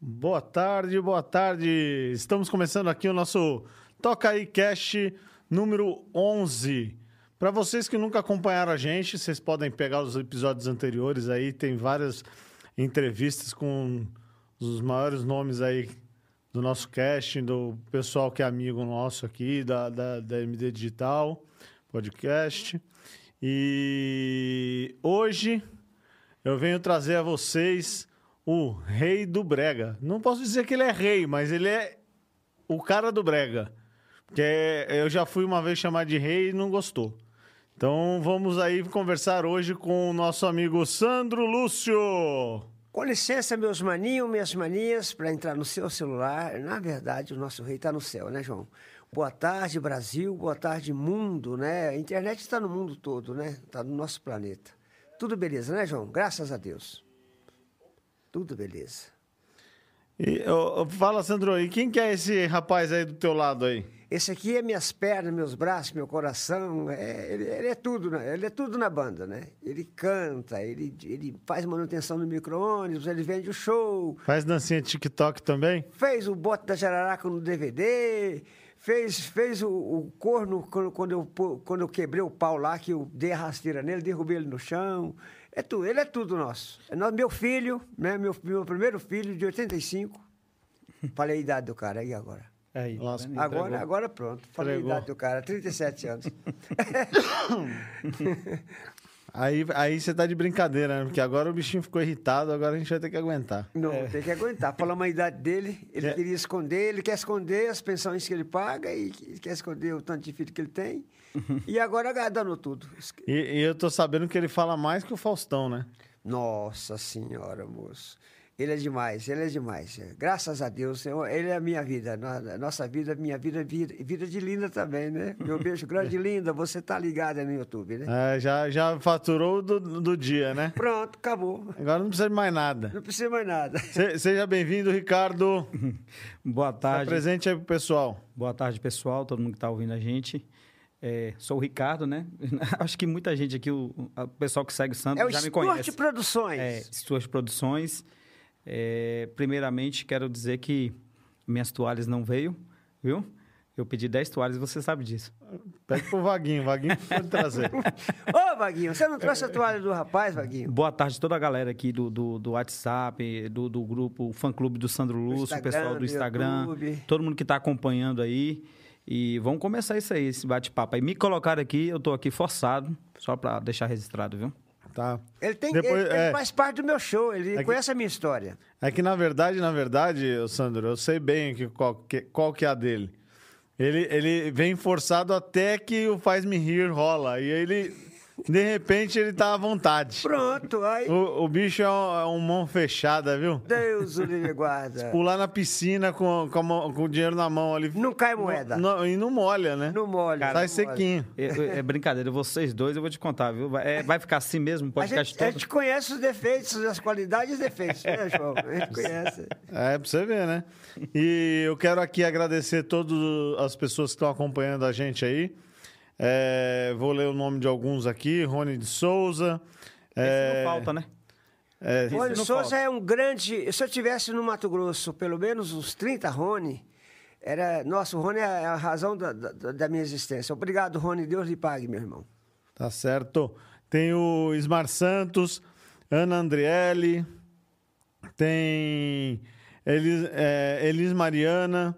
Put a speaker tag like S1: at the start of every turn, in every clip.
S1: Boa tarde, boa tarde. Estamos começando aqui o nosso Toca aí Cast número 11. Para vocês que nunca acompanharam a gente, vocês podem pegar os episódios anteriores aí, tem várias entrevistas com os maiores nomes aí do nosso casting, do pessoal que é amigo nosso aqui, da, da, da MD Digital Podcast. E hoje eu venho trazer a vocês o rei do Brega. Não posso dizer que ele é rei, mas ele é o cara do Brega. Porque eu já fui uma vez chamar de rei e não gostou. Então vamos aí conversar hoje com o nosso amigo Sandro Lúcio.
S2: Com licença, meus maninhos, minhas maninhas, para entrar no seu celular. Na verdade, o nosso rei está no céu, né, João? Boa tarde, Brasil. Boa tarde, mundo, né? A internet está no mundo todo, né? Está no nosso planeta. Tudo beleza, né, João? Graças a Deus. Tudo beleza.
S1: E, ô, ô, fala, Sandro, e quem que é esse rapaz aí do teu lado aí?
S2: Esse aqui é minhas pernas, meus braços, meu coração. é- ele, ele é tudo, né? Ele é tudo na banda, né? Ele canta, ele, ele faz manutenção no micro-ônibus, ele vende o show,
S1: Faz dancinha de TikTok também?
S2: fez o bote da jararaca no DVD, fez, fez o, o corno quando, quando eu, pô- quando eu quebrei o pau lá, que eu dei a rasteira nele, derrubei ele no chão. É tudo, ele é tudo nosso. É nó- meu filho, né? meu, meu primeiro filho, de 85. Falei a idade do cara, e agora?
S3: Aí,
S1: Nossa,
S3: tá
S1: entregou.
S2: Agora, agora pronto. Falei
S1: Entregou.
S2: a idade do cara, 37 anos.
S1: Aí aí você tá de brincadeira, né? Porque agora o bichinho ficou irritado, agora a gente vai ter que aguentar.
S2: Não, tem que aguentar. Falamos a idade dele, ele
S1: É.
S2: queria esconder, ele quer esconder as pensões que ele paga e que- quer esconder o tanto de filho que ele tem. E agora danou tudo. Esque-
S1: E, e eu tô sabendo que ele fala mais que o Faustão, né?
S2: Nossa Senhora, moço. Ele é demais, ele é demais. Graças a Deus, Senhor, ele é a minha vida, no- a nossa vida, minha vida, vida, vida de linda também, né? Meu beijo grande, linda, você tá ligada no YouTube, né?
S1: É, já, já faturou do, do dia, né?
S2: Pronto, acabou.
S1: Agora não precisa de mais nada.
S2: Não precisa mais nada.
S1: Se- seja bem-vindo, Ricardo.
S3: Boa
S1: Tá
S3: tarde.
S1: presente aí pro pessoal.
S3: Boa tarde, pessoal, todo mundo que está ouvindo a gente. É, sou o Ricardo, né? Acho que muita gente aqui, o, o pessoal que segue o Sandro
S2: É o
S3: já me
S2: Esporte
S3: conhece.
S2: Produções.
S3: É, suas produções. É, primeiramente, quero dizer que minhas toalhas não veio, viu? Eu pedi 10 toalhas, você sabe disso.
S1: Pede pro Vaguinho, Vaguinho pode trazer.
S2: Ô, Vaguinho, você não trouxe a toalha do rapaz, Vaguinho?
S3: Boa tarde a toda a galera aqui do, do, do WhatsApp, do, do grupo, o fã-clube do Sandro Lúcio, o
S2: Instagram,
S3: pessoal do
S2: do
S3: Instagram,
S2: YouTube.
S3: todo mundo que está acompanhando aí. E vamos começar isso aí, esse bate-papo aí. Me colocaram aqui, eu tô aqui forçado, só para deixar registrado, viu?
S1: Tá.
S2: Ele, tem,
S1: Depois,
S2: ele, ele
S1: é.
S2: faz parte do meu show, ele
S1: É que-
S2: conhece a minha história.
S1: É que na verdade, na verdade, ô, Sandro, eu sei bem que qual, que, qual que é a dele. Ele, ele vem forçado até que o Faz Me Rir rola. E ele, de repente, ele tá à vontade.
S2: Pronto, aí.
S1: O, o bicho é um, é um mão fechada, viu?
S2: Deus o livre guarda.
S1: Pular na piscina com, com, a mão- com o dinheiro na mão ali.
S2: Não cai moeda.
S1: Não- não- e não molha, né?
S2: Não molha.
S1: Sai
S2: não molha.
S1: sequinho.
S3: É, é- é brincadeira, vocês dois eu vou te contar, viu? Vai, é, vai ficar assim mesmo o
S2: A
S3: podcast
S2: gente, é a
S3: todo?
S2: gente conhece os defeitos, as qualidades e os defeitos, né, João? A gente conhece.
S1: É, pra você ver, né? E eu quero aqui agradecer todas as pessoas que estão acompanhando a gente aí. É, vou ler o nome de alguns aqui. Rony de Souza.
S3: Esse
S1: é,
S3: não falta, né?
S1: é,
S3: Esse
S2: Rony
S3: não
S2: Souza
S3: falta.
S2: é um grande. Se eu tivesse no Mato Grosso pelo menos uns 30 Rony, era. Nossa, o Rony é a razão da, da- da minha existência. Obrigado, Rony. Deus lhe pague, meu irmão.
S1: tá certo. Tem o Ismar Santos, Ana Andriele, tem Elis, é, Elis Mariana,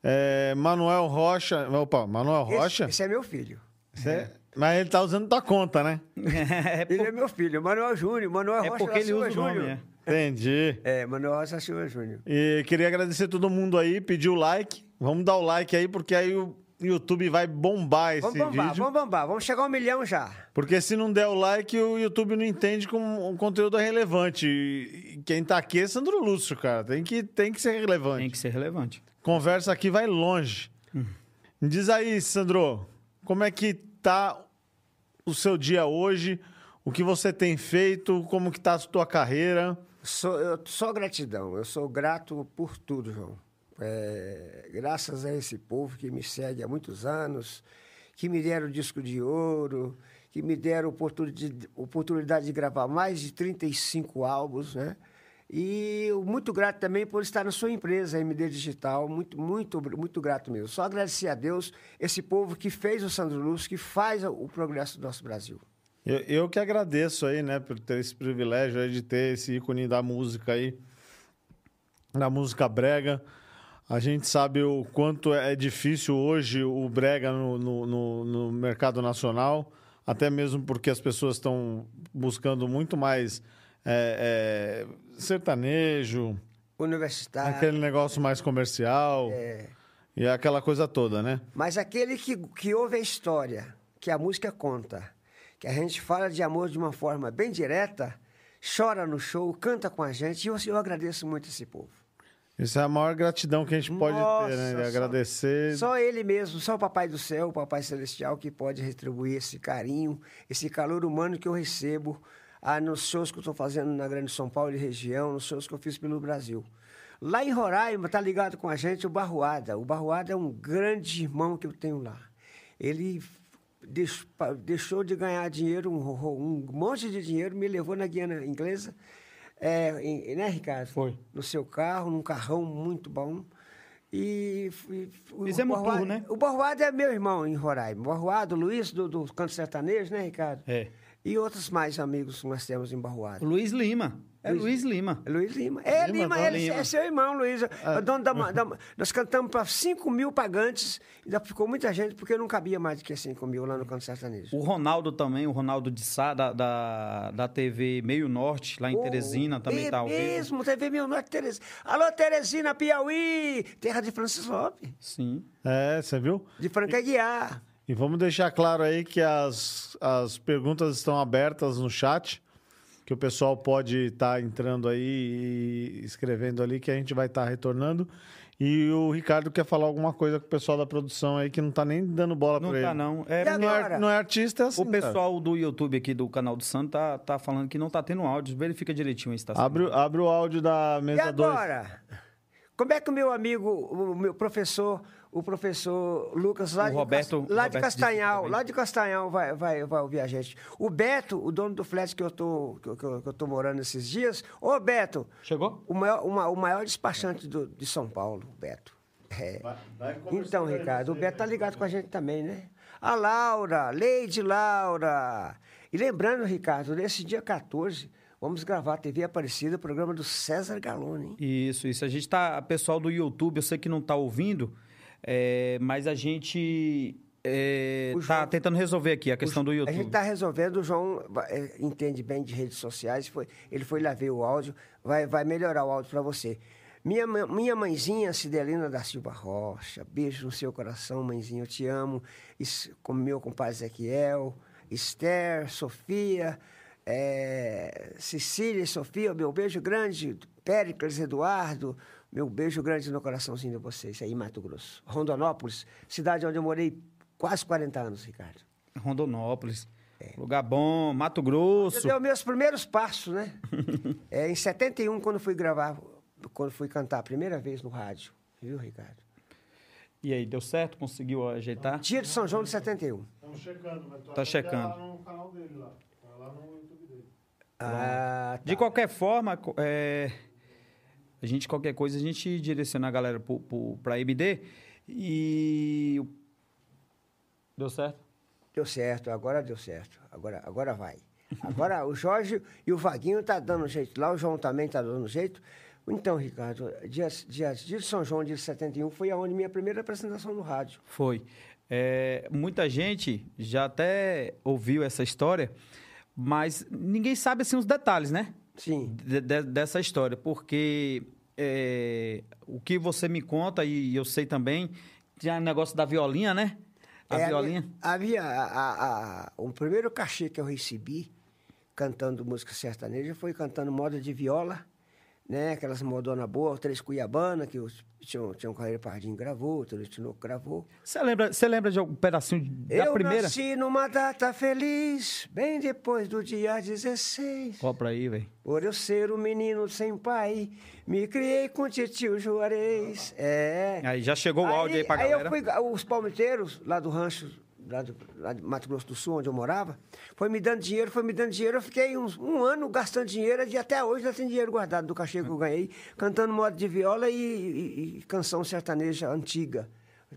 S1: é, Manuel Rocha. Opa, Manuel
S2: Esse-
S1: Rocha?
S2: esse é meu filho.
S1: Cê- Mas ele tá usando tua conta, né?
S3: é,
S2: Ele é meu filho, Manuel Júnior. Manuel
S3: é
S2: Rocha
S3: porque
S2: da
S3: ele
S2: Silva
S3: usa o
S2: Júnior.
S3: nome, é.
S1: Entendi.
S2: É, Manuel Rocha da Silva Júnior.
S1: E queria agradecer todo mundo aí, pedir o like. Vamos dar o like aí, porque aí o YouTube vai bombar esse
S2: Vamos bombar,
S1: vídeo.
S2: vamos bombar, vamos chegar a um milhão já.
S1: Porque se não der o like, o YouTube não entende que um, um conteúdo é relevante. E quem tá aqui é Sandro Lúcio, cara. Tem que, tem que ser relevante.
S3: Tem que ser relevante.
S1: Conversa aqui vai longe. Me diz aí, Sandro, como é que tá o seu dia hoje? O que você tem feito? Como que tá a sua carreira?
S2: Sou, eu, só gratidão, eu sou grato por tudo, João. É, graças a esse povo que me segue há muitos anos, que me deram o disco de ouro, que me deram oportunidade, oportunidade de gravar mais de 35 álbuns, né? E eu muito grato também por estar na sua empresa, MD Digital. Muito, muito, muito grato mesmo. Só agradecer a Deus esse povo que fez o Sandro Lúcio, que faz o progresso do nosso Brasil.
S1: Eu, eu que agradeço aí, né, por ter esse privilégio aí de ter esse ícone da música aí, da música brega. A gente sabe o quanto é difícil hoje o brega no, no, no- no mercado nacional, até mesmo porque as pessoas estão buscando muito mais é, é, sertanejo,
S2: Universitário.
S1: aquele negócio mais comercial
S2: Ah, é.
S1: e aquela coisa toda, né?
S2: Mas aquele que, que ouve a história, que a música conta, que a gente fala de amor de uma forma bem direta, chora no show, canta com a gente, e eu, eu agradeço muito esse povo.
S1: Isso é a maior gratidão que a gente pode ter, né?
S2: Nossa,
S1: De
S2: só-
S1: agradecer.
S2: Só ele mesmo, só o Papai do Céu, o Papai Celestial, que pode retribuir esse carinho, esse calor humano que eu recebo ah, nos shows que eu estou fazendo na Grande São Paulo e região, nos shows que eu fiz pelo Brasil. Lá em Roraima, tá ligado com a gente o Barruada. O Barruada é um grande irmão que eu tenho lá. Ele deix- pa- deixou de ganhar dinheiro, um, ro- um monte de dinheiro, me levou na Guiana Inglesa, é, em- né, Ricardo?
S3: Foi.
S2: No seu carro, num carrão muito bom. E, e o
S3: Fizemos um
S2: Borruado-
S3: tour, né?
S2: O Borruado é meu irmão em Roraima. O Borruado, o Luiz, do, do Canto Sertanejo, né, Ricardo?
S3: É.
S2: E outros mais amigos que nós temos em
S3: O
S2: Borruado.
S3: Luiz Lima. É Luiz, Lima.
S2: Luiz Lima. É,
S1: Lima,
S2: Lima,
S1: tá?
S2: ele
S3: Lima. Ah.
S2: é seu irmão, Luiz. É o dono da ma- da ma- nós cantamos para 5 mil pagantes, ainda ficou muita gente, porque não cabia mais do que 5 mil lá no Canto Sertanejo.
S3: O Ronaldo também, o Ronaldo de Sá, da, da, da TV Meio Norte, lá em Teresina, também
S2: é
S3: tá ao vivo.
S2: mesmo, TV Mil Norte, Teresina. Alô, Teresina, Piauí, terra de Francis Lopes,
S3: Sim.
S1: É, você viu?
S2: de Franca Guiar.
S1: E vamos deixar claro aí que as, as perguntas estão abertas no chat, que o pessoal pode estar entrando aí e escrevendo ali, que a gente vai estar retornando. E o Ricardo quer falar alguma coisa com o pessoal da produção aí, que não tá nem dando bola
S3: Não
S1: pra
S3: tá,
S1: ele.
S3: não. É,
S2: E
S1: Não é,
S2: Agora. tá
S1: não é artista, é assim,
S3: o pessoal do YouTube aqui do canal do Santo tá, tá falando que não tá tendo áudio. Verifica direitinho aí se tá
S1: cara. Abre, o- abre o áudio da
S2: assim. E
S1: mesa 2.
S2: agora? Como é que o meu amigo, o meu professor, o professor Lucas, lá,
S3: O
S2: de,
S3: Roberto-
S2: Cas- lá
S3: Roberto
S2: de
S3: disse
S2: Castanhal,
S3: também.
S2: lá de Castanhal vai, vai, vai ouvir a gente. O Beto, o dono do flat que eu tô, que eu, que eu- que eu tô morando esses dias, ô Beto,
S3: Chegou?
S2: o maior, o ma- o maior despachante do- de São Paulo, o Beto. É. Então, Ricardo, o Beto tá ligado com a gente também, né? A Laura, Leide Laura. E lembrando, Ricardo, nesse dia 14, vamos gravar a TV Aparecida, o programa do César Galone, hein?
S3: Isso, isso. A gente tá. Pessoal do YouTube, eu sei que não tá ouvindo, é, mas a gente é,
S2: O
S3: tá
S2: João-
S3: tentando resolver aqui a questão do
S2: A
S3: YouTube.
S2: gente tá- está resolvendo, o João eh, entende bem de redes sociais, foi- ele foi lá ver o áudio, vai, vai melhorar o áudio para você. Minha, mã- minha mãezinha, Cidelina da Silva Rocha, beijo no seu coração, mãezinha, eu te amo. Isso, com meu compadre Ezequiel, Esther, Sofia, eh, Cecília e Sofia, meu beijo grande, Péricles Eduardo, meu beijo grande no coraçãozinho de vocês aí em Mato Grosso. Rondonópolis, cidade onde eu morei quase 40 anos, Ricardo.
S3: Rondonópolis.
S2: É.
S3: Lugar bom, Mato Grosso.
S2: Você deu meus primeiros passos, né? é, em 71, quando fui gravar, quando fui cantar a primeira vez no rádio, viu, Ricardo?
S3: E aí, deu certo? Conseguiu ajeitar?
S2: Dia de São João de 71.
S1: Estamos checando, mas
S3: Tá checando. lá
S1: no canal dele lá. Tá lá no YouTube dele.
S2: Ah,
S3: De
S2: tá.
S3: qualquer forma, co- é, a gente, qualquer coisa, a gente direciona a galera pro- pro- pra MD e. Deu certo?
S2: Deu certo, agora deu certo. Agora, agora vai. Agora o Jorge e o Vaguinho tá dando jeito lá, o João também tá dando jeito. Então, Ricardo, dia, dia, dia de São João de 71 foi aonde minha primeira apresentação no rádio.
S3: Foi. É, muita gente já até ouviu essa história, mas ninguém sabe assim os detalhes, né?
S2: Sim.
S3: de- de- dessa história, porque é, o que você me conta, e eu sei também, tinha o negócio da violinha, né? A
S2: É,
S3: violinha.
S2: Havia, havia a- a- a- o primeiro cachê que eu recebi cantando música sertaneja foi cantando moda de viola, né? Aquelas modona boa, Três Cuiabana, que o Tião Tião Carreiro um Pardinho gravou, o Túlio Tinoco gravou.
S3: Você lembra, você lembra de algum pedacinho da
S2: eu
S3: primeira?
S2: nasci numa data feliz, bem depois do dia 16.
S3: Sopra aí, velho.
S2: Por eu ser um menino sem pai, me criei com titio Juarez. É.
S3: Aí já chegou o áudio aí pra
S2: aí
S3: galera.
S2: Eu fui, os palmiteiros lá do rancho lá de, lá de Mato Grosso do Sul, onde eu morava, foi me dando dinheiro, foi me dando dinheiro. Eu fiquei uns, um ano gastando dinheiro e até hoje eu tenho dinheiro guardado do cachê que eu ganhei, cantando moda de viola e, e- e canção sertaneja antiga.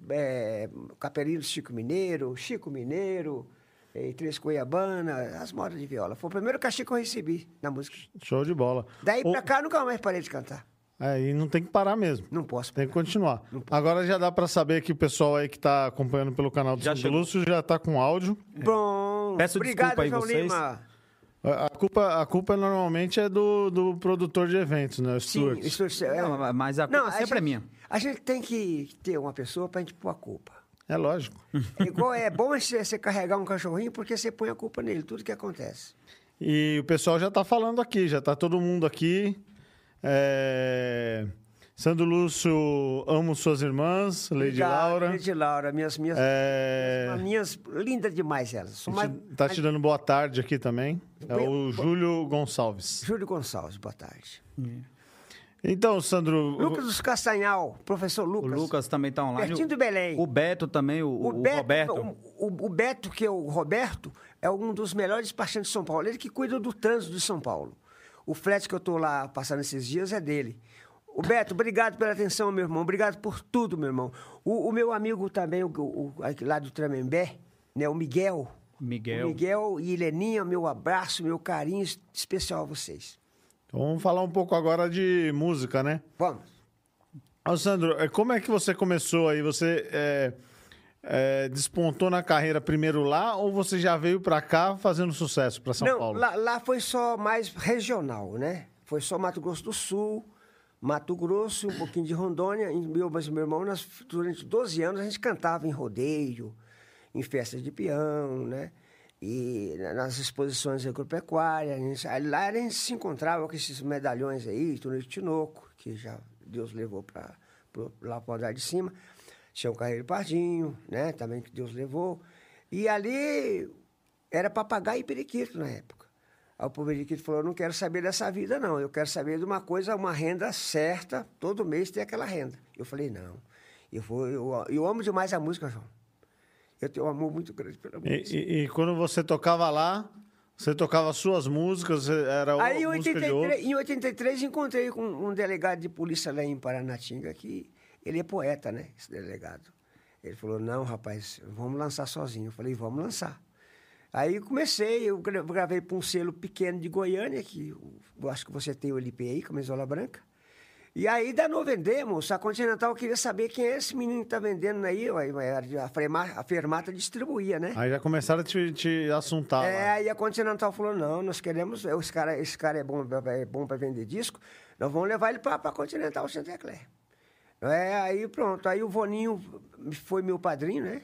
S2: É, Caperino Chico Mineiro, Chico Mineiro, eh, Três Cuiabana, as modas de viola. Foi o primeiro cachê que eu recebi na música.
S1: Show de bola.
S2: Daí
S1: Ô,
S2: pra cá eu nunca mais parei de cantar.
S1: É, e não tem que parar mesmo.
S2: Não posso.
S3: é.
S1: Tem que continuar. Agora já dá pra saber que o pessoal aí que tá acompanhando pelo canal do
S3: Já
S1: Santo
S3: chegou.
S1: Lúcio já tá com áudio.
S2: Bom,
S3: Peço
S2: obrigado,
S3: desculpa aí
S2: João
S3: vocês.
S2: Lima.
S1: A a culpa, a culpa normalmente é do, do produtor de eventos, né? O Stuart.
S2: Sim, isso é,
S3: Não, mas a culpa
S2: a
S3: sempre
S2: gente-
S3: é minha.
S2: A gente tem que ter uma pessoa pra gente pôr a culpa.
S1: É lógico.
S2: É igual é bom você você carregar um cachorrinho porque você põe a culpa nele, tudo que acontece.
S1: E o pessoal já tá falando aqui, já tá todo mundo aqui. É... Sandro Lúcio, amo suas irmãs, Lady
S2: Obrigado,
S1: Laura.
S2: Lady Laura, minhas minhas,
S1: É...
S2: as minhas lindas demais elas. Sou mais,
S1: Tá te dando boa tarde aqui também. É o Júlio Gonçalves.
S2: Júlio Gonçalves, boa tarde.
S1: Então, Sandro.
S2: Lucas dos Castanhal, professor
S3: O
S2: Lucas.
S3: Lucas também tá online.
S2: Pertinho do Belém.
S3: O Beto também, o, o Roberto.
S2: O, o- o Beto, que é o Roberto, é um dos melhores despachantes de São Paulo. Ele que cuida do trânsito de São Paulo. O frete que eu estou lá passando esses dias é dele. O Beto, obrigado pela atenção, meu irmão. Obrigado por tudo, meu irmão. O, o meu amigo também, o, o- o- lá do Tremembé, né, o Miguel.
S3: Miguel.
S2: O Miguel e Heleninha, meu abraço, meu carinho especial a vocês.
S1: Então, vamos falar um pouco agora de música, né?
S2: Vamos.
S1: Ô, Sandro, eh, como é que você começou aí? Você eh, eh, despontou na carreira primeiro lá ou você já veio pra cá fazendo sucesso pra São
S2: Não,
S1: Paulo?
S2: Lá, lá foi só mais regional, né? Foi só Mato Grosso do Sul, Mato Grosso, um pouquinho de Rondônia. E meu, mas meu irmão, nós, durante 12 anos, a gente cantava em rodeio, em festas de peão, né? E na- nas exposições agropecuárias. a gente- aí Lá a gente se encontrava com esses medalhões aí, Túnel de Tinoco, que já Deus levou para lá para andar de cima. Tinha o Carreiro Pardinho, né? Também que Deus levou. E ali era papagaio e periquito na época. Aí o periquito falou: eu não quero saber dessa vida, não. Eu quero saber de uma coisa, uma renda certa, todo mês tem aquela renda. Eu falei, não. Eu, vou, eu, eu amo demais a música, João. Eu tenho um amor muito grande pela música.
S1: E, e- e quando você tocava lá, você tocava suas músicas, eh, era o
S2: Aí, em
S1: música de outro.
S2: 83, em 83, encontrei com um delegado de polícia lá em Paranatinga, que ele é poeta, né? Esse delegado. Ele falou: Não, rapaz, vamos lançar sozinho. Eu falei: Vamos lançar. Aí comecei, eu gra- gravei para um selo pequeno de Goiânia, que eu- eu acho que você tem o LP aí, Camisola Branca. E aí danou vendemos. A Continental queria saber quem é esse menino que tá vendendo aí. ué, ué, A Fermata, a Fermata distribuía, né?
S1: Aí já começaram a te, te assuntar
S2: É,
S1: lá.
S2: aí a Continental falou: não, nós queremos. Esse cara, esse cara é bom, pra- é bom para vender disco, nós vamos levar ele para a Continental Santa Eclair. É, aí pronto. Aí o Voninho foi meu padrinho, né?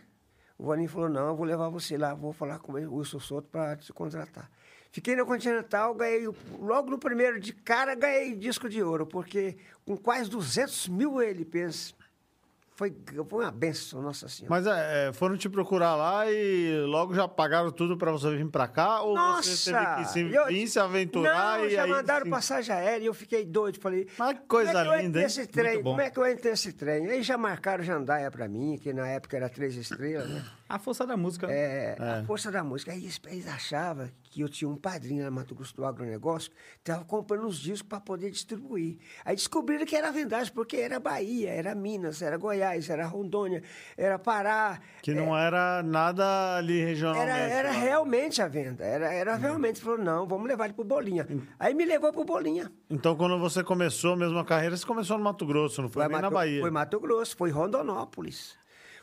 S2: O Voninho falou: não, eu vou levar você lá, vou falar com o Wilson Soto para te contratar. Fiquei na Continental, ganhei, o- logo no primeiro de cara, ganhei disco de ouro, porque com quase 200 mil LPs. Foi, foi uma benção, Nossa Senhora.
S1: Mas eh, eh, foram te procurar lá e logo já pagaram tudo pra você vir pra cá? Ou você teve que se,
S2: eu-
S1: vir se aventurar
S2: não,
S1: e
S2: já
S1: aí...
S2: mandaram
S1: sim.
S2: passagem aérea e eu fiquei doido. Falei,
S1: Mas que coisa
S2: como é que eu
S1: linda,
S2: entrei
S1: hein?
S2: Esse
S1: Muito
S2: trem?
S1: bom.
S2: Como é que eu entrei nesse trem? Aí já marcaram Jandaia pra mim, que na época era Três Estrelas, né?
S3: A força da música.
S2: É, A força da música. Aí eles, eles achavam que eu tinha um padrinho lá no Mato Grosso do Agronegócio, estava comprando os discos para poder distribuir. Aí descobriram que era vendagem, porque era Bahia, era Minas, era Goiás, era Rondônia, era Pará.
S1: Que não era nada ali regionalmente.
S2: É. Era, era
S1: lá.
S2: realmente a venda. Era,
S1: Uhum.
S2: era realmente. Falou, não, vamos levar ele pro Bolinha. Aí me levou pro Bolinha.
S1: Então, quando você começou mesmo a carreira, você começou no Mato Grosso, não foi, nem na
S2: Mato,
S1: Bahia?
S2: Foi Mato Grosso, foi Rondonópolis.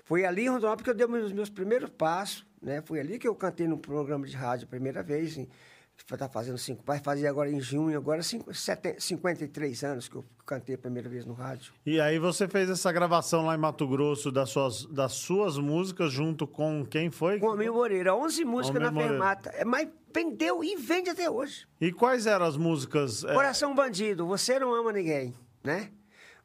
S2: Foi ali em Rondonópolis que eu dei os meus- meus primeiros passos, né? Foi ali que eu cantei num programa de rádio a primeira vez, em, que tá fazendo cinco, vai fazer agora em junho, agora cinco, sete, 53 anos que eu cantei a primeira vez no rádio.
S1: E aí você fez essa gravação lá em Mato Grosso das suas, das suas músicas junto com quem foi?
S2: Com o Almir Moreira, 11 músicas
S1: Almir
S2: na
S1: Moreira.
S2: Fermata. É, Mas vendeu e vende até hoje.
S1: E quais eram as músicas? é,
S2: Coração bandido, você não ama ninguém, né?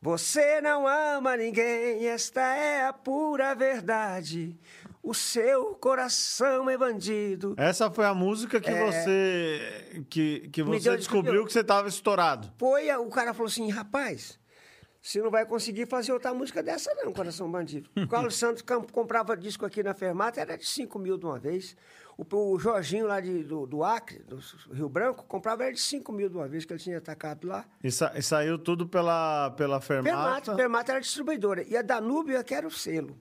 S2: Você não ama ninguém, esta é a pura verdade. O seu coração é bandido.
S1: Essa foi a música que você que, que
S2: É. Me
S1: você
S2: deu-
S1: descobriu que você estava estourado.
S2: Foi, o cara falou assim, rapaz, Você não vai conseguir fazer outra música dessa, não, Coração Bandido. O Carlos Santos camp- comprava disco aqui na Fermata, era de 5 mil de uma vez. O, o Jorginho lá de, do, do Acre, do Rio Branco, comprava era de 5 mil de uma vez, que ele tinha atacado lá.
S1: E, sa- e saiu tudo pela, pela Fermata.
S2: Fermata, Fermata era a distribuidora. E a Danúbia, que era o selo.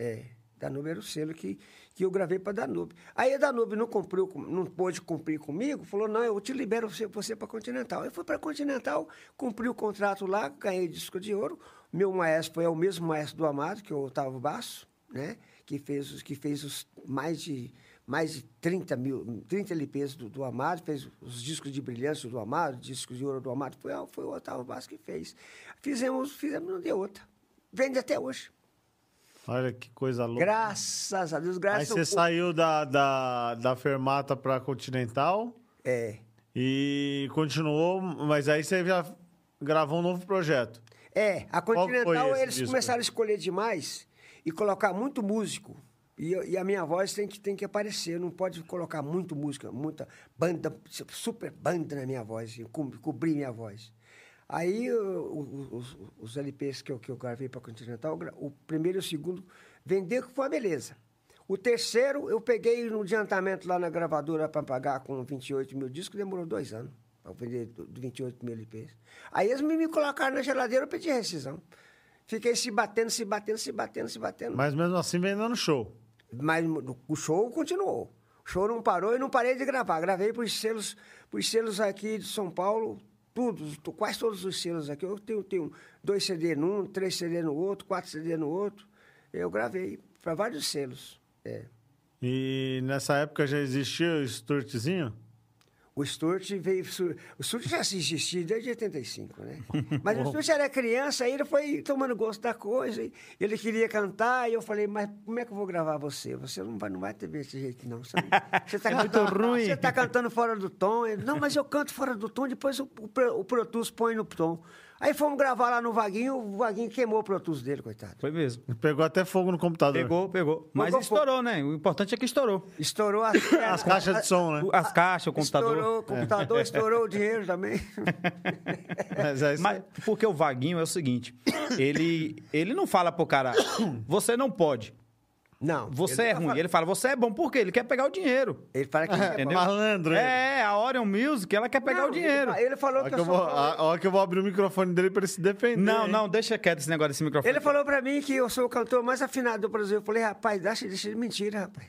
S2: É, Danúbia era o selo que, que eu gravei para Danúbia. Aí a Danúbia não cumpriu, com- não pôde cumprir comigo, falou: não, eu te libero você, você para Continental. Eu fui para Continental, cumpri o contrato lá, ganhei disco de ouro. Meu maestro é o mesmo maestro do Amado, que é o Otávio Basso, né? Que fez, os- que fez os mais de. Mais de 30 mil, 30 LPs do, do Amado, fez os discos de brilhantes do Amado, discos de ouro do Amado, foi, foi o Otávio Basso que fez. Fizemos, fizemos, não deu outra. Vende até hoje.
S1: Olha que coisa louca.
S2: Graças a Deus,
S1: Aí
S2: graças
S1: você
S2: ao-
S1: saiu da, da, da Fermata pra Continental
S2: É.
S1: e continuou, mas aí você já gravou um novo projeto.
S2: É, a
S1: Qual foi
S2: Continental
S1: esse
S2: eles
S1: disco?
S2: começaram a escolher demais e colocar muito músico. E, eu- e a minha voz tem que, tem que aparecer, não pode colocar muito música, muita banda, super banda na minha voz, e co- cobrir minha voz. Aí eu- o- o- os, os LPs que eu, que eu gravei para Continental, eu gra- o primeiro e o segundo, vendeu que foi uma beleza. O terceiro, eu peguei no adiantamento lá na gravadora para pagar com 28 mil discos, demorou dois anos para vender do- do 28 mil LPs. Aí eles me me colocaram na geladeira, eu pedi rescisão. Fiquei se batendo, se batendo, se batendo, se batendo. Mas,
S1: Mas mesmo assim vendendo show.
S2: no- o show continuou. O show não parou e não parei de gravar. Gravei para os selos, pros selos aqui de São Paulo, todos, to- quase todos os selos aqui. Eu tenho, tenho dois CD num, três CD no outro, quatro CD no outro. Eu gravei para vários selos. É.
S1: E nessa época já existia o Sturtzinho?
S2: O Sturt veio. su- O Sturt já se existia desde 85, né? Mas o Sturt era criança, aí ele foi tomando gosto da coisa. e Ele queria cantar, e eu falei, mas como é que eu vou gravar você? Você não vai, não vai ter desse jeito, não. Você, você tá
S3: É muito ruim.
S2: Você tá cantando fora do tom. Ele, não, mas eu canto fora do tom, depois o, o, Pro- o Pro Tools põe no tom. Aí fomos gravar lá no Vaguinho, o Vaguinho queimou o Pro Tools dele, coitado.
S3: Foi mesmo.
S1: Pegou até fogo no computador.
S3: Pegou, pegou. Mas
S2: Pegou
S3: estourou, né? O importante é que estourou.
S2: Estourou as,
S1: As caixas de som, né?
S3: As caixas, o computador.
S2: Ah, Estourou o computador, estourou o dinheiro também.
S1: Mas aí você-
S3: Mas, porque o Vaguinho é o seguinte: ele, ele não fala pro cara, você não pode,
S2: Não. ele-
S3: você
S2: tá
S3: é ruim. Ele fala, você é bom, por quê? Ele quer pegar o dinheiro.
S2: Ele fala que
S1: É,
S3: Entendeu?
S1: malandro,
S3: É, a Orion Music, ela quer pegar
S2: Não,
S3: o dinheiro.
S2: Ele, fa- ele falou
S1: Olha
S2: que
S1: Ah, que, eu
S2: eu sou
S1: vou,
S2: calor-
S1: a- a hora que eu vou abrir o microfone dele pra ele se defender.
S3: Não,
S1: hein?
S3: não, deixa quieto esse negócio desse microfone.
S2: Ele falou pra mim que eu sou o cantor mais afinado do Brasil. Eu falei, rapaz, deixa, deixa de mentira, rapaz.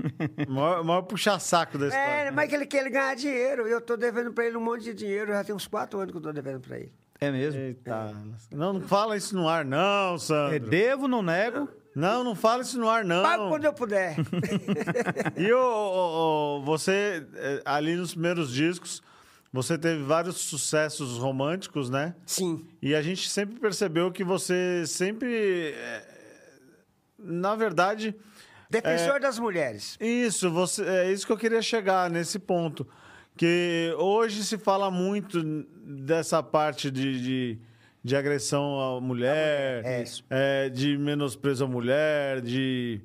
S1: Maior, maior puxa-saco da história.
S2: é, mas que ele quer ele ganhar dinheiro. E eu tô devendo pra ele um monte de dinheiro. Já tem uns quatro anos que eu tô devendo pra ele.
S3: É mesmo?
S1: Eita. Não, não fala isso no ar, não,
S3: É,
S1: Sandro.
S3: devo, não nego.
S1: Não, não fala isso no ar, não.
S2: Pago quando eu puder.
S1: E o, o- o- você, eh, ali nos primeiros discos, você teve vários sucessos românticos, né?
S2: Sim.
S1: E a gente sempre percebeu que você sempre. eh, Na verdade, É.
S2: Defensor das mulheres.
S1: isso, você, é isso que eu queria chegar nesse ponto. Que hoje se fala muito dessa parte de, de, de agressão à mulher,
S2: é isso.
S1: é, de menosprezo à mulher, de,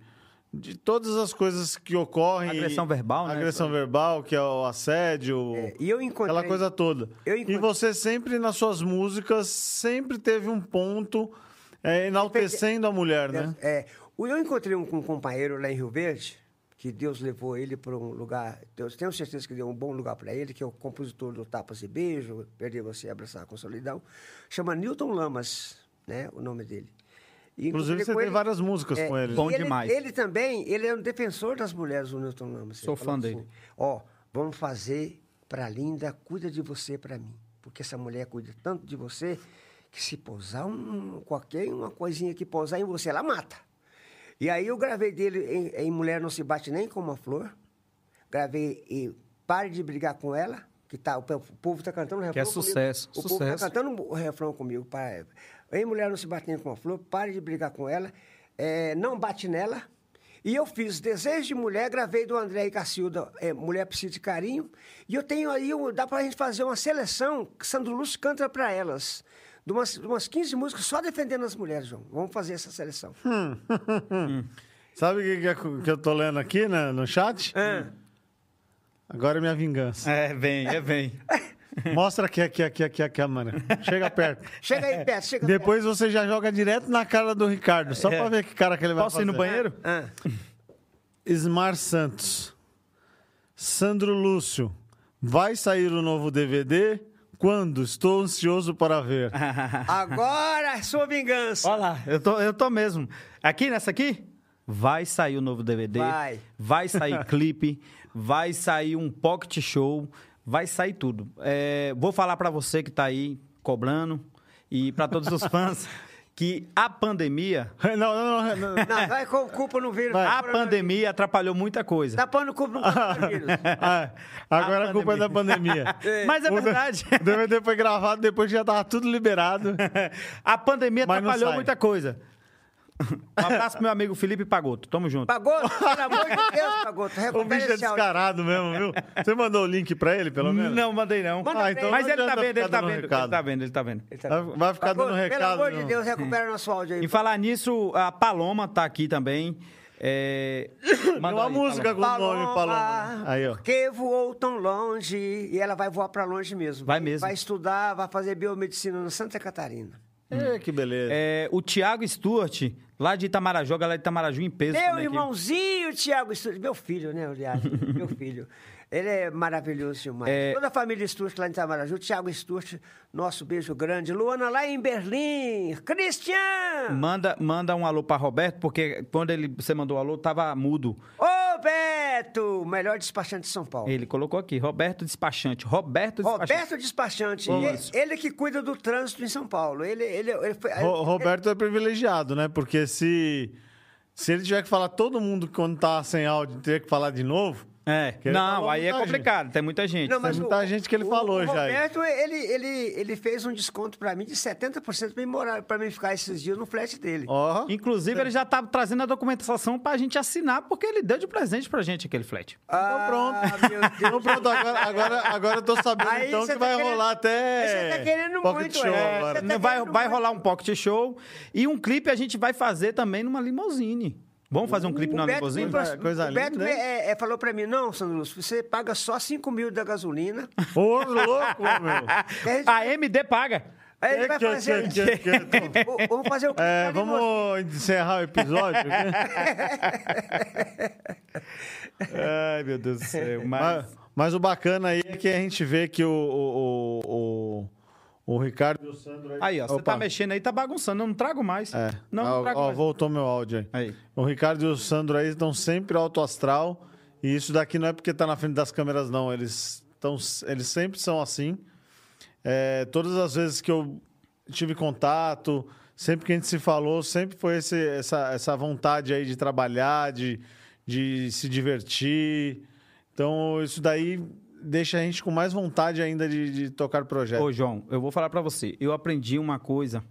S1: de todas as coisas que ocorrem.
S3: Agressão verbal, né?
S1: Agressão verbal, que é o assédio,
S2: É, e eu encontrei.
S1: aquela coisa toda.
S2: Eu
S1: e
S2: encontrei-
S1: você sempre, nas suas músicas, sempre teve um ponto é, enaltecendo a mulher, né?
S2: É, o- eu encontrei um, um companheiro lá em Rio Verde, que Deus levou ele para um lugar, Deus tenho certeza que deu um bom lugar para ele, que é o compositor do Tapas e Beijo, Perder Você e Abraçar com Solidão, chama Newton Lamas, né, o nome dele. E
S1: Inclusive,
S2: encontrei
S1: você
S2: com
S1: tem
S2: ele-
S1: várias músicas com ele.
S2: É, e
S3: Bom demais.
S2: Ele também, ele é um defensor das mulheres, o Newton Lamas.
S3: Sou
S2: Ele falou assim,
S3: fã dele.
S2: Ó, vamos fazer pra Linda, cuida de você pra mim. Porque essa mulher cuida tanto de você que se pousar um, qualquer uma coisinha que pousar em você, ela mata. E aí eu gravei dele em, em Mulher Não Se Bate Nem Com Uma Flor. Gravei e Pare de Brigar Com Ela, que tá, o, pe- o povo tá cantando o refrão
S3: Que é
S2: comigo.
S3: sucesso,
S2: O povo tá
S3: sucesso.
S2: cantando o refrão comigo. Para... Ei, mulher, não se bate nem com a flor, pare de brigar com ela, é, não bate nela. E eu fiz Desejo de Mulher, gravei do André e Cacilda, é, Mulher Precisa de Carinho. E eu tenho aí, um- dá pra gente fazer uma seleção, que Sandro Lúcio canta pra elas. De umas, de umas 15 músicas só defendendo as mulheres, João. Vamos fazer essa seleção.
S1: Sabe o que, que, é que eu tô lendo aqui
S2: Ah.
S1: né, no chat? Agora é minha vingança.
S3: É, vem, é, vem.
S1: Mostra aqui, aqui, aqui, aqui a câmera. Chega perto.
S2: Chega aí perto, chega
S1: Depois você já joga direto na cara do Ricardo, só pra ver que cara que ele vai
S3: É. Posso ir no
S1: fazer.
S3: banheiro?
S2: perto. Ah,
S1: Ismar Santos. Sandro Lúcio. Vai sair o novo DVD? Quando? Estou ansioso para ver.
S2: agora é sua vingança.
S3: Olha lá, Ah, eu tô, eu tô mesmo. Aqui, nessa aqui, vai sair o novo DVD,
S2: Vai.
S3: vai sair clipe, vai sair um pocket show, vai sair tudo. É, vou falar pra você que tá aí cobrando e pra todos os fãs que a pandemia,
S1: Não, não, não. não.
S2: Não, vai com culpa no vírus.
S3: a
S2: Agora-
S3: pandemia atrapalhou muita coisa.
S2: Tá pondo culpa no coronavírus.
S1: Ah, agora a, culpa é da pandemia.
S3: Mas é
S1: O da-
S3: verdade.
S1: O DVD foi gravado, depois já tava tudo liberado.
S3: A pandemia
S1: Mas não
S3: atrapalhou
S1: sai.
S3: muita coisa. Um abraço pro meu amigo Felipe Pagoto. Tamo junto.
S2: Pagoto, pelo amor de Deus, Pagoto,
S1: O bicho
S2: recupera
S1: é
S2: esse áudio.
S1: descarado mesmo, viu? Você mandou o link pra ele, pelo menos? Ah, então
S3: Não, mandei não.
S2: Manda pra ele.
S3: Mas ele tá
S1: Não adianta
S3: vendo, ele
S1: ficar
S3: tá
S1: dando
S3: vendo, ele
S1: recado.
S3: tá vendo, ele tá vendo.
S2: Ele tá-
S1: Vai- Vai ficar dando
S2: Pagoto,
S1: recado.
S2: Pelo amor de
S1: não.
S2: Deus, recupera nosso áudio
S3: Em
S2: aí.
S3: falar nisso, a Paloma tá aqui também. É...
S1: Tem
S3: manda
S1: uma
S3: aí,
S1: música
S3: Paloma.
S1: com o nome Paloma. Aí, ó.
S2: Porque voou tão longe e ela vai voar pra longe mesmo.
S3: Vai mesmo.
S2: Vai estudar, vai fazer biomedicina na Santa Catarina.
S1: É, que beleza.
S3: É, o Thiago Stuart, lá de Itamaraju, a galera de Itamaraju em peso
S2: Meu
S3: também aqui.
S2: irmãozinho, Tiago Stuart, meu filho, né, aliás, meu filho. Ele é maravilhoso demais.
S1: É.
S2: Toda a família Stuart lá em Itamaraju, Tiago Stuart, nosso beijo grande. Luana lá em Berlim, Christian!
S3: Manda, manda um alô pra Roberto, porque quando ele, você mandou o alô, tava mudo.
S2: Ô, Beto, melhor despachante de São Paulo.
S1: é
S3: Ele colocou aqui, Roberto Despachante. Roberto Despachante.
S2: Roberto Despachante, ele,
S3: Isso.
S2: ele que cuida do trânsito em São Paulo. Ele, ele, ele foi,
S1: Ro- Roberto é privilegiado, né? Porque se, se ele tiver que falar todo mundo que quando tá sem áudio, ter que falar de novo.
S3: É.
S1: Porque ele
S3: Não,
S1: falou
S3: aí é
S1: muita gente.
S3: complicado, tem muita gente.
S2: Não, mas
S1: muita
S2: o-
S1: gente que ele
S2: o-
S1: falou
S2: o
S1: já aí.
S2: Roberto, ele, ele, ele fez um desconto pra mim de 70% pra mim morar, para mim ficar esses dias no flat dele.
S1: Ó.
S3: Inclusive, ele já tá trazendo a documentação pra gente assinar, porque ele deu de presente pra gente aquele flat.
S1: Então pronto.
S2: meu Deus.
S1: Então pronto, agora, agora, agora eu tô sabendo
S2: Aí
S1: então
S2: você
S1: que
S2: tá
S1: vai
S2: querendo-
S1: rolar
S2: Aí
S1: até.
S2: você tá querendo
S1: pocket
S2: muito,
S1: show
S2: é.
S1: agora.
S2: Você tá
S3: vai,
S2: querendo
S3: vai
S2: muito.
S3: rolar um pocket show e um clipe a gente vai fazer também numa limousine. Vamos fazer um clipe numa
S2: O Beto,
S3: limousine?
S2: me pros-
S1: Coisa
S2: o Beto
S1: linda,
S2: me-
S1: hein?
S2: é, é, falou pra mim, não, Sandro Lúcio, você paga só 5 mil da gasolina.
S1: Ô, louco, meu.
S3: A MD paga.
S2: Aí ele vai
S1: é Que- que-
S2: fazer...
S1: que- que- que-
S2: o- Vamos fazer o clipe
S1: É,
S3: Tá
S2: da limousine.
S1: vamos encerrar o episódio? né?
S3: Ai, meu Deus do céu.
S1: mas, mas o bacana aí é que a gente vê que o, o, o, o, o Ricardo e o Sandro aí.
S3: Aí, ó, você
S1: Opa.
S3: tá mexendo aí, tá bagunçando. Eu não trago mais.
S1: É.
S3: Não, não
S1: Ó,
S3: trago
S1: ó,
S3: mais.
S1: voltou meu áudio aí.
S3: Aí.
S1: O Ricardo e o Sandro aí estão sempre alto astral. E isso daqui não é porque tá na frente das câmeras, não. Eles, tão, eles sempre são assim. É, todas as vezes que eu tive contato, sempre que a gente se falou, sempre foi esse- essa, essa vontade aí de trabalhar, de, de se divertir. Então, isso daí deixa a gente com mais vontade ainda de, de tocar projeto.
S3: Ô, João, eu vou falar pra você. Eu aprendi uma coisa.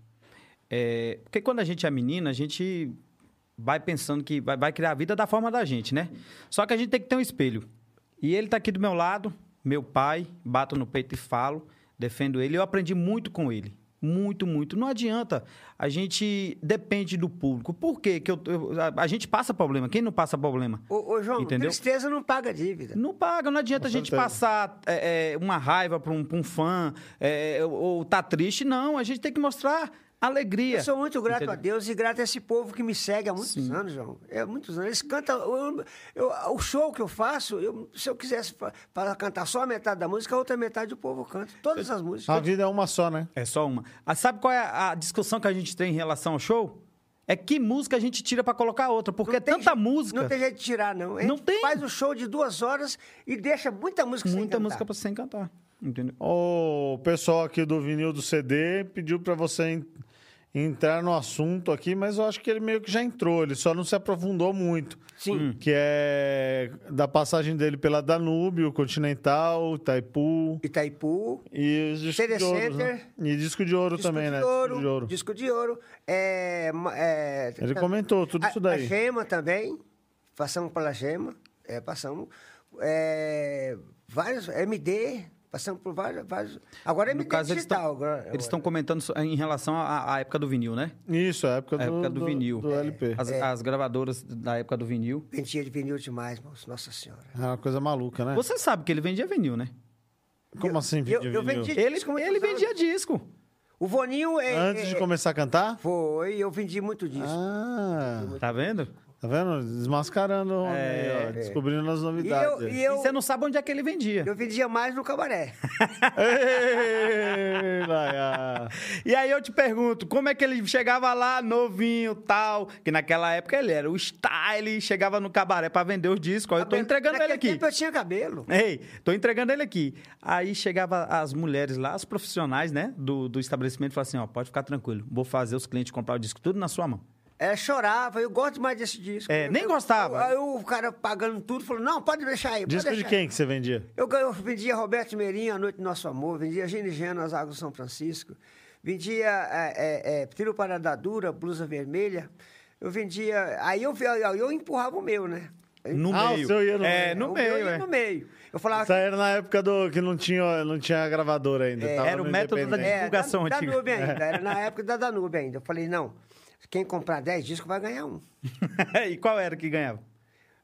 S3: É, porque quando a gente é menina, a gente vai pensando que vai, vai criar a vida da forma da gente, né? Só que a gente tem que ter um espelho. E ele tá aqui do meu lado, meu pai, bato no peito e falo, defendo ele. Eu aprendi muito com ele. Muito, muito. Não adianta. A gente depende do público. Por quê? Que eu, eu- a, a gente passa problema. Quem não passa problema?
S2: Ô, ô, João,
S3: Entendeu?
S2: tristeza não paga dívida.
S3: Não paga, não adianta
S1: Com
S3: a gente
S1: certeza.
S3: passar é, é, uma raiva pra um, pra um fã é, ou, ou tá triste, não. A gente tem que mostrar alegria.
S2: Eu sou muito grato
S3: Entendeu?
S2: a Deus e grato a esse povo que me segue há muitos anos, João. É muitos anos. Eles cantam. eu- eu- o show que eu faço, eu- se eu quisesse fa- para cantar só a metade da música, a outra metade o povo canta. Todas as
S1: A
S2: músicas.
S1: vida é uma só, né?
S3: É só uma. Ah, sabe qual é a discussão que a gente tem em relação ao show? É que música a gente tira pra colocar outra, porque é
S2: Não tem
S3: tanta
S2: je-
S3: música.
S2: Não tem jeito de tirar, não. A
S3: Não
S2: gente
S3: tem.
S2: Faz um show de duas horas e deixa muita música sem
S3: muita
S2: cantar.
S3: música pra você cantar. Entendeu?
S1: O pessoal aqui do vinil do CD pediu para você en- entrar no assunto aqui, mas eu acho que ele meio que já entrou, ele só não se aprofundou muito. Hum.
S2: Sim.
S1: Que é da passagem dele pela Danúbio, Continental, Itaipu
S2: Itaipu.
S1: e os discos
S2: CD
S1: de ouro. né? E disco de ouro
S2: Disco
S1: também,
S2: de
S1: né?
S2: Ouro, Disco de ouro. é, ma- é,
S1: Ele comentou tudo
S2: a,
S1: isso daí.
S2: A Gema também. Passamos pela Gema. É, passamos. é, vários. MD. Passamos por vários. vários agora é
S3: No
S2: MD
S3: caso, eles
S2: digital.
S3: tão-
S2: agora- é
S3: eles estão comentando so- em relação à, à época do vinil, né?
S1: Isso, é a época,
S3: A época do, vinil. É.
S1: do LP.
S3: As,
S2: É.
S3: as gravadoras da época do vinil.
S2: Vendia de vinil demais, moço. Nossa Senhora.
S1: É uma coisa maluca, né?
S3: Você sabe que ele vendia vinil, né?
S1: Como assim,
S2: eu-
S1: vídeo
S2: eu
S1: vinil?
S2: vendi-
S3: Ele,
S2: Disco,
S3: ele
S2: mas-
S3: vendia disco.
S2: O Voninho é.
S1: Antes
S2: é-
S1: de começar a cantar?
S2: Foi, eu vendi muito disso.
S1: Ah,
S3: Tá vendo?
S1: tá vendo? Desmascarando o homem aí, ó, descobrindo as
S2: É, e
S1: novidades.
S2: eu, e
S3: E
S2: eu,
S3: você não sabe onde é que ele vendia.
S2: eu vendia mais no cabaré.
S1: Ei, Laia.
S3: E aí eu te pergunto, como é que ele chegava lá novinho, tal, que naquela época ele era o style, chegava no cabaré pra vender os discos, ó, eu tô entregando ele
S2: Naquele
S3: aqui.
S2: Tempo eu tinha cabelo.
S3: Ei, tô entregando ele aqui. Aí chegava as mulheres lá, as profissionais, né, do, do estabelecimento, e falavam assim, ó, pode ficar tranquilo, vou fazer os clientes comprar o disco tudo na sua mão.
S2: É, chorava, eu gosto mais desse disco.
S3: É,
S2: Eu-
S3: nem
S2: eu-
S3: gostava.
S2: Aí o cara pagando tudo falou: não, pode deixar aí. pode
S1: Disco de
S2: deixar aí."
S1: quem que você vendia?
S2: Eu, ganhei- eu vendia Roberto Meirinho, A Noite do Nosso Amor, vendia Ginigeno, As Águas do São Francisco, vendia é, é, é, Tiro para a Dadura, Blusa Vermelha. Eu vendia. Aí eu, vi- aí eu empurrava o meu, né?
S3: No
S1: Ah, o
S3: meio.
S1: seu ia no
S3: é,
S1: meio.
S3: no
S2: o
S3: meio,
S2: meu ia
S3: é.
S2: no meio. Eu falava.
S1: Isso aí era na época do que não tinha, não tinha gravadora ainda. tava
S3: era o
S1: no
S3: método da
S1: independente.
S2: é,
S3: divulgação
S2: da,
S3: antiga. É.
S2: Danube ainda, era na época da Danube ainda. Eu falei, não, quem comprar 10 discos vai ganhar um.
S3: e qual era que ganhava?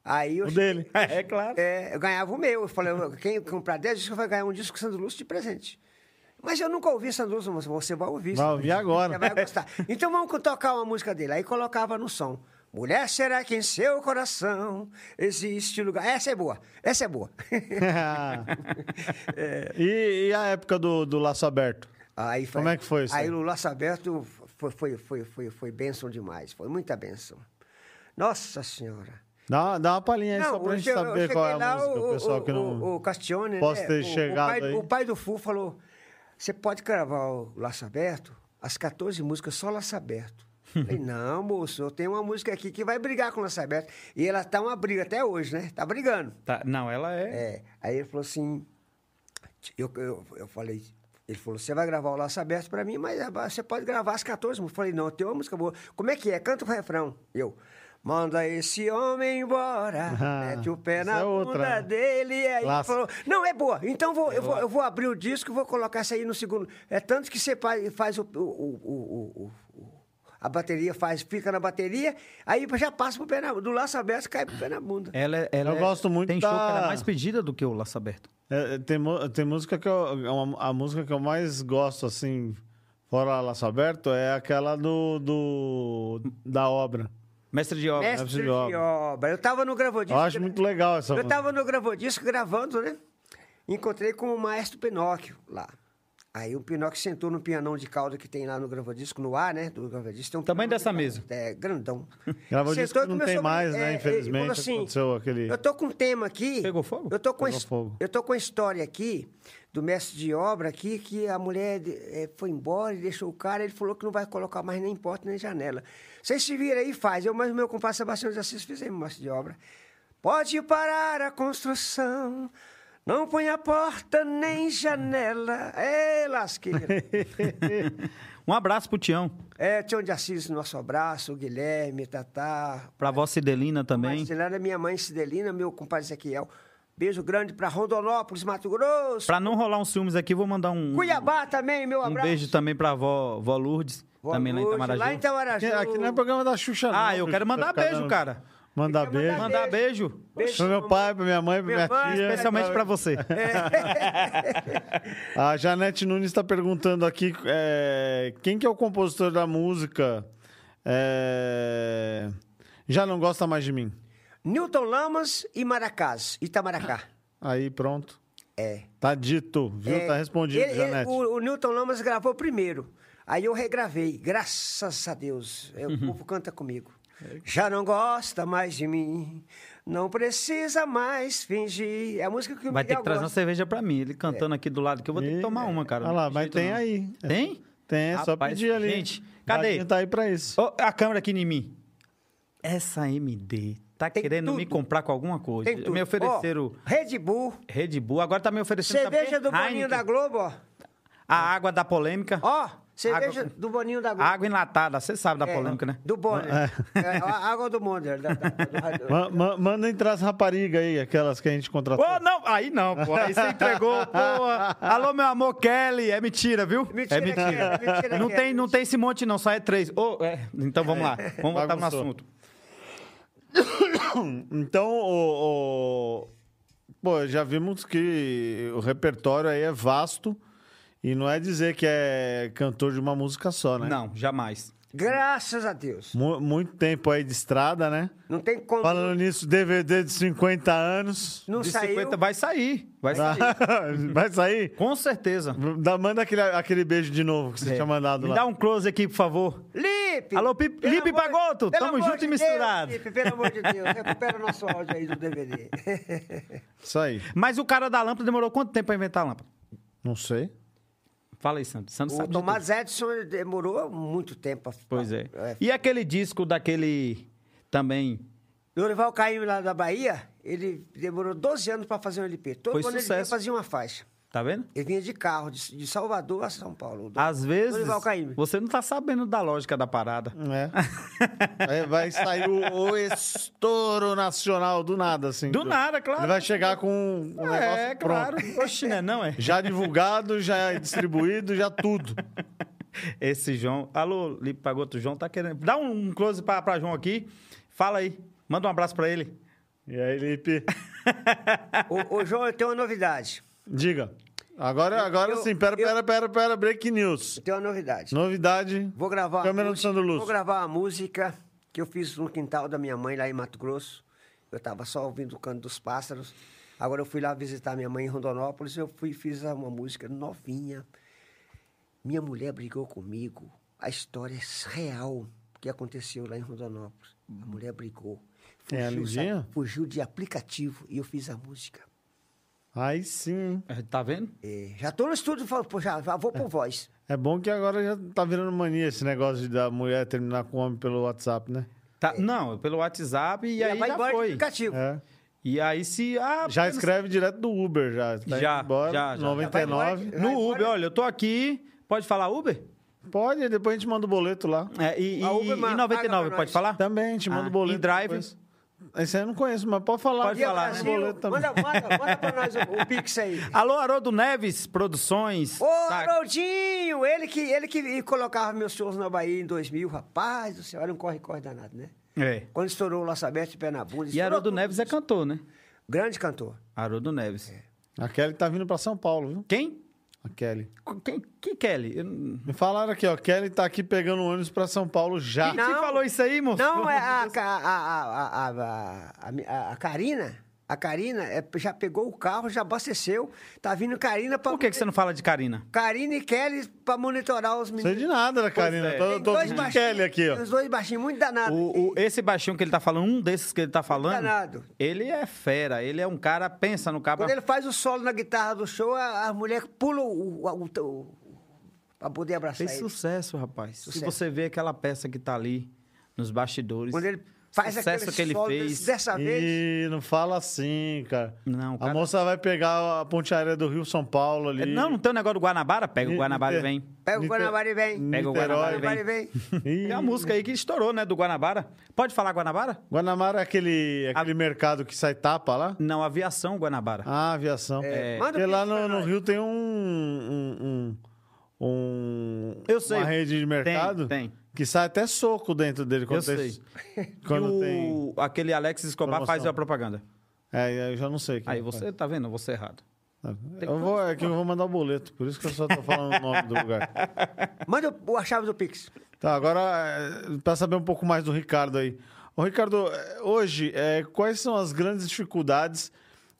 S2: Aí eu
S1: O dele.
S3: É, claro.
S2: É, eu ganhava o meu. Eu falei, quem comprar 10 discos vai ganhar um disco Sandro Lúcio de presente. Mas eu nunca ouvi Sandro Lúcio, mas você vai ouvir.
S1: Vai
S2: Sandro
S1: ouvir
S2: Lúcio,
S1: agora.
S2: Você vai gostar. Então vamos co- tocar uma música dele. Aí colocava no som. Mulher, será que em seu coração existe lugar? Essa é boa, essa é boa.
S1: e, e a época do, do Laço Aberto?
S2: Aí
S1: Como é que foi isso
S2: Aí
S1: aí?
S2: o Laço Aberto foi, foi, foi, foi, foi bênção demais, foi muita bênção. Nossa Senhora.
S1: Dá, dá uma palhinha aí é só pra
S2: eu
S1: gente
S2: che- eu
S1: saber
S2: cheguei
S1: qual é a
S2: lá,
S1: música, o, pessoal que não...
S2: O, o Castione,
S1: possa
S2: né?
S1: ter
S2: O-
S1: chegado
S2: o pai,
S1: aí.
S2: O pai do Fu falou, você pode gravar o Laço Aberto? As 14 músicas, só Laço Aberto. Falei, não, moço, eu tenho uma música aqui que vai brigar com o Laço Aberto. E ela tá uma briga até hoje, né? Tá brigando.
S3: Tá, não, ela é...
S2: É, aí ele falou assim, eu, eu, eu falei... Ele falou, você vai gravar o Laço Aberto pra mim, mas você pode gravar as 14 músicas. Eu falei, não, tem uma música boa. Como é que é? Canta o refrão. Eu, manda esse homem embora,
S1: Ah,
S2: mete o pé na
S1: essa é
S2: bunda
S1: outra, né?
S2: dele. E aí
S1: Laço.
S2: falou, não, é boa. Então vou, eu, vou, eu vou abrir o disco e vou colocar essa aí no segundo. É tanto que você faz, faz o, o- o- o- o- o- A bateria faz, fica na bateria, aí já passa pro pé na, do laço aberto cai pro pé na bunda.
S3: Ela, é- ela
S1: Eu
S3: é-
S1: gosto muito
S3: Tem show
S1: da-
S3: que ela é mais pedida do que o Laço Aberto.
S1: É, é, tem, mu- tem música que eu. é uma- a música que eu mais gosto, assim, fora Laço Aberto, é aquela do. do da obra.
S3: Mestre de obra.
S1: Mestre
S2: Mestre
S1: de
S2: de
S1: obra.
S2: obra. Eu tava no
S1: Eu
S2: Gravodisco.
S1: acho muito legal essa
S2: né? Eu
S1: música.
S2: tava no Gravodisco gravando, né? Encontrei com o maestro Pinóquio lá. Aí o Pinóquio sentou no pianão de calda que tem lá no Gravodisco, no ar, né? Do Gravodisco. Tem um
S3: Tamanho
S2: pianão de
S3: dessa
S2: calda,
S3: mesa.
S2: É, grandão.
S1: Gravadisco
S2: Sentou e
S1: que não
S2: começou
S1: tem
S2: a-
S1: mais,
S2: é,
S1: né?
S2: ele
S1: Infelizmente,
S2: falou assim,
S1: aconteceu aquele-
S2: Eu tô com um tema aqui.
S3: Pegou fogo?
S2: Eu tô com,
S1: Pegou
S2: his-
S1: fogo.
S2: Eu tô com a história aqui do mestre de obra aqui, que a mulher eh, foi embora e deixou o cara, ele falou que não vai colocar mais nem porta nem janela. Vocês se viram aí e faz. Eu, mas o meu compadre Sebastião de Assis fizemos mestre de obra. Pode parar a construção. Não ponha porta nem janela. É, Ei, lasqueira.
S3: Um abraço pro Tião.
S2: é, Tião de Assis, nosso abraço, Guilherme, Tatá,
S3: Pra vó Cidelina também.
S2: Marcelana, minha mãe Cidelina, meu compadre Ezequiel. Beijo grande para Rondonópolis, Mato Grosso.
S3: Pra não rolar uns filmes aqui, vou mandar um.
S2: Cuiabá também, meu
S3: Um
S2: abraço.
S3: beijo também pra vó, vó Lourdes,
S2: Boa
S3: também
S2: noite,
S3: lá em Itamaraju.
S2: Lá em Itamaraju.
S1: Aqui, aqui não é programa da Xuxa, não.
S3: Ah, eu
S1: bicho,
S3: quero mandar
S1: pra ficar
S3: beijo,
S1: dando-
S3: cara.
S1: Mandar
S2: Eu quero
S1: beijo.
S2: mandar
S3: Mandar beijo.
S2: Beijo.
S1: Pro meu pai, pra minha mãe, pra minha,
S2: Minha mãe,
S1: tia.
S3: Especialmente pra você.
S1: A Janete Nunes está perguntando aqui é, quem que é o compositor da música é, Já Não Gosta Mais de Mim.
S2: Newton Lamas e Maracás, Itamaracá.
S1: Aí pronto.
S2: É.
S1: Tá dito, Ah. viu?
S2: É,
S1: tá respondido,
S2: ele- ele-
S1: Janete.
S2: o, o Newton Lamas gravou primeiro. Aí eu regravei, graças a Deus. É, o povo canta comigo. Já não gosta mais de mim, não precisa mais fingir. É a música que o
S3: Vai ter
S2: Miguel
S3: que trazer uma
S2: gosta.
S3: cerveja pra mim. Ele
S2: É.
S3: cantando aqui do lado, que eu vou ter que
S1: E-
S3: tomar uma, cara.
S1: Olha
S3: Não
S1: lá, mas
S3: jeito
S1: tem
S3: não.
S1: aí.
S3: Tem?
S1: Tem, é só
S3: Rapaz,
S1: pedir ali.
S3: gente, cadê?
S1: Vaguinho Tá aí pra isso.
S3: Ó, a câmera aqui em mim. Essa MD tá
S2: Tem
S3: querendo me
S2: tudo.
S3: comprar com alguma coisa.
S2: Tem tudo.
S3: Me ofereceram
S2: Ó, Red Bull,
S3: Red Bull, agora tá me oferecendo
S2: cerveja
S3: também
S2: do Boninho
S3: Heineken.
S2: da Globo, ó.
S3: A água da polêmica.
S2: Ó, cerveja
S3: Água-
S2: do Boninho da Globo.
S3: Água enlatada, você sabe da
S2: É,
S3: polêmica, né?
S2: Do Bonner.
S1: É.
S2: É, a água do Bonner. da- da- do-
S1: Ma- ma- manda entrar as raparigas aí, aquelas que a gente
S3: Ô,
S1: contratou.
S3: não, aí não, pô. Aí você entregou, porra. Alô, meu amor, Kelly. É mentira, viu?
S2: Mentira,
S3: é mentira.
S2: Kelly, mentira,
S3: não,
S2: Kelly.
S3: tem, não tem esse monte, não, só é três. Ô, é, Então vamos lá, vamos voltar no
S1: Bagunçou.
S3: assunto.
S1: Então, o, o- Pô, já vimos que o repertório aí é vasto e não é dizer que é cantor de uma música só, né?
S3: Não, jamais.
S2: Graças a Deus.
S1: Mu- muito tempo aí de estrada, né?
S2: Não tem como.
S1: Falando nisso, DVD de 50 anos.
S2: não
S3: De
S2: saiu.
S3: 50 vai sair. Vai sair.
S1: Vai sair?
S3: Com certeza.
S1: Dá, manda aquele, aquele beijo de novo que você
S3: É.
S1: tinha mandado
S3: Me
S1: lá.
S3: dá um close aqui, por favor.
S2: Lipe!
S3: Alô, Pi-
S2: Pelo
S3: Lipe
S2: amor-
S3: Pagotto,
S2: pelo
S3: tamo
S2: amor
S3: junto e
S2: de
S3: misturado.
S2: Deus, Lipe, pelo amor de Deus, recupera o nosso áudio aí do DVD.
S1: Isso aí.
S3: Mas o cara da lâmpada demorou quanto tempo pra inventar a lâmpada?
S1: Não sei.
S3: Fala aí, Santos. Santos
S2: o
S3: sabe de
S2: Tomás Edson demorou muito tempo. pra-
S3: tudo. Pois é.
S2: É.
S3: E aquele disco daquele também
S2: Dorival Caymmi lá da Bahia, ele demorou 12 anos para fazer um LP. Todo
S3: Foi
S2: ano ele vinha
S3: sucesso.
S2: fazia uma faixa.
S3: Tá vendo?
S2: Ele vinha de carro, de, de Salvador a São Paulo.
S3: Às vezes,
S2: Dorival Caymmi.
S3: você não tá sabendo da lógica da parada.
S1: É. Aí vai sair o, o estouro nacional do nada, assim.
S3: Do nada, claro.
S1: Ele vai chegar com um negócio
S3: é,
S1: pronto.
S3: claro. Oxe, né? Não é?
S1: Já divulgado, já é distribuído, já tudo.
S3: Esse João. Alô, Lipe Pagoto, João tá querendo. Dá um close pra, pra João aqui. Fala aí. Manda um abraço pra ele.
S1: E aí, Lipe?
S2: Ô, ô, João, eu tenho uma novidade.
S1: Diga. Agora, agora
S2: eu-
S1: sim, pera,
S2: eu-
S1: pera, pera, pera, break news.
S2: Eu tenho uma novidade.
S1: Novidade.
S2: Vou gravar. a
S1: Câmera do
S2: música-
S1: Sandro Lúcio.
S2: Vou gravar a música que eu fiz no quintal da minha mãe lá em Mato Grosso. Eu estava só ouvindo o canto dos pássaros. Agora eu fui lá visitar minha mãe em Rondonópolis. Eu fui fiz uma música novinha. Minha mulher brigou comigo. A história é real que aconteceu lá em Rondonópolis. A mulher brigou.
S1: É a
S2: Fugiu, sabe?
S1: Lindinha?
S2: fugiu de aplicativo e eu fiz a música.
S1: Aí sim, hein?
S3: É, Tá vendo?
S2: É, já estou no estúdio, falo, pô, já, já vou por voz.
S1: É bom que agora já tá virando mania esse negócio de da mulher terminar com o homem pelo WhatsApp, né?
S3: Tá- Não, pelo WhatsApp e, aí
S2: vai
S3: já
S2: embora de
S3: foi.
S2: aplicativo.
S1: É.
S3: E aí se... Ah,
S1: Já
S3: porque não
S1: escreve direto do Uber, já. Tá
S3: Já,
S1: indo embora,
S3: já, já.
S1: 99.
S2: Já vai
S3: No
S2: embora.
S3: Uber, olha, eu tô aqui. Pode falar Uber?
S1: Pode, depois a gente manda o boleto lá.
S3: É, e, e,
S2: A Uber,
S3: e
S2: mano,
S3: 99,
S2: paga pra
S3: pode
S2: nós.
S3: falar?
S1: Também, a gente manda
S3: Ah,
S1: o boleto.
S3: e drive?
S1: depois. Esse aí eu não conheço, mas pode falar.
S3: Pode
S2: Dia
S3: falar, né?
S2: é Brasil,
S1: boleto também.
S2: manda, manda, manda pra nós o, o Pix aí.
S3: Alô, Haroldo Neves Produções.
S2: Ô,
S3: Tá-
S2: Haroldinho, ele que, ele que colocava meus shows na Bahia em 2000, rapaz do céu, era um corre-corre danado, né?
S3: É.
S2: Quando estourou o Laço Aberto de Pé na Bunda.
S3: E
S2: estourou
S3: Haroldo
S2: tudo.
S3: Neves é cantor, né?
S2: Grande cantor.
S3: Haroldo Neves.
S1: A Kelly tá vindo pra São Paulo, viu?
S3: Quem?
S1: A Kelly.
S3: Quem? Que Kelly? Eu não-
S1: Me falaram aqui, ó. Kelly tá aqui pegando um ônibus pra São Paulo já.
S3: Quem te
S2: Não.
S3: falou isso aí, moço?
S2: Não, é a, a, a, a, a, a, a- a Karina. A Karina é, já pegou o carro, já abasteceu. Tá vindo Karina pra.
S3: Por que, que você não fala de Karina?
S2: Karina e Kelly pra monitorar os
S1: Não sei
S2: meninos.
S1: de nada, né, Karina.
S3: é.
S1: Tô,
S2: Tem
S1: tô
S2: dois
S1: ouvindo de
S2: baixinhos,
S1: Kelly aqui, ó.
S2: Os dois baixinhos, muito danados.
S3: O, o- esse baixinho que ele tá falando, um desses que ele tá falando,
S2: Danado.
S3: ele é fera, ele é um cara, pensa no cara.
S2: Quando ele faz o solo na guitarra do show, a- as mulheres pulam o, o, o, o- pra poder abraçar
S3: Fez
S2: ele.
S3: sucesso, rapaz. Se
S2: Sucesso.
S3: você vê aquela peça que tá ali nos bastidores.
S2: Quando ele faz
S3: sucesso
S2: aquele
S3: que ele
S2: solo
S3: fez.
S2: desse- dessa vez,
S1: Ih, não fala assim, cara.
S3: Não, cara.
S1: A moça vai pegar a ponte aérea do Rio São Paulo ali.
S3: É, Não, não tem o negócio do Guanabara? Pega o
S1: Ni-
S3: Guanabara e
S1: Niter-
S3: vem.
S2: pega o
S1: Niter-
S2: Guanabara e vem.
S3: Pega o Guanabara e
S1: Niterói.
S2: Guanabara e vem.
S1: Ih,
S3: Tem uma música aí que estourou, né? Do Guanabara. Pode falar Guanabara?
S1: Guanabara é aquele, aquele mercado que sai tapa lá?
S3: Não, aviação Guanabara.
S1: Ah, aviação.
S2: É, manda
S1: Porque lá
S2: pix pra
S1: no, no
S2: nós.
S1: Rio tem um. um, um- um-
S3: Eu sei.
S1: Uma rede de mercado.
S3: tem.
S1: Que sai até soco dentro dele quando
S3: Eu
S1: tem-
S3: sei.
S1: Quando
S3: e o,
S1: tem.
S3: aquele Alex Escobar
S1: Promoção.
S3: faz a propaganda.
S1: É, eu já não sei. quem
S3: Aí
S1: faz.
S3: você tá vendo? Você errado.
S1: Eu vou, é que eu vou mandar o boleto, por isso que eu só tô falando o nome do lugar.
S2: Manda o- a chave do Pix.
S1: Tá, agora, é, pra saber um pouco mais do Ricardo aí. Ô, Ricardo, é, hoje, é, quais são as grandes dificuldades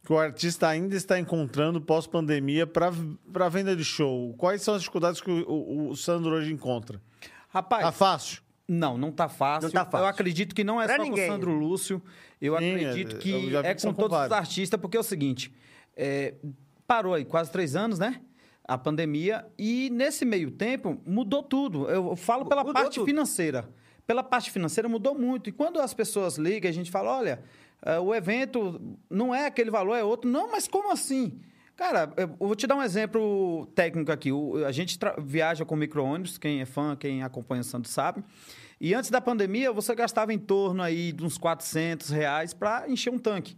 S1: que o artista ainda está encontrando pós-pandemia para venda de show? Quais são as dificuldades que o, o- o Sandro hoje encontra?
S3: Rapaz,
S1: Tá fácil?
S3: não, não tá fácil.
S2: Não tá fácil.
S3: Eu acredito que não é
S2: Pra
S3: só
S2: ninguém.
S3: com o Sandro Lúcio. Eu
S1: Sim,
S3: acredito
S1: é,
S3: que
S1: eu já vi
S3: é
S1: que são
S3: com
S1: com
S3: todos os
S1: vários.
S3: artistas, porque é o seguinte: é, parou aí quase três anos, né? A pandemia. E nesse meio tempo, mudou tudo. Eu falo pela
S2: Mudou
S3: parte
S2: tudo.
S3: financeira. Pela parte financeira mudou muito. E quando as pessoas ligam, a gente fala: olha, eh, o evento não é aquele valor, é outro. Não, mas como assim? Cara, eu vou te dar um exemplo técnico aqui. O- a gente tra- viaja com micro-ônibus, quem é fã, quem acompanha o Santos sabe. E antes da pandemia, você gastava em torno aí de uns 400 reais para encher um tanque.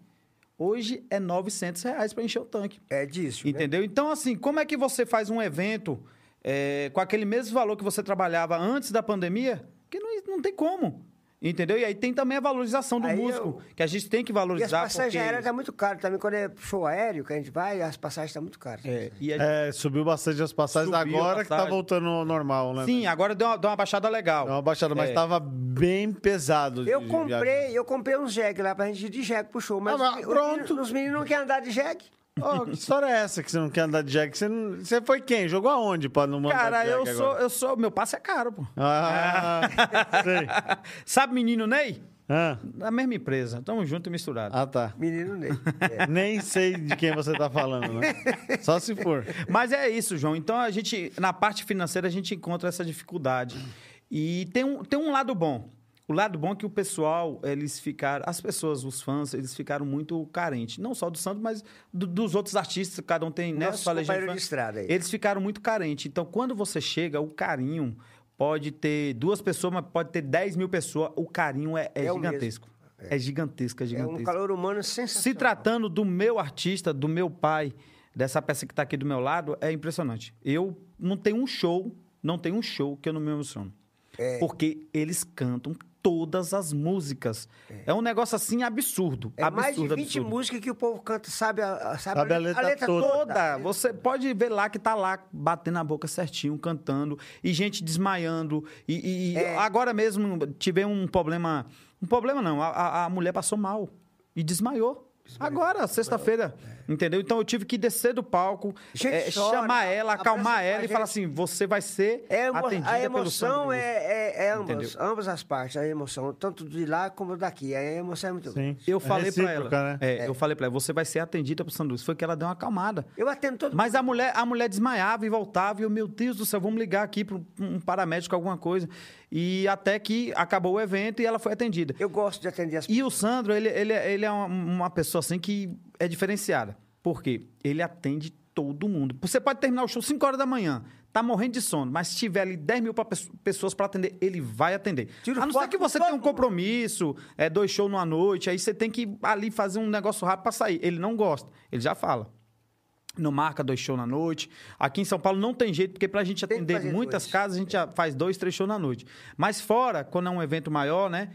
S3: Hoje é 900 reais para encher o tanque.
S2: É disso. Né?
S3: Entendeu? Então, assim, como é que você faz um evento é, com aquele mesmo valor que você trabalhava antes da pandemia? Que não, não tem como. Entendeu? E aí tem também a valorização do
S2: Aí eu-
S3: músico, que a gente tem
S2: E
S3: que
S2: as
S3: valorizar.
S2: passagens
S3: porque-
S2: aéreas tá muito caro também. Quando é show aéreo que a gente vai, as passagens estão muito caras.
S3: É, e a-
S1: É, subiu bastante as passagens,
S3: Subiu a
S1: agora que tá
S3: passagem.
S1: voltando ao normal, né?
S3: Sim, agora deu uma, deu uma baixada legal.
S1: Deu uma baixada, mas
S3: É.
S1: tava bem pesado. de-
S2: Eu
S1: de viagem.
S2: comprei, eu comprei um jegue lá pra gente ir de jegue pro show, mas,
S1: Ah, mas
S2: os-
S1: pronto.
S2: Os, meninos não querem andar de jegue.
S1: Ó, que história é essa que você não quer andar de jack? Você, não- você foi quem? Jogou aonde pra não mandar
S3: Cara,
S1: de
S3: eu
S1: jack
S3: sou,
S1: agora?
S3: eu sou. Meu passe é caro, pô.
S1: Ah, sei.
S3: Sabe, menino Ney?
S1: Ah,
S3: Da mesma empresa. Tamo junto e misturado.
S1: ah, tá.
S2: Menino nem. É.
S1: Nem sei de quem você tá falando, né? Só se for.
S3: Mas é isso, João. Então a gente, na parte financeira, a gente encontra essa dificuldade. E tem um, tem um lado bom. O lado bom é que o pessoal, eles ficaram, as pessoas, os fãs, eles ficaram muito carentes. Não só do Santos, mas do- dos outros artistas, cada um tem, né?
S2: Nossos
S3: sua legenda
S2: companheiros
S3: fã.
S2: de estrada aí. É
S3: Eles ficaram muito carentes. Então, quando você chega, o carinho pode ter duas pessoas, mas pode ter 10 mil pessoas. O carinho é, é
S2: É o
S3: gigantesco. É gigantesco, é
S2: É um
S3: gigantesco.
S2: calor humano
S3: Se
S2: sensacional.
S3: tratando do meu artista, do meu pai, dessa peça que está aqui do meu lado, é impressionante. Eu não tenho um show, não tenho um show que eu não me emociono.
S2: É.
S3: Porque eles cantam todas as músicas. É, um negócio assim absurdo.
S2: É
S3: absurdo,
S2: mais de 20
S3: absurdo.
S2: músicas que o povo canta, sabe a, a- sabe
S1: Sabe
S2: a, letra, a letra toda.
S3: Toda. É, Você pode ver lá que tá lá batendo a boca certinho, cantando, e gente desmaiando. E, e- e
S2: É.
S3: agora mesmo tive um problema. Um problema não, a- a, a mulher passou mal e desmaiou. Agora, sexta-feira, entendeu? Então eu tive que descer do palco,
S2: É. Gente,
S3: eh,
S2: chora,
S3: chamar ela,
S2: abraça com
S3: acalmar
S2: a
S3: ela e
S2: gente.
S3: falar assim: você vai ser
S2: É emo-
S3: atendida
S2: a
S3: pelo Sandro
S2: emoção
S3: Lúcio."
S2: é, é, é ambas,
S3: Entendeu?
S2: ambas as partes, a emoção, tanto de lá como daqui. A emoção é muito
S1: Sim.
S3: Eu
S1: É
S3: falei pra ela.
S1: recíproca, né?
S3: é, Eu falei pra ela, você vai ser atendida pelo Sandro Lúcio. Foi que ela deu uma acalmada.
S2: Eu atendo todo
S3: Mas a mulher, a mulher desmaiava e voltava, e eu, meu Deus do céu, vamos ligar aqui para um paramédico, alguma coisa. E até que acabou o evento e ela foi atendida.
S2: Eu gosto de atender as pessoas.
S3: E o Sandro, ele, ele, ele é uma, uma pessoa assim que é diferenciada. Por quê? Ele atende todo mundo. Você pode terminar o show 5 horas da manhã, tá morrendo de sono, mas se tiver ali 10 mil pra pesso- pessoas para atender, ele vai atender.
S2: Tira
S3: a não ser
S2: foto
S3: que
S2: com
S3: você
S2: todo
S3: tenha um
S2: mundo.
S3: compromisso, é, dois shows numa noite, aí você tem que ali fazer um negócio rápido pra sair. Ele não gosta, ele já fala. Não marca dois shows na noite. Aqui em São Paulo não tem jeito, porque pra gente
S2: que
S3: atender
S2: fazer
S3: muitas
S2: dois. É.
S3: casas, a gente já faz dois, três shows na noite. Mas fora, quando é um evento maior, né?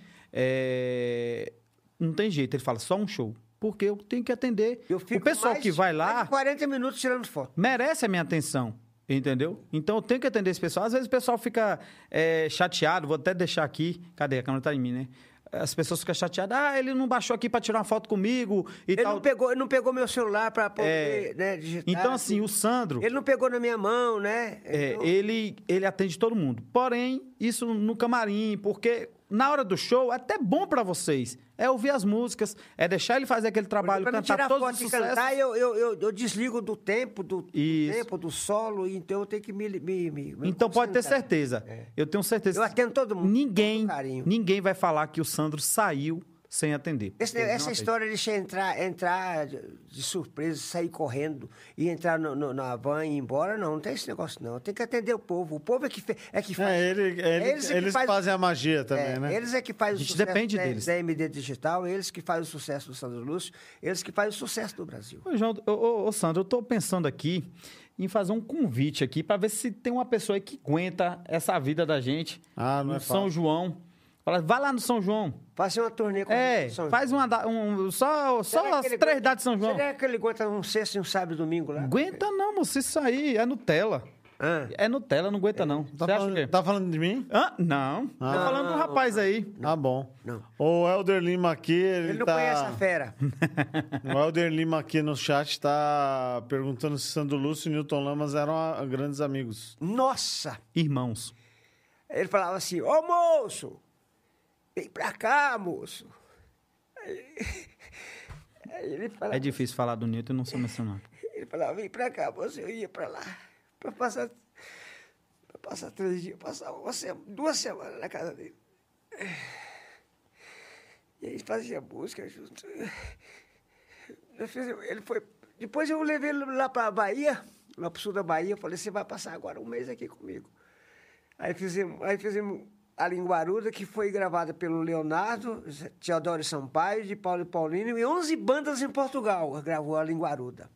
S3: é, Não tem jeito. Ele fala só um show. Porque eu tenho que atender.
S2: Eu fico
S3: o pessoal
S2: mais-
S3: que vai lá
S2: mais de 40 minutos tirando foto.
S3: merece a minha atenção. Entendeu? Então eu tenho que atender esse pessoal. Às vezes o pessoal fica é, chateado, vou até deixar aqui. Cadê? A câmera tá em mim, né? As pessoas ficam chateadas. Ah, ele não baixou aqui pra tirar uma foto comigo e
S2: Ele
S3: tal.
S2: não, pegou, ele não pegou meu celular para poder né, digitar.
S3: Então, assim, o Sandro.
S2: Ele não pegou na minha mão, né?
S3: É,
S2: Então,
S3: ele, ele atende todo mundo. Porém, isso no camarim, porque na hora do show é até bom pra vocês. É ouvir as músicas, é deixar ele fazer aquele trabalho,
S2: pra me
S3: cantar
S2: tirar
S3: todos
S2: foto
S3: os
S2: e
S3: sucessos.
S2: cantar, é eu, eu, eu, eu desligo do tempo, do, do
S3: Isso.
S2: tempo, do solo, então eu tenho que me. me, me- me
S3: Então pode ter
S2: concentrar. É.
S3: certeza. Eu tenho certeza.
S2: Eu atendo todo mundo,
S3: Ninguém,
S2: com carinho.
S3: ninguém vai falar que o Sandro saiu sem atender.
S2: Esse-
S3: Ele não
S2: essa é
S3: atende.
S2: história de você entrar, entrar de de surpresa, sair correndo e entrar no- no- na van e ir embora, não, não tem esse negócio, não. Tem que atender o povo. O povo é que, fe- é que faz.
S1: É, ele- ele-
S2: é que
S1: eles
S2: faz-
S1: fazem a magia também,
S2: é,
S1: né?
S2: Eles é que fazem
S3: A
S2: o
S3: gente
S2: sucesso
S3: depende
S2: da,
S3: deles.
S2: da MD Digital, eles que fazem o sucesso do Sandro Lúcio, eles que fazem o sucesso do Brasil.
S3: Ô, João, ô, ô, ô, Sandro, eu tô pensando aqui em fazer um convite aqui pra ver se tem uma pessoa aí que aguenta essa vida da gente.
S1: Ah, não
S3: no
S1: é
S3: São
S1: fácil.
S3: João. Fala, vai lá no São João.
S2: Fazer uma turnê com
S3: É,
S2: o São João.
S3: faz uma da- um,
S2: Será
S3: só, só
S2: que
S3: as
S2: ele
S3: três
S2: aguenta-
S3: datas de São João.
S2: Será que ele aguenta um sexto e um sábado e domingo lá?
S3: Aguenta não, moço, isso aí é Nutella.
S2: Ah.
S3: É Nutella, não aguenta não.
S1: Tá
S3: Você acha o
S1: falando,
S3: quê?
S1: tá falando de mim?
S3: Hã? Não, tô
S1: Ah.
S3: falando do rapaz aí.
S1: Tá bom.
S2: Não.
S1: O Helder Lima aqui, ele,
S2: Ele não
S1: tá...
S2: conhece a fera.
S1: O Helder Lima aqui no chat tá perguntando se Sandro Lúcio e Newton Lamas eram ah, grandes amigos.
S2: Nossa!
S3: Irmãos.
S2: Ele falava assim, ô moço, vem pra cá, moço. Aí, aí ele, falava,
S3: É difícil falar do Newton e não se mencionar.
S2: ele falava, vem pra cá, moço, eu ia pra lá. Pra passar, pra passar três dias, passar uma sema- duas semanas na casa dele. E aí fazia música junto. Nós fizemos- Ele foi. Depois eu levei ele lá pra Bahia, lá pro sul da Bahia, falei, você vai passar agora um mês aqui comigo. Aí fizemos, aí fizemos a Linguaruda, que foi gravada pelo Leonardo, Teodoro Sampaio, de Paulo e Paulino, e 11 bandas em Portugal gravou a Linguaruda.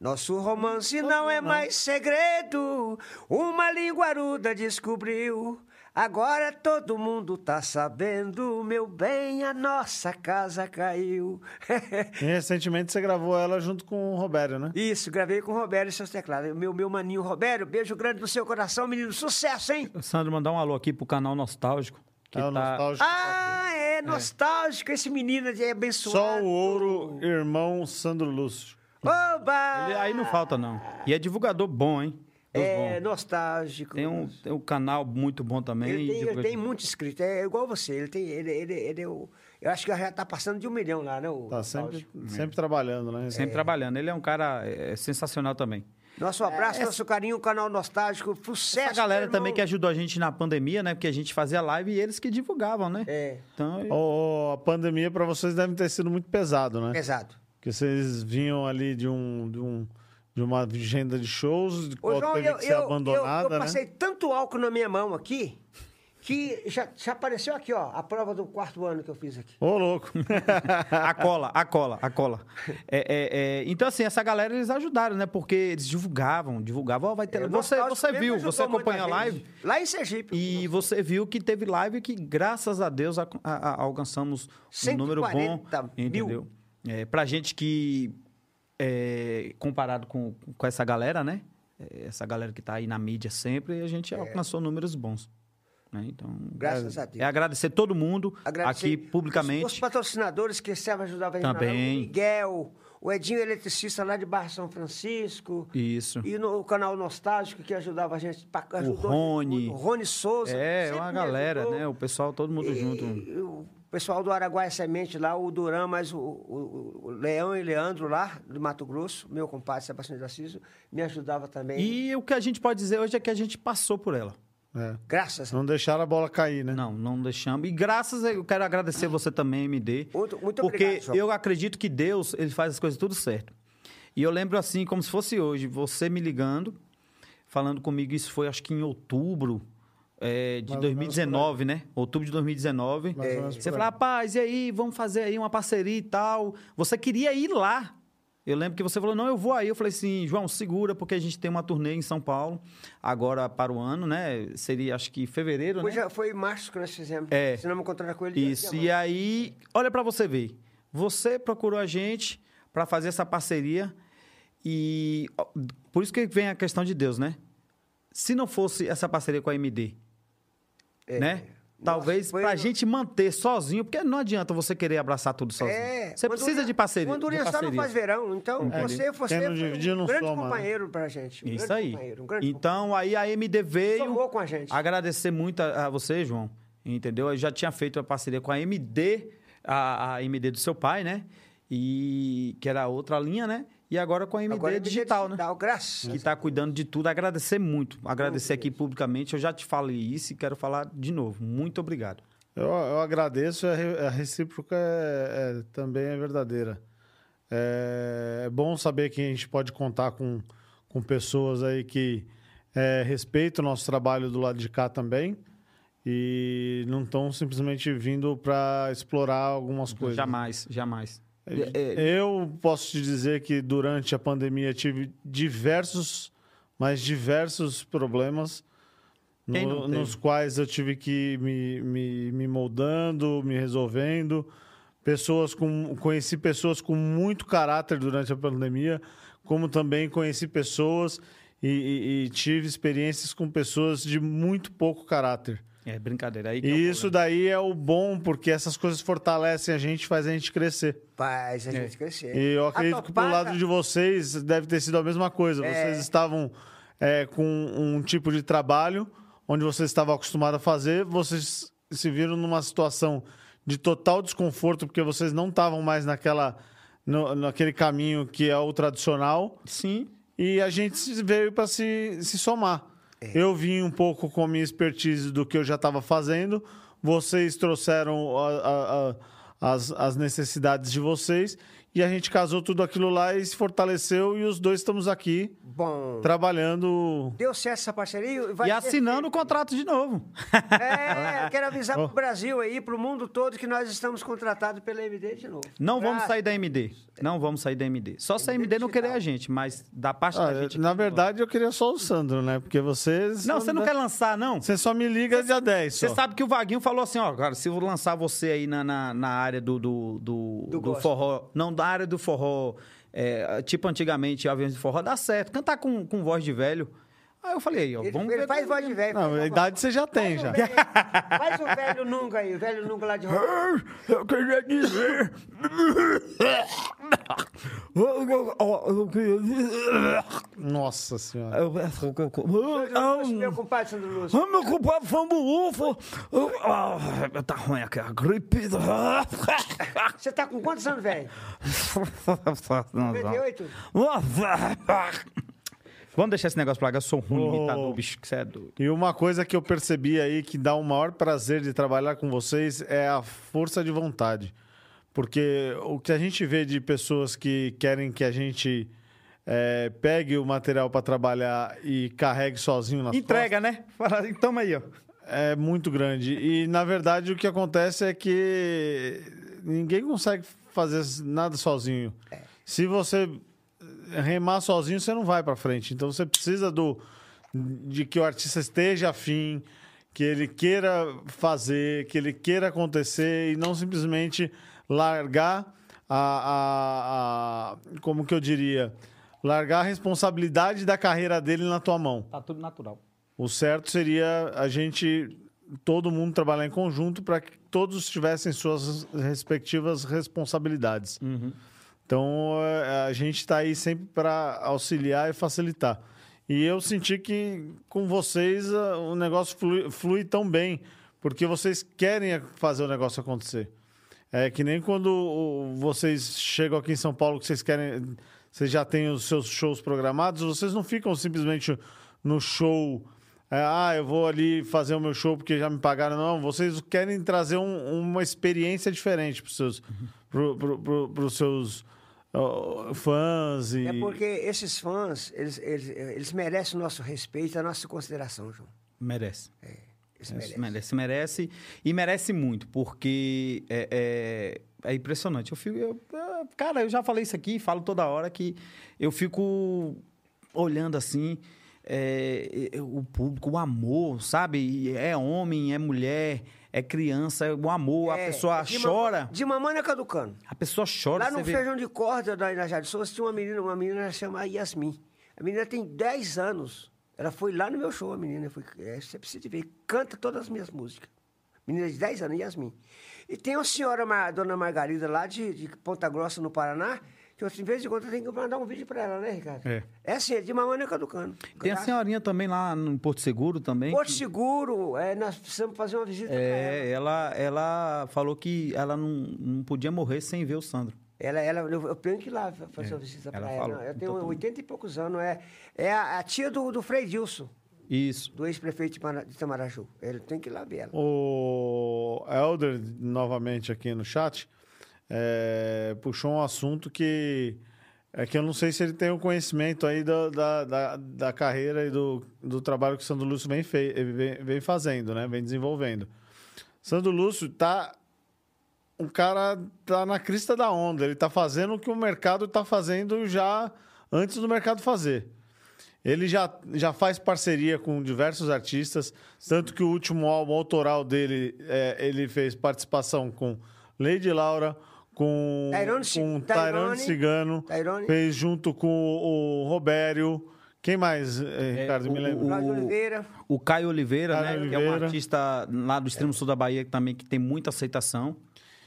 S2: Nosso romance não é mais segredo, uma linguaruda descobriu. Agora todo mundo tá sabendo, meu bem, a nossa casa caiu.
S1: E recentemente você gravou ela junto com o Robério, né?
S2: Isso, gravei com o Robério e seus teclados. Meu, meu maninho Robério, beijo grande no seu coração, menino. Sucesso, hein?
S3: O Sandro, mandar um alô aqui pro canal Nostálgico. Que
S1: É o
S3: tá...
S1: nostálgico.
S2: Ah, é nostálgico esse menino de abençoado.
S1: Só o ouro, irmão Sandro Lúcio.
S2: Oba!
S3: Ele- aí não falta, não. E é divulgador bom, hein? Dos
S2: É,
S3: bons.
S2: nostálgico.
S3: Tem um, tem um canal muito bom também.
S2: Ele tem, ele
S3: divulga-
S2: tem muito inscrito, é igual você. Ele tem. Ele, ele, ele é o- eu acho que já tá passando de um milhão lá, né? O
S1: Tá sempre, sempre trabalhando, né?
S3: Sempre trabalhando. Ele é um cara é, sensacional também.
S2: Nosso abraço, nosso carinho, o canal Nostálgico, sucesso.
S3: É, Essa galera
S2: meu irmão.
S3: também que ajudou a gente na pandemia, né? Porque a gente fazia live e eles que divulgavam, né?
S2: É.
S3: Então,
S1: Ô, ô, a pandemia pra vocês deve ter sido muito pesado, né?
S2: Pesado.
S1: Porque vocês vinham ali de um... De um... De uma agenda de shows, de
S2: Ô,
S1: qual
S2: João,
S1: teve
S2: eu,
S1: que ser
S2: eu,
S1: abandonada,
S2: eu, eu
S1: né?
S2: passei tanto álcool na minha mão aqui que já, já apareceu aqui, ó, a prova do quarto ano que eu fiz aqui.
S1: Ô, louco.
S3: a cola, a cola, a cola. É, é, é, então, assim, essa galera eles ajudaram, né? Porque eles divulgavam, divulgavam. ó, vai ter...
S2: É,
S3: você,
S2: Nostálgico
S3: você
S2: mesmo
S3: viu,
S2: ajudou
S3: você acompanha a
S2: muita
S3: live.
S2: gente. Lá em Sergipe.
S3: E você viu que teve live que, graças a Deus, a- a- a- alcançamos um
S2: 140
S3: número bom.
S2: mil.
S3: Entendeu? É, pra gente que, é, comparado com, com essa galera, né? É, Essa galera que tá aí na mídia sempre, a gente alcançou números bons. né? Então,
S2: É. Graças a Deus.
S3: É agradecer todo mundo
S2: Agradecer
S3: aqui
S2: Os, os
S3: publicamente.
S2: patrocinadores que sempre ajudavam a gente.
S3: Também.
S2: O Miguel, o Edinho Eletricista lá de Barra São Francisco.
S3: Isso.
S2: E no, o canal Nostálgico que ajudava a gente. pra- ajudou a gente
S3: Rony.
S2: muito. O Rony Souza.
S3: É,
S2: sempre
S3: uma
S2: me
S3: galera,
S2: ajudou.
S3: né? O pessoal, todo mundo
S2: E-
S3: junto.
S2: e o pessoal do Araguaia Semente lá, o Duran, mas o, o- o Leão e Leandro lá, do Mato Grosso, meu compadre Sebastião de Assis, me ajudava também.
S3: E o que a gente pode dizer hoje é que a gente passou por ela.
S1: É.
S2: Graças a
S1: Não deixaram a bola cair, né?
S3: Não, não deixamos. E graças a eu quero agradecer você também, MD.
S2: Muito- muito
S3: porque
S2: obrigado, João.
S3: eu acredito que Deus, ele faz as coisas tudo certo. E eu lembro assim, como se fosse hoje, você me ligando, falando comigo, isso foi acho que em outubro é, de
S1: Mais ou menos
S3: 2019, né? Outubro de 2019.
S1: Mais ou
S2: É.
S1: menos por
S3: Você
S1: aí.
S3: falou, rapaz, e aí, vamos fazer aí uma parceria e tal. Você queria ir lá. Eu lembro que você falou, não, eu vou aí. Eu falei assim, João, segura, porque a gente tem uma turnê em São Paulo, agora para o ano, né? Seria, acho que fevereiro,
S2: Deus.
S3: né?
S2: é, Foi, foi em março que nós fizemos.
S3: É.
S2: Se não me encontrar com ele.
S3: Isso. E aí, olha pra você ver. Você procurou a gente pra fazer essa parceria e ó, por isso que vem a questão de Deus, né? Se não fosse essa parceria com a MD,
S2: É.
S3: né? Talvez
S2: Nossa, foi- um
S3: pra gente manter sozinho, porque não adianta você querer abraçar tudo sozinho.
S2: É, Mandurinha-
S3: você precisa de parceria.
S2: Mandurinha
S3: de
S2: só não
S3: parceria.
S2: tá faz verão, então
S1: Entendi.
S2: você, você
S1: Quem
S2: foi
S1: não dividir,
S2: um
S1: não
S2: grande
S1: soma, né?
S2: companheiro pra gente. Um
S3: Isso
S2: grande
S3: aí.
S2: companheiro, um grande
S3: Então, aí a MD veio.
S2: Somou com a gente.
S3: Agradecer muito a, a você, João. Entendeu? Eu já tinha feito a parceria com a MD, a, a MD do seu pai, né? E que era outra linha, né? E agora com a MD,
S2: Agora é
S3: digital, né?
S2: digital, graças.
S3: Que está cuidando de tudo. Agradecer muito. Agradecer aqui publicamente. Eu já te falei isso e quero falar de novo. Muito obrigado.
S1: Eu, eu agradeço, a, re- a recíproca é- é- também é verdadeira. É, é bom saber que a gente pode contar com, com pessoas aí que é, respeitam o nosso trabalho do lado de cá também e não estão simplesmente vindo para explorar algumas coisas.
S3: Então,
S1: né?
S3: Jamais, jamais.
S1: É Eu posso te dizer que durante a pandemia tive diversos, mas diversos problemas,
S3: Quem
S1: no-
S3: não teve?
S1: nos quais eu tive que me, me, me moldando, me resolvendo. Pessoas com, conheci pessoas com muito caráter durante a pandemia, como também conheci pessoas e, e- e tive experiências com pessoas de muito pouco caráter.
S3: É brincadeira. Aí que
S1: E
S3: é o
S1: isso daí é o bom, porque essas coisas fortalecem a gente, faz a gente crescer.
S2: Faz a
S3: É.
S2: gente crescer.
S1: E eu
S2: A
S1: acredito que pro
S2: topada-
S1: lado de vocês deve ter sido a mesma coisa. Vocês estavam é, com um tipo de trabalho onde vocês estavam acostumados a fazer, vocês se viram numa situação de total desconforto, porque vocês não estavam mais naquela, no- naquele caminho que é o tradicional.
S3: Sim.
S1: E a gente se- veio para se, se somar. Eu vim um pouco com a minha expertise do que eu já estava fazendo. Vocês trouxeram a- a- a- as, as necessidades de vocês. E a gente casou tudo aquilo lá e se fortaleceu. E os dois estamos aqui
S2: Bom.
S1: trabalhando.
S2: Deu certo essa parceria? Vai
S3: E
S2: ter-
S3: assinando o Oh. contrato de novo.
S2: É, eu quero avisar pro Brasil aí, pro mundo todo, que nós estamos contratados pela MD de novo.
S3: Não vamos
S2: Graças-
S3: sair da MD. Não vamos sair da MD. Só se a MD não querer a gente, mas da parte
S1: Ah,
S3: da gente.
S1: na verdade, eu queria só o Sandro, né? Porque vocês.
S3: Não, você não quer lançar, não?
S1: Você só me liga dia 10.
S3: Você
S1: só.
S3: sabe que o Vaguinho falou assim, ó, cara, se eu lançar você aí na, na, na área do, do, do,
S2: Do
S3: do
S2: gospel.
S3: forró, não, da área do forró, é, tipo antigamente, aviões de forró, dá certo. Cantar com, com voz de velho. Aí eu falei, aí, ó,
S2: Ele,
S3: vamos
S2: ele
S3: ver. é.
S2: faz voz de velho.
S1: Não, a idade você já tem,
S2: Faz o
S1: já.
S2: velho- Faz o velho nunca aí, o velho nunca lá de Roma.
S3: Eu queria dizer. Eu queria dizer.
S1: Nossa senhora.
S3: Eu peço que-
S2: Meu compadre Sandro Lúcio.
S3: Ah, meu compadre fambuufo. Ah, tá ruim aqui, a gripe.
S2: Você tá com quantos anos, velho? 98?
S3: Vamos deixar esse negócio pra lá, eu sou ruim
S1: Oh.
S3: imitador, bicho, que você é doido.
S1: E uma coisa que eu percebi aí que dá o maior prazer de trabalhar com vocês é a força de vontade. Porque o que a gente vê de pessoas que querem que a gente eh, pegue o material para trabalhar e carregue sozinho na
S3: Entrega, né? Fala, toma aí, ó.
S1: é muito grande. E, na verdade, o que acontece é que ninguém consegue fazer nada sozinho. Se você remar sozinho, você não vai para frente. Então, você precisa do de que o artista esteja afim, que ele queira fazer, que ele queira acontecer e não simplesmente largar a- a- a como que eu diria, largar a responsabilidade da carreira dele na tua mão.
S3: Tá tudo natural.
S1: O certo seria a gente, todo mundo trabalhar em conjunto para que todos tivessem suas respectivas responsabilidades. Então eh, a gente está aí sempre para auxiliar e facilitar. E eu senti que com vocês ah, o negócio flui, flui tão bem, porque vocês querem fazer o negócio acontecer. É que nem quando o- vocês chegam aqui em São Paulo que vocês querem, vocês já têm os seus shows programados, vocês não ficam simplesmente no show. é, ah, eu vou ali fazer o meu show porque já me pagaram. Não, vocês querem trazer um- uma experiência diferente para os seus, pro, pro- pro- pros seus ó, fãs e.
S2: É porque esses fãs, eles, eles, eles merecem o nosso respeito, a nossa consideração, João.
S3: Merece.
S2: Eles
S3: Merece,
S2: merecem.
S3: merece, merece. E merece muito, porque é, é- é impressionante. Eu fico. eu- ah, cara, eu já falei isso aqui, falo toda hora que eu fico olhando assim. é, eu- o público, o amor, sabe? E É homem, é mulher, é criança, é o amor, a
S2: É,
S3: pessoa
S2: de ma-
S3: chora.
S2: De mamãe é caducando.
S3: A pessoa chora,
S2: Lá
S3: você
S2: no
S3: vê.
S2: feijão de corda da na Jardim Souza tinha uma menina, uma menina chamada Yasmin. A menina tem 10 anos. Ela foi lá no meu show, a menina. Foi, é, você precisa de ver, canta todas as minhas músicas. Menina de 10 anos, Yasmin. E tem uma senhora, uma, dona Margarida, lá de, de Ponta Grossa, no Paraná, que eu, assim, de vez em quando eu tenho que mandar um vídeo pra ela, né, Ricardo?
S3: É.
S2: É assim, é de mamãe caducando.
S3: Tem a senhorinha também lá no Porto Seguro também.
S2: Porto Seguro, é, nós precisamos fazer uma visita pra ela.
S3: É, ela, ela falou que ela não, não podia morrer sem ver o Sandro.
S2: Ela, ela, eu eu tenho que ir lá fazer
S3: É,
S2: uma visita
S3: ela
S2: para ela.
S3: falou.
S2: Eu
S3: Então
S2: tenho
S3: tudo bem.
S2: 80 e poucos anos. É, é a, a tia do, do Frei Dilson,
S3: Isso.
S2: do ex-prefeito de Mara- de Itamaraju. Ele tem que ir lá ver ela.
S1: O Elder, novamente aqui no chat, é, puxou um assunto que é que eu não sei se ele tem o conhecimento aí da, da, da, da carreira e do, do trabalho que o Sandro Lúcio vem, fei- vem, vem fazendo, né? Vem desenvolvendo. Sandro Lúcio tá. O cara tá na crista da onda. Ele tá fazendo o que o mercado tá fazendo já antes do mercado fazer. Ele já, já faz parceria com diversos artistas, tanto que o último álbum autoral dele, é, ele fez participação com Lady Laura, com,
S2: Tyrone Ci-
S1: com
S2: Tyrone-
S1: Tyrone Cigano,
S2: Tyrone.
S1: fez junto com o, o Robério. Quem mais, eh, Ricardo?
S3: o-
S1: me lembra.
S3: o-
S2: Cláudio Oliveira.
S3: O Caio Oliveira,
S1: Caio
S3: né? Que é um
S1: Oliveira.
S3: artista lá do extremo sul da Bahia que também que tem muita aceitação.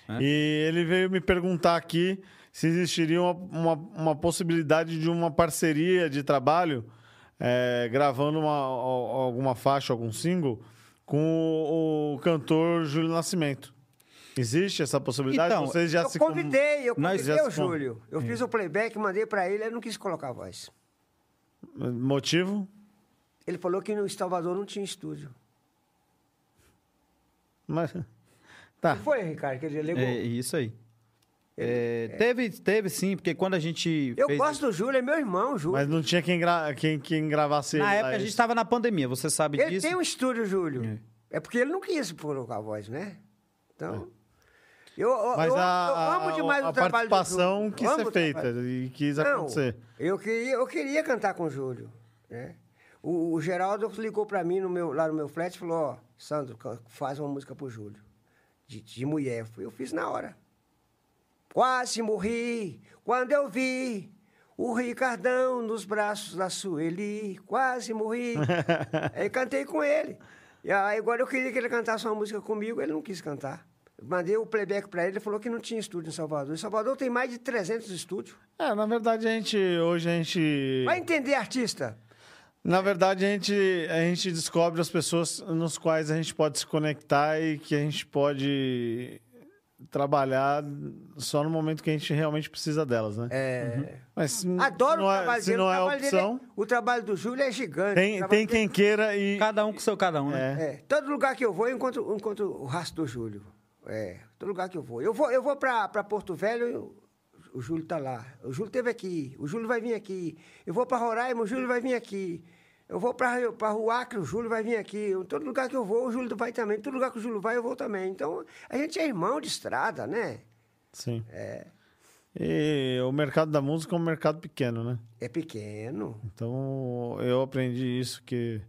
S2: Né?
S1: E ele veio me perguntar aqui se existiria uma, uma, uma possibilidade de uma parceria de trabalho, eh, gravando uma, al- alguma faixa, algum single, com o, o cantor Júlio Nascimento. Existe essa possibilidade?
S3: Então,
S1: Vocês já
S2: eu
S1: se com-
S2: convidei, eu
S1: Nós
S2: convidei
S1: já
S2: o
S1: se é. com-
S2: Júlio. Eu fiz o playback, mandei para ele, ele não quis colocar a voz.
S1: Motivo?
S2: Ele falou que no Salvador não tinha estúdio.
S1: Mas... Tá.
S2: Foi, Ricardo, que ele ligou.
S3: É isso É, aí. É, teve, teve sim, porque quando a gente.
S2: Eu
S3: fez-
S2: gosto do Júlio, é meu irmão, o Júlio.
S1: Mas não tinha quem, gra... quem, quem gravasse
S3: Na
S1: ele
S3: época
S1: lá,
S3: a gente
S1: isso.
S3: estava na pandemia, você sabe
S2: Ele
S3: disso.
S2: tem um estúdio, Júlio. É. porque ele não quis colocar a voz, né? Então. Eu, eu-
S1: É. Mas
S2: eu-
S1: a,
S2: eu amo
S1: a-
S2: demais
S1: a
S2: o trabalho do
S1: participação
S2: Júlio.
S1: quis
S2: Amo
S1: ser
S2: o trabalho.
S1: feita e quis
S2: Não,
S1: acontecer.
S2: Eu queria, eu queria cantar com o Júlio, né? O, o Geraldo ligou pra mim no meu, lá no meu flat e falou, ó, Sandro, ca- faz uma música pro Júlio, de, de mulher. Eu fiz na hora. Quase morri quando eu vi o Ricardão nos braços da Sueli, quase morri. aí cantei com ele. E aí agora eu queria que ele cantasse uma música comigo, ele não quis cantar. Mandei o playback pra ele, ele falou que não tinha estúdio em Salvador. Em Salvador tem mais de 300 estúdios.
S1: É, na verdade a gente hoje a gente
S2: Vai entender, artista.
S1: na verdade a gente a gente descobre as pessoas nos quais a gente pode se conectar e que a gente pode trabalhar só no momento que a gente realmente precisa delas, né?
S2: É...
S1: Mas se n-
S2: Adoro
S1: não
S2: o
S1: é-
S2: trabalho
S1: se
S2: dele.
S1: não
S2: o,
S1: é
S2: trabalho dele
S1: opção,
S2: o trabalho do Júlio é gigante. o
S1: tem, tem
S2: trabalho
S1: quem queira e
S3: Cada um com seu cada um, né?
S1: É.
S2: É, todo lugar que eu vou, eu encontro, eu encontro o rastro do Júlio. É, todo lugar que eu vou. Eu vou, eu vou pra, pra Porto Velho, eu- o Júlio tá lá. O Júlio teve aqui, o Júlio vai vir aqui. Eu vou pra Roraima, o Júlio vai vir aqui. Eu vou pra, pra Ruacre, o Júlio vai vir aqui. Eu- todo lugar que eu vou, o Júlio vai também. Todo lugar que o Júlio vai, eu vou também. Então, a gente é irmão de estrada, né?
S1: sim.
S2: É.
S1: E o mercado da música é um mercado pequeno, né?
S2: É pequeno.
S1: Então, eu aprendi isso que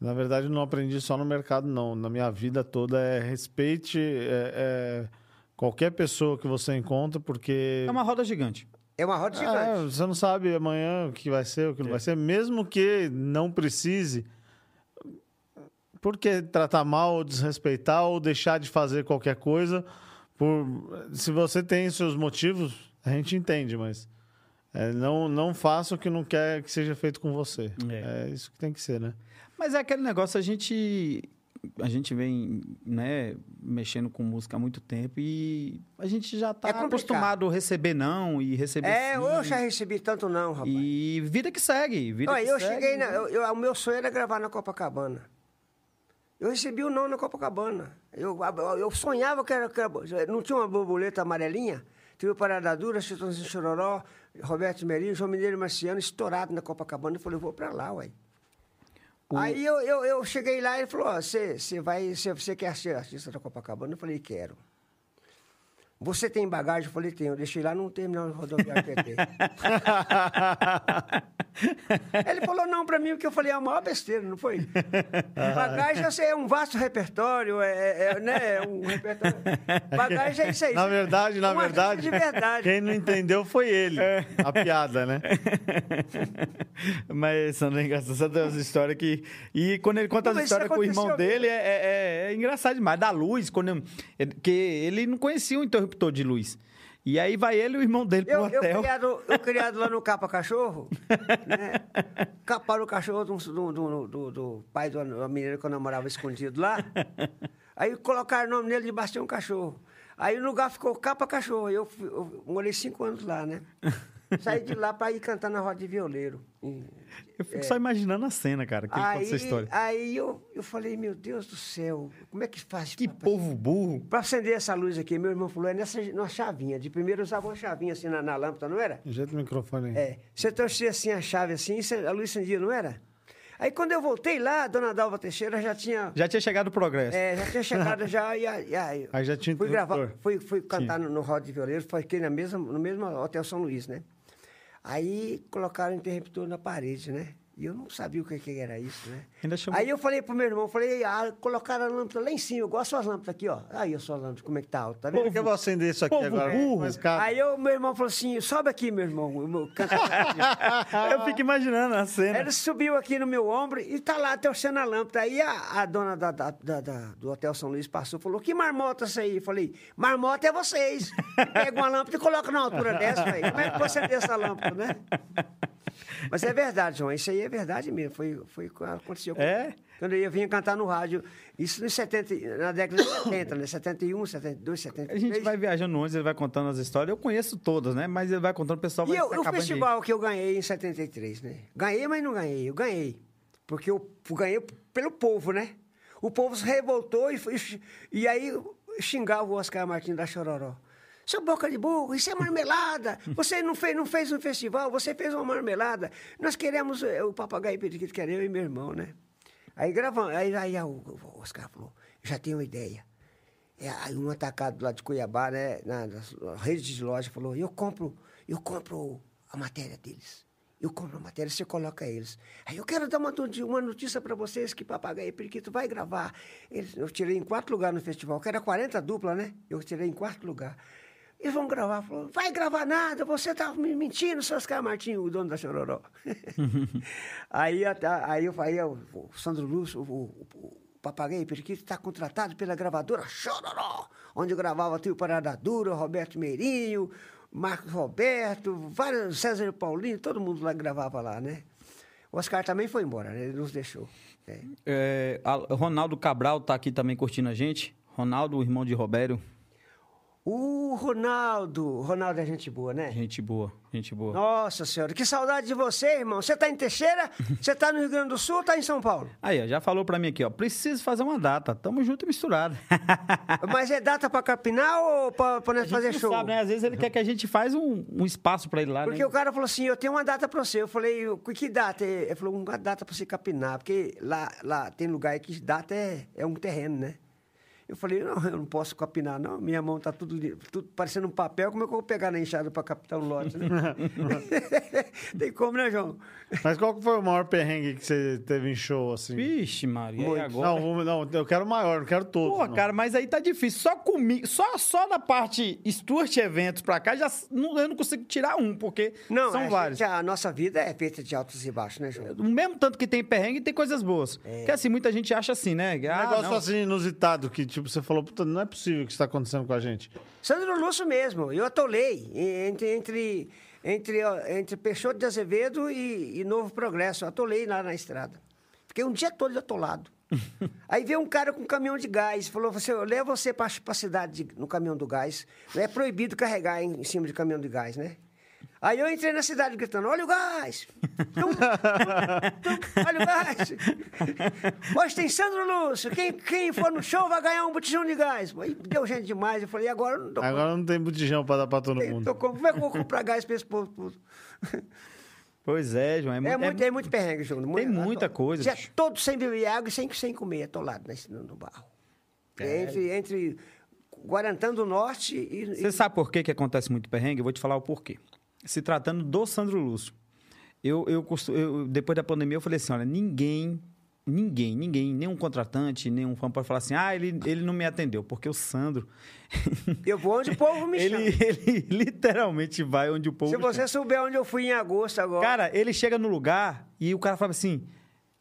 S1: na verdade eu não aprendi só no mercado não, na minha vida toda é respeite é- é qualquer pessoa que você encontra porque
S3: É uma roda gigante.
S2: É uma roda gigante.
S1: É, você não sabe amanhã o que vai ser, o que não vai ser, mesmo que não precise. Por que tratar mal, ou desrespeitar ou deixar de fazer qualquer coisa? Por... Se você tem seus motivos, a gente entende, mas é, não, não faça o que não quer que seja feito com você. É,
S3: É.
S1: isso que tem que ser, né?
S3: Mas é aquele negócio, a gente a gente vem, né, mexendo com música há muito tempo e a gente já tá
S2: É complicado.
S3: acostumado a receber não e receber
S2: É,
S3: sim.
S2: eu já recebi tanto não, rapaz.
S3: E vida que segue, vida
S2: Olha,
S3: que
S2: eu
S3: segue. né?
S2: cheguei, na, eu- eu- o meu sonho era gravar na Copacabana. Eu recebi o não na Copacabana. Eu, eu- eu sonhava que era, que era- Não tinha uma borboleta amarelinha? Tive Parada Dura, Chitãozinho Chororó, Roberto Merinho, João Mineiro e Marciano, estourado na Copacabana. Eu falei, eu vou pra lá, ué. Aí eu, eu, eu cheguei lá e ele falou, ó, você você vai, você você quer ser artista da Copacabana? Eu falei, quero. Você tem bagagem? Eu falei, tenho. Eu deixei lá no terminal rodoviário PT. Ele falou não pra mim, porque eu falei, é a maior besteira, não foi? Bagagem assim, é um vasto repertório, é, é, né? é um repertório. Bagagem é isso aí.
S1: Na verdade, na
S2: Um artista
S1: verdade,
S2: De verdade. É.
S1: quem não entendeu foi ele, a piada, né?
S3: Mas, Sandro, é engraçado. Você tem umas histórias que. E quando ele conta
S2: Não,
S3: as
S2: mas isso
S3: histórias com o irmão
S2: aconteceu
S3: dele, é, é- é engraçado demais. Da luz, quando. Que ele não conhecia o interruptor de luz. E aí vai ele e o irmão dele pro
S2: Eu, eu,
S3: hotel.
S2: criado, eu criado lá no Capa Cachorro, né? Caparam o cachorro do, do, do, do- do pai do- da menina que eu namorava escondido lá. Aí colocaram o nome nele de Bastião Cachorro. Aí o lugar ficou Capa Cachorro. Eu, fui- eu morei cinco anos lá, né? Saí de lá para ir cantar na roda de violeiro. em-
S3: Eu fico só imaginando a cena, cara, que ele conta essa história.
S2: é. Aí eu, eu falei, meu Deus do céu, como é que faz?
S3: Que povo burro.
S2: Para acender essa luz aqui, meu irmão falou, é nessa numa chavinha. De primeiro eu usava uma chavinha assim na, na lâmpada, não era?
S1: Ajeita o microfone aí.
S2: É. Você torcia assim a chave assim, cê- a luz acendia, não era? Aí quando eu voltei lá, a dona Dalva Teixeira já tinha.
S3: Já tinha chegado o progresso.
S2: é, já tinha chegado já e, a- e a-
S1: Aí já tinha
S2: fui gravar,
S1: interruptor.
S2: fui, fui cantar no, no Roda de Violeiro, fiquei na mesma, no mesmo Hotel São Luís, né? Aí colocaram o interruptor na parede, né? E eu não sabia o que, que era isso, né?
S3: Ainda chamou-
S2: Aí eu falei pro meu irmão, falei, ah, colocaram a lâmpada lá em cima, eu gosto das lâmpadas aqui, ó. Aí eu sou a lâmpada, como é que tá alta, tá vendo?
S1: Por que eu vou acender isso aqui
S3: Povo
S1: agora?
S3: burro.
S1: Mas, cara,
S2: Aí o meu irmão falou assim, sobe aqui, meu irmão. o meu-
S3: Eu fico imaginando a cena.
S2: Ele subiu aqui É no meu ombro e tá lá torcendo a lâmpada. Aí a, a dona da- da- da- da- do Hotel São Luís passou e falou: Que marmota essa aí? Eu falei: Marmota é vocês. Pega uma lâmpada e coloca numa altura dessa. Aí. Como é que você tem essa lâmpada, né? Mas é verdade, João. Isso aí é verdade mesmo. Foi, foi o que aconteceu. comigo.
S3: É?
S2: Quando eu vinha cantar no rádio. Isso nos 70, e- na década de 70, né? 71, 72,
S3: A
S2: 73.
S3: gente vai viajando onde ele vai contando as histórias. Eu conheço todas, né? Mas ele vai contando, o pessoal vai
S2: E eu- o
S3: acabando de-
S2: festival que eu ganhei em 73, né? Ganhei, mas não ganhei. Eu ganhei. Porque eu p- ganhei p- pelo povo, né? O povo se revoltou e, foi- e aí xingava o Oscar Martins da Chororó. Seu boca de burro, isso é marmelada. Você não fez, não fez um festival, você fez uma marmelada. Nós queremos, eh, o papagaio periquito quer eu e meu irmão, né? Aí gravamos, aí, aí o o Oscar falou, já tenho uma ideia. É, aí um atacado lá de Cuiabá, né, na, nas redes de loja, falou, eu compro, eu compro a matéria deles. Eu compro a matéria, você coloca eles. Aí eu quero dar uma, noti- uma notícia para vocês que Papagaio Periquito vai gravar. Eles- eu tirei em quarto lugar no festival, que era 40 dupla, né? Eu tirei em quarto lugar. Eles vão gravar. Falou, vai gravar nada, você tá me mentindo, seu Oscar Martinho, o dono da Chororó. aí, a- a- aí eu falei, "É, o o Sandro Lúcio, o, o- o Papagaio Periquito está contratado pela gravadora Chororó, onde gravava Trio Parada Dura, Roberto Meirinho, Marcos Roberto, vários, César Paulinho, todo mundo lá gravava lá, né? O Oscar também foi embora, né? ele nos deixou. né?
S3: É, a- Ronaldo Cabral tá aqui também curtindo a gente. Ronaldo, o irmão de Robério.
S2: O Ronaldo, Ronaldo é gente boa, né?
S3: Gente boa, gente boa.
S2: Nossa senhora, que saudade de você, irmão. Você tá em Teixeira? Você tá no Rio Grande do Sul ou tá em São Paulo?
S3: Aí, ó, já falou pra mim aqui, ó. Preciso fazer uma data. Tamo junto e misturado.
S2: Mas é data pra capinar ou pra, pra nós fazer
S3: não
S2: show?
S3: sabe, né? Às vezes ele quer que a gente faz um, um espaço pra ele lá,
S2: Porque
S3: né?
S2: o cara falou assim, eu tenho uma data pra você. Eu falei, "O que- que data? Ele falou, uma data pra você capinar. Porque lá, lá tem lugar aí que data é, é um terreno, né? Eu falei, não, eu não posso capinar, não. Minha mão tá tudo, li- tudo parecendo um papel. Como é que eu vou pegar na enxada pra captar um lote, né? tem como, né, João?
S1: Mas qual que foi o maior perrengue que você teve em show, assim?
S3: Vixe, Maria, e
S2: Muito.
S3: agora?
S1: Não, vamos- não, eu quero o maior, não quero todo.
S3: Porra,
S1: não.
S3: cara, mas aí tá difícil. Só comigo, só, só na parte Stuart Eventos pra cá, já s- não, eu não consigo tirar um, porque
S2: Não, é,
S3: são
S2: a gente-
S3: vários.
S2: a nossa vida é feita de altos e baixos, né, João?
S3: O mesmo tanto que tem perrengue, tem coisas boas.
S2: É.
S3: Porque assim, muita gente acha assim, né?
S1: Um
S3: Ah,
S1: negócio
S3: não.
S1: assim inusitado que, tipo, você falou, puta, não é possível que isso tá acontecendo com a gente.
S2: Sandro Lúcio mesmo, eu atolei e- entre, entre, entre, ó, entre Peixoto de Azevedo e, e Novo Progresso, eu atolei lá na estrada. Fiquei um dia todo atolado. Aí veio um cara com um caminhão de gás, falou, você, eu levo você para a cidade de- no caminhão do gás, é proibido carregar em, em cima de caminhão de gás, né? Aí eu entrei na cidade gritando, olha o gás! Tum, tum, tum, olha o gás! Hoje tem Sandro Lúcio, quem, quem for no show vai ganhar um botijão de gás. Aí deu gente demais, eu falei, "E agora eu não dou
S1: Agora não tem botijão pra dar pra todo
S2: eu
S1: mundo.
S2: tô com- Como é que eu vou comprar gás pra esse povo tudo?
S3: Pois é, João. É, mu-
S2: É
S3: é
S2: muito, é muito perrengue, Júnior.
S3: Tem muita coisa,
S2: Dia
S3: bicho.
S2: todo sem beber água e sem, sem comer, atolado nesse- no, no barro. É Entre, entre Guarantã do Norte e...
S3: Você sabe por que, que acontece muito perrengue? Eu vou te falar o porquê. Se tratando do Sandro Lúcio, eu, eu, costu- eu- depois da pandemia eu falei assim, olha, ninguém, ninguém, ninguém, nenhum contratante, nenhum fã pode falar assim, ah, ele, ele não me atendeu, porque o Sandro,
S2: e- Eu vou onde o povo me
S3: ele,
S2: chama.
S3: ele literalmente vai onde o povo...
S2: Se
S3: chama.
S2: você souber onde eu fui em agosto agora...
S3: Cara, ele chega no lugar e o cara fala assim,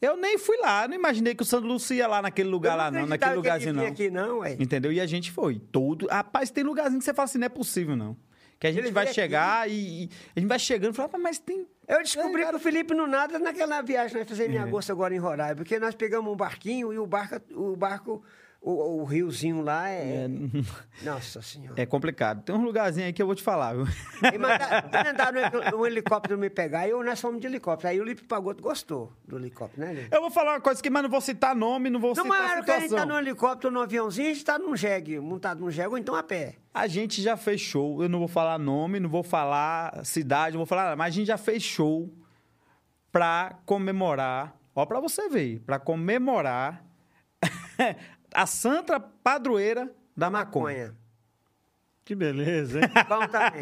S3: eu nem fui lá, não imaginei que o Sandro Lúcio ia lá naquele
S2: eu
S3: lugar lá não,
S2: acreditava
S3: naquele
S2: que ele
S3: lugarzinho não.
S2: vinha aqui não, ué.
S3: Entendeu? E a gente foi. Todo. Rapaz, tem lugarzinho que você fala assim, não é possível, não. Que a gente
S2: Ele
S3: vai
S2: veio
S3: chegar e, e A gente vai chegando e fala, "Ah, mas tem.
S2: Eu descobri
S3: É.
S2: que o Felipe não nada naquela viagem que nós fizemos em agosto agora em Roraima, porque nós pegamos um barquinho e o barco, o, barco, o, o riozinho lá é... Nossa Senhora.
S3: É complicado. Tem um lugarzinho aí que eu vou te falar, viu?
S2: E mandaram, mandaram um- um helicóptero me pegar, eu nós fomos de helicóptero. Aí o Lipe Pagoto gostou do helicóptero, né, Lipe?
S3: Eu vou falar uma coisa aqui, mas não vou citar nome, não vou
S2: Não,
S3: citar
S2: mas que a gente
S3: situação.
S2: tá num helicóptero, num aviãozinho, a gente tá num jegue, montado num jegue, ou então a pé.
S3: A gente já fez show. Eu não vou falar nome, não vou falar cidade, não vou falar nada, mas a gente já fez show pra comemorar. Ó, pra você ver, pra comemorar a Santa Padroeira da maconha.
S2: Conha.
S1: Que beleza, hein?
S2: Bom também.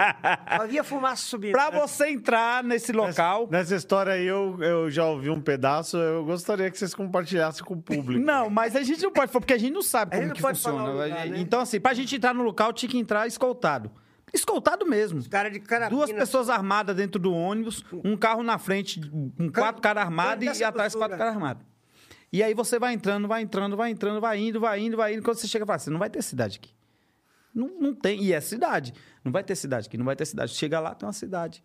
S2: Só via fumaça subindo.
S3: Pra você entrar nesse
S2: é
S3: local.
S1: Nessa história aí eu, eu já ouvi um pedaço, eu gostaria que vocês compartilhassem com o público.
S3: Não, mas a gente não pode, porque a gente não sabe
S2: A gente
S3: como
S2: não
S3: que
S2: pode falar
S3: funciona.
S2: o lugar,
S3: A gente-
S2: né?
S3: Então, assim, pra gente entrar no local, tinha que entrar escoltado. Escoltado mesmo.
S2: Cara de carabina.
S3: Duas pessoas armadas dentro do ônibus, um carro na frente, com quatro caras armados e
S2: dessa
S3: atrás
S2: grossura.
S3: quatro caras armados. E aí você vai entrando, vai entrando, vai entrando, vai indo, vai indo, vai indo. Quando você chega, fala assim, não vai ter cidade aqui. Não, não tem. E é cidade. Não vai ter cidade aqui, não vai ter cidade. Chega lá, tem uma cidade.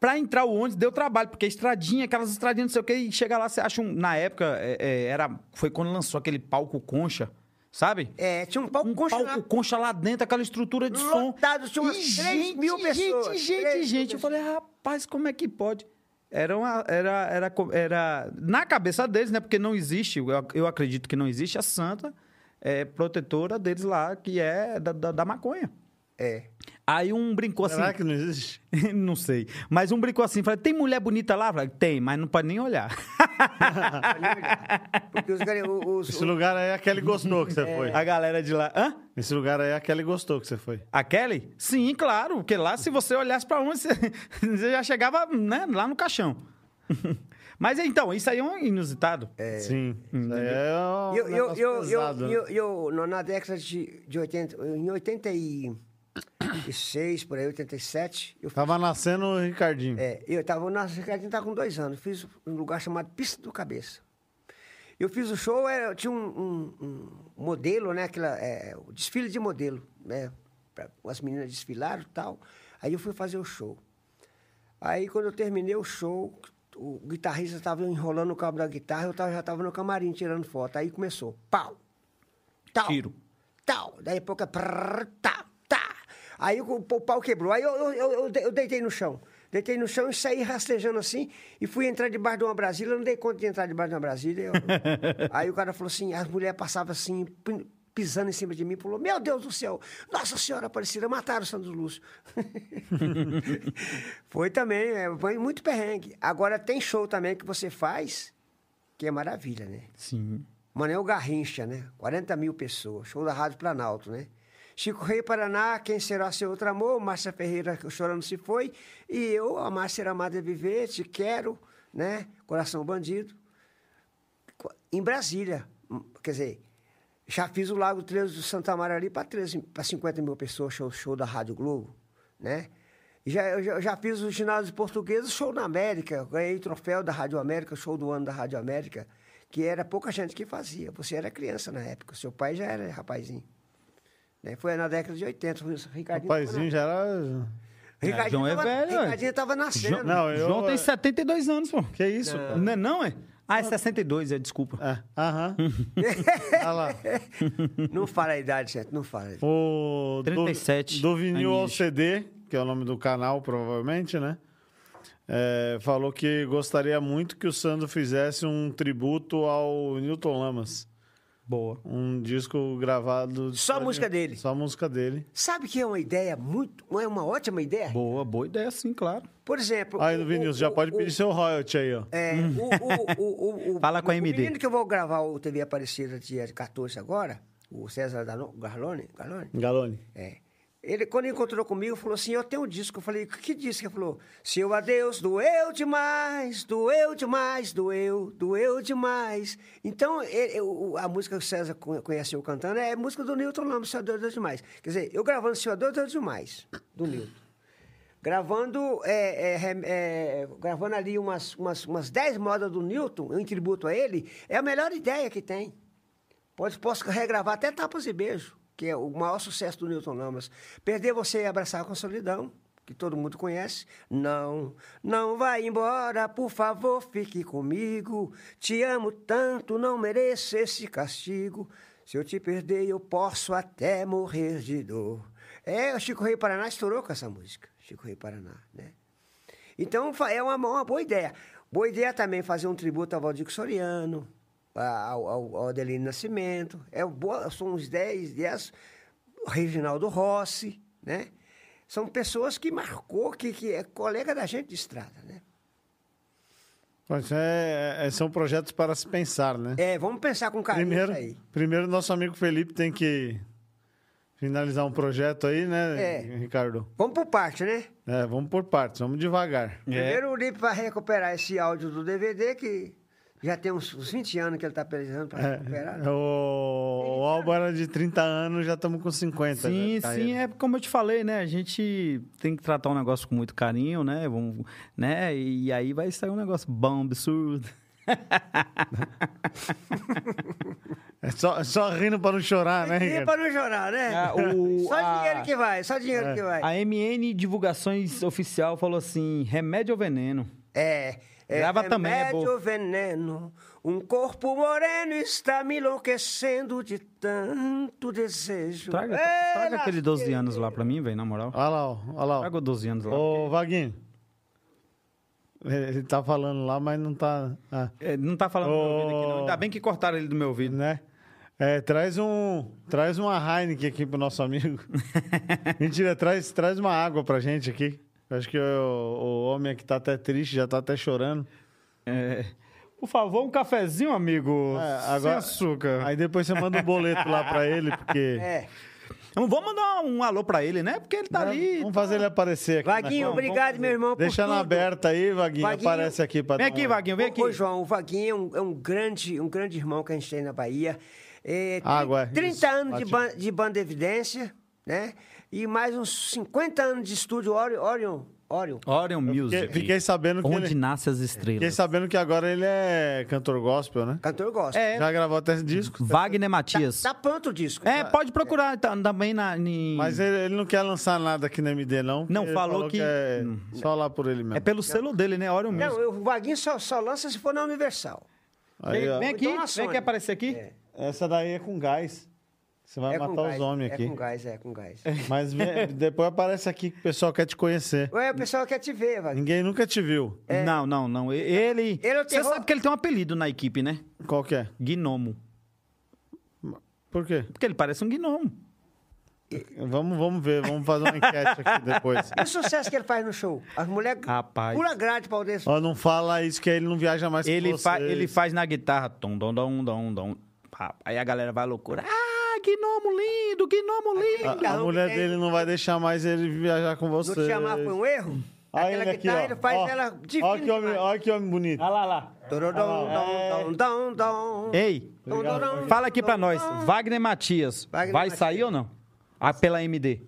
S3: Pra entrar o ônibus deu trabalho, porque estradinha, aquelas estradinhas, não sei o quê, e chega lá, você acha um. Na época, é, é, era, foi quando lançou aquele palco concha, sabe?
S2: É, tinha um palco
S3: Um
S2: concha
S3: palco
S2: lá.
S3: concha lá dentro, aquela estrutura de som.
S2: Lotado, tinha umas
S3: E
S2: 3 mil pessoas,
S3: Gente, gente,
S2: 3 mil
S3: gente.
S2: pessoas.
S3: Eu falei, rapaz, como é que pode? Era, uma- era, era, co- era. Na cabeça deles, né? Porque não existe, eu, ac- eu acredito que não existe a santa é, protetora deles lá, que é da, da, da maconha.
S2: É.
S3: Aí um brincou assim.
S1: Será que não existe?
S3: não sei. Mas um brincou assim, falei, tem mulher bonita lá? Falei, tem, mas não pode nem olhar.
S2: Porque os, gare- os, os,
S1: Esse lugar aí é a Kelly gostou que você
S2: É.
S1: foi.
S3: A galera de lá. Hã?
S1: Esse lugar aí é a Kelly gostou que você foi.
S3: A Kelly? Sim, claro. Porque lá, se você olhasse pra onde, você, você já chegava né, lá no caixão. mas então, isso aí é um inusitado.
S1: Sim. Isso aí é um
S2: Eu, eu,
S1: negócio
S2: eu,
S1: pesado,
S2: eu,
S1: né?
S2: eu, eu, no- na década de, de 80, em 86, por aí, 87, eu,
S1: Tava nascendo o Ricardinho.
S2: é, eu tava, nossa, Ricardinho tava com dois anos, fiz um lugar chamado Pista do Cabeça. Eu fiz o show, era- eu tinha um, um- um modelo, né, aquela, é, o desfile de modelo, né, pra- as meninas desfilaram e tal, aí eu fui fazer o show. Aí, quando eu terminei o show, o guitarrista estava enrolando o cabo da guitarra, eu tava- já estava no camarim tirando foto. Aí começou, pau, tal,
S3: Tiro.
S2: tal. Daí a pouco, prrr, tá, tá. Aí o, o pau quebrou. Aí eu, eu, eu- eu de- eu deitei no chão. Deitei no chão e saí rastejando assim e fui entrar debaixo de uma Brasília. Eu não dei conta de entrar debaixo de uma Brasília. eu- Aí o cara falou assim, as mulheres passavam assim, pin- pisando em cima de mim, falou, meu Deus do céu, Nossa Senhora Aparecida, mataram o Santos Lúcio. Foi também, é, foi muito perrengue. Agora tem show também que você faz, que é maravilha, né?
S3: Sim.
S2: Manel Garrincha, né? 40 mil pessoas, show da Rádio Planalto, né? Chico Rei Paraná, Quem Será Seu Outro Amor, Márcia Ferreira, O Chorando Se Foi, e eu, a Márcia Amada Viver, Te Quero, né? Coração Bandido. Co- Em Brasília, hum, quer dizer, já fiz o Lago 13 do Santa Maria para 13, para 50 mil pessoas, show, show da Rádio Globo, né? E Já, eu já, eu já fiz os ginásios portugueses, show na América, ganhei troféu da Rádio América, show do ano da Rádio América, que era pouca gente que fazia. Você era criança na época, seu pai já era rapazinho. Né? Foi na década de 80, foi o Ricardinho.
S1: Rapazinho já era.
S2: Ricardinho
S3: João é
S2: tava-
S3: velho, ué.
S2: Ricardinho tava nascendo.
S1: Não, eu-
S3: João tem 72 anos, pô.
S1: Que isso,
S3: Não,
S1: cara?
S3: é não é? Ah, é 62, é, desculpa.
S1: É, Aham. Olha lá.
S2: Não fala a idade, gente, não fala.
S1: O do-
S3: 37
S1: Do, vinil ao
S3: aninhos.
S1: CD, que é o nome do canal, provavelmente, né? É, falou que gostaria muito que o Sandro fizesse um tributo ao Newton Lamas.
S3: Boa.
S1: Um disco gravado.
S2: Só a música dele.
S1: Só a música dele.
S2: Sabe que é uma ideia muito, é uma ótima ideia?
S3: Boa, boa ideia, sim, claro.
S2: Por exemplo.
S1: Aí,
S2: o-
S1: Vinícius,
S2: o-
S1: já
S2: o-
S1: pode
S2: o-
S1: pedir Hum. seu royalty aí, ó.
S2: É, o, o, o, o, o,
S3: Fala com a
S2: o
S3: MD.
S2: menino que eu vou gravar o TV Aparecida dia 14 agora, o César Dano- Garlone, Garlone
S1: Galone.
S2: é. Ele, quando encontrou comigo, falou assim: Eu tenho um disco. Eu falei: Que disco? Ele falou: Seu adeus doeu demais, doeu demais, doeu, doeu demais. Então, ele- o- o- a música que o César con- conheceu cantando é a música do Newton Lambos, Seu adeus doeu demais. Quer dizer, eu gravando Seu adeus doeu demais, do Newton. Gravando, é, é, rem- é, gravando ali umas 10 umas, umas 10 modas do Newton, em tributo a ele, é a melhor ideia que tem. Pode, posso regravar até Tapas e Beijo, que é o maior sucesso do Newton Lamas. Perder você e abraçar com solidão, que todo mundo conhece. Não, não vai embora, por favor, fique comigo. Te amo tanto, não mereço esse castigo. Se eu te perder, eu posso até morrer de dor. É, o Chico Rei Paraná estourou com essa música. Chico Rei Paraná, né? Então fa- é uma, uma boa ideia. Boa ideia também fazer um tributo ao Valdir Soriano, a- ao, ao, ao Adelino Nascimento. É boa, são uns 10, 10 Reginaldo Rossi, né? São pessoas que marcou, que, que é colega da gente de estrada, né?
S1: Mas é- é- são projetos para se pensar, né?
S2: É, vamos pensar com carinho
S1: primeiro,
S2: isso aí.
S1: primeiro, nosso amigo Felipe tem que finalizar um projeto aí, né,
S2: É.
S1: Ricardo?
S2: Vamos por parte, né?
S1: É, vamos por partes, vamos devagar.
S3: É.
S2: Primeiro o Lipe vai recuperar esse áudio do DVD, que já tem uns, uns 20 anos que ele está precisando para recuperar.
S1: É, o, o álbum era de 30 anos, já estamos com 50.
S3: Sim,
S1: já, tá
S3: sim, é como eu te falei, né? A gente tem que tratar um negócio com muito carinho, né? Vamos, né? E aí vai sair um negócio bom, absurdo.
S1: É só, é só rindo para não chorar, né,
S2: E
S1: Ricardo?
S2: para não chorar, né?
S3: Ah, o-
S2: só
S3: a-
S2: dinheiro que vai, só dinheiro
S1: É.
S2: que vai.
S3: A MN Divulgações Oficial falou assim: remédio ou veneno?
S2: É. é
S3: Grava também, é
S2: remédio
S3: boa.
S2: ou veneno. Um corpo moreno está me enlouquecendo de tanto desejo. É,
S3: Traga,
S2: Ei,
S3: traga aquele 12
S2: lasqueira.
S3: anos lá pra mim, velho, na moral.
S1: Olha lá, ó, olha lá.
S3: Traga o 12 anos
S1: ó.
S3: lá.
S1: Ô, Vaguinho. Ele tá falando lá, mas não tá. ah,
S3: É, não tá falando do meu ouvido aqui, não. Ainda bem que cortaram ele do meu ouvido.
S1: né? É, traz um, traz uma Heineken aqui pro nosso amigo. Mentira, traz, traz uma água pra gente aqui. Eu Acho que o, o homem aqui tá até triste, já tá até chorando.
S3: É, Por favor, um cafezinho, amigo.
S1: É, agora-
S3: Sem açúcar.
S1: Aí depois você manda o boleto lá pra ele, porque.
S2: É.
S3: Vamos mandar um alô pra ele, né? Porque ele tá ali.
S1: Vamos fazer ele aparecer aqui.
S2: Vaguinho,
S1: né?
S2: obrigado, meu irmão, por
S1: Deixa na
S2: tudo.
S1: aberta aí, Vaguinho.
S2: Vaguinho.
S1: Aparece aqui pra
S3: Vem
S1: dar um-
S3: aqui, Vaguinho, vem aqui.
S2: Ô, João, o Vaguinho é um, é um grande, um grande irmão que a gente tem na Bahia. É, tri-
S1: Água,
S2: 30
S1: isso,
S2: anos de,
S1: ótimo.
S2: ban- de banda evidência, né? E mais uns 50 anos de estúdio Orion. Orion. Orion.
S3: Orion Music.
S1: Fiquei- fiquei sabendo que
S3: Onde
S1: ele-
S3: nasce as
S1: Fiquei
S3: estrelas.
S1: sabendo que agora ele é cantor gospel, né?
S2: Cantor gosta.
S3: É.
S1: Já gravou até esse disco.
S3: Wagner Matias.
S2: Tá pronto o disco.
S3: É,
S2: Tá-
S3: pode procurar tá- também na. em-
S1: Mas é- ele, ele não quer lançar nada aqui na MD, não.
S3: Não,
S1: Ele
S3: falou que- Hum.
S1: é só lá por ele mesmo.
S3: É pelo selo dele, né?
S1: É,
S3: Orion Music.
S2: Não, eu- o Vaguinho só, só lança se for na Universal.
S1: Aí, ó.
S3: Vem aqui,
S2: Então, a
S3: vem
S2: Sony.
S3: aqui aparecer aqui.
S2: É.
S1: Essa daí é com gás. Você vai
S2: É com
S1: matar
S2: gás,
S1: os homens aqui.
S2: É com gás, é com gás.
S1: Mas vem- depois aparece aqui que o pessoal quer te conhecer.
S2: Ué, o pessoal quer te ver, Vaguinho.
S1: Ninguém nunca te viu.
S3: Não, não, não. E- Ele.
S2: é. Ele é o
S3: Você
S2: terror-
S3: sabe que ele tem um apelido na equipe, né?
S1: Qual que é?
S3: Gnomo.
S1: Por quê?
S3: Porque ele parece um gnomo.
S1: Vamos, vamos ver, vamos fazer uma enquete aqui depois.
S2: E o sucesso que ele faz no show? As mulheres
S3: Rapaz.
S2: pula grade pra desse.
S1: Ó, não fala isso que aí ele não viaja mais
S3: Ele,
S1: com
S3: fa-
S1: vocês.
S3: ele faz na guitarra. Tom, dom, dom, dom, dom. Pá. Aí a galera vai à loucura. Ah, gnomo lindo, gnomo
S1: A-
S3: lindo.
S1: A,
S2: Então,
S1: mulher
S2: é-
S1: dele não vai deixar mais ele viajar com
S2: Não
S1: vocês.
S2: te chamar foi um erro?
S1: Aí ele
S2: Aquela
S1: aqui,
S2: guitarra
S1: ó.
S2: ele faz
S1: Ó,
S2: ela
S1: ó, que
S2: divina.
S1: homem,
S2: demais.
S1: ó que homem bonito.
S3: Olha lá, lá.
S2: Torodom, dom, dom, dom, dom.
S3: Ei,
S2: Obrigado, Vaguinho.
S3: fala aqui pra nós. Wagner Matias,
S2: Wagner
S3: vai
S2: Matias.
S3: sair ou não? Ah, pela MD.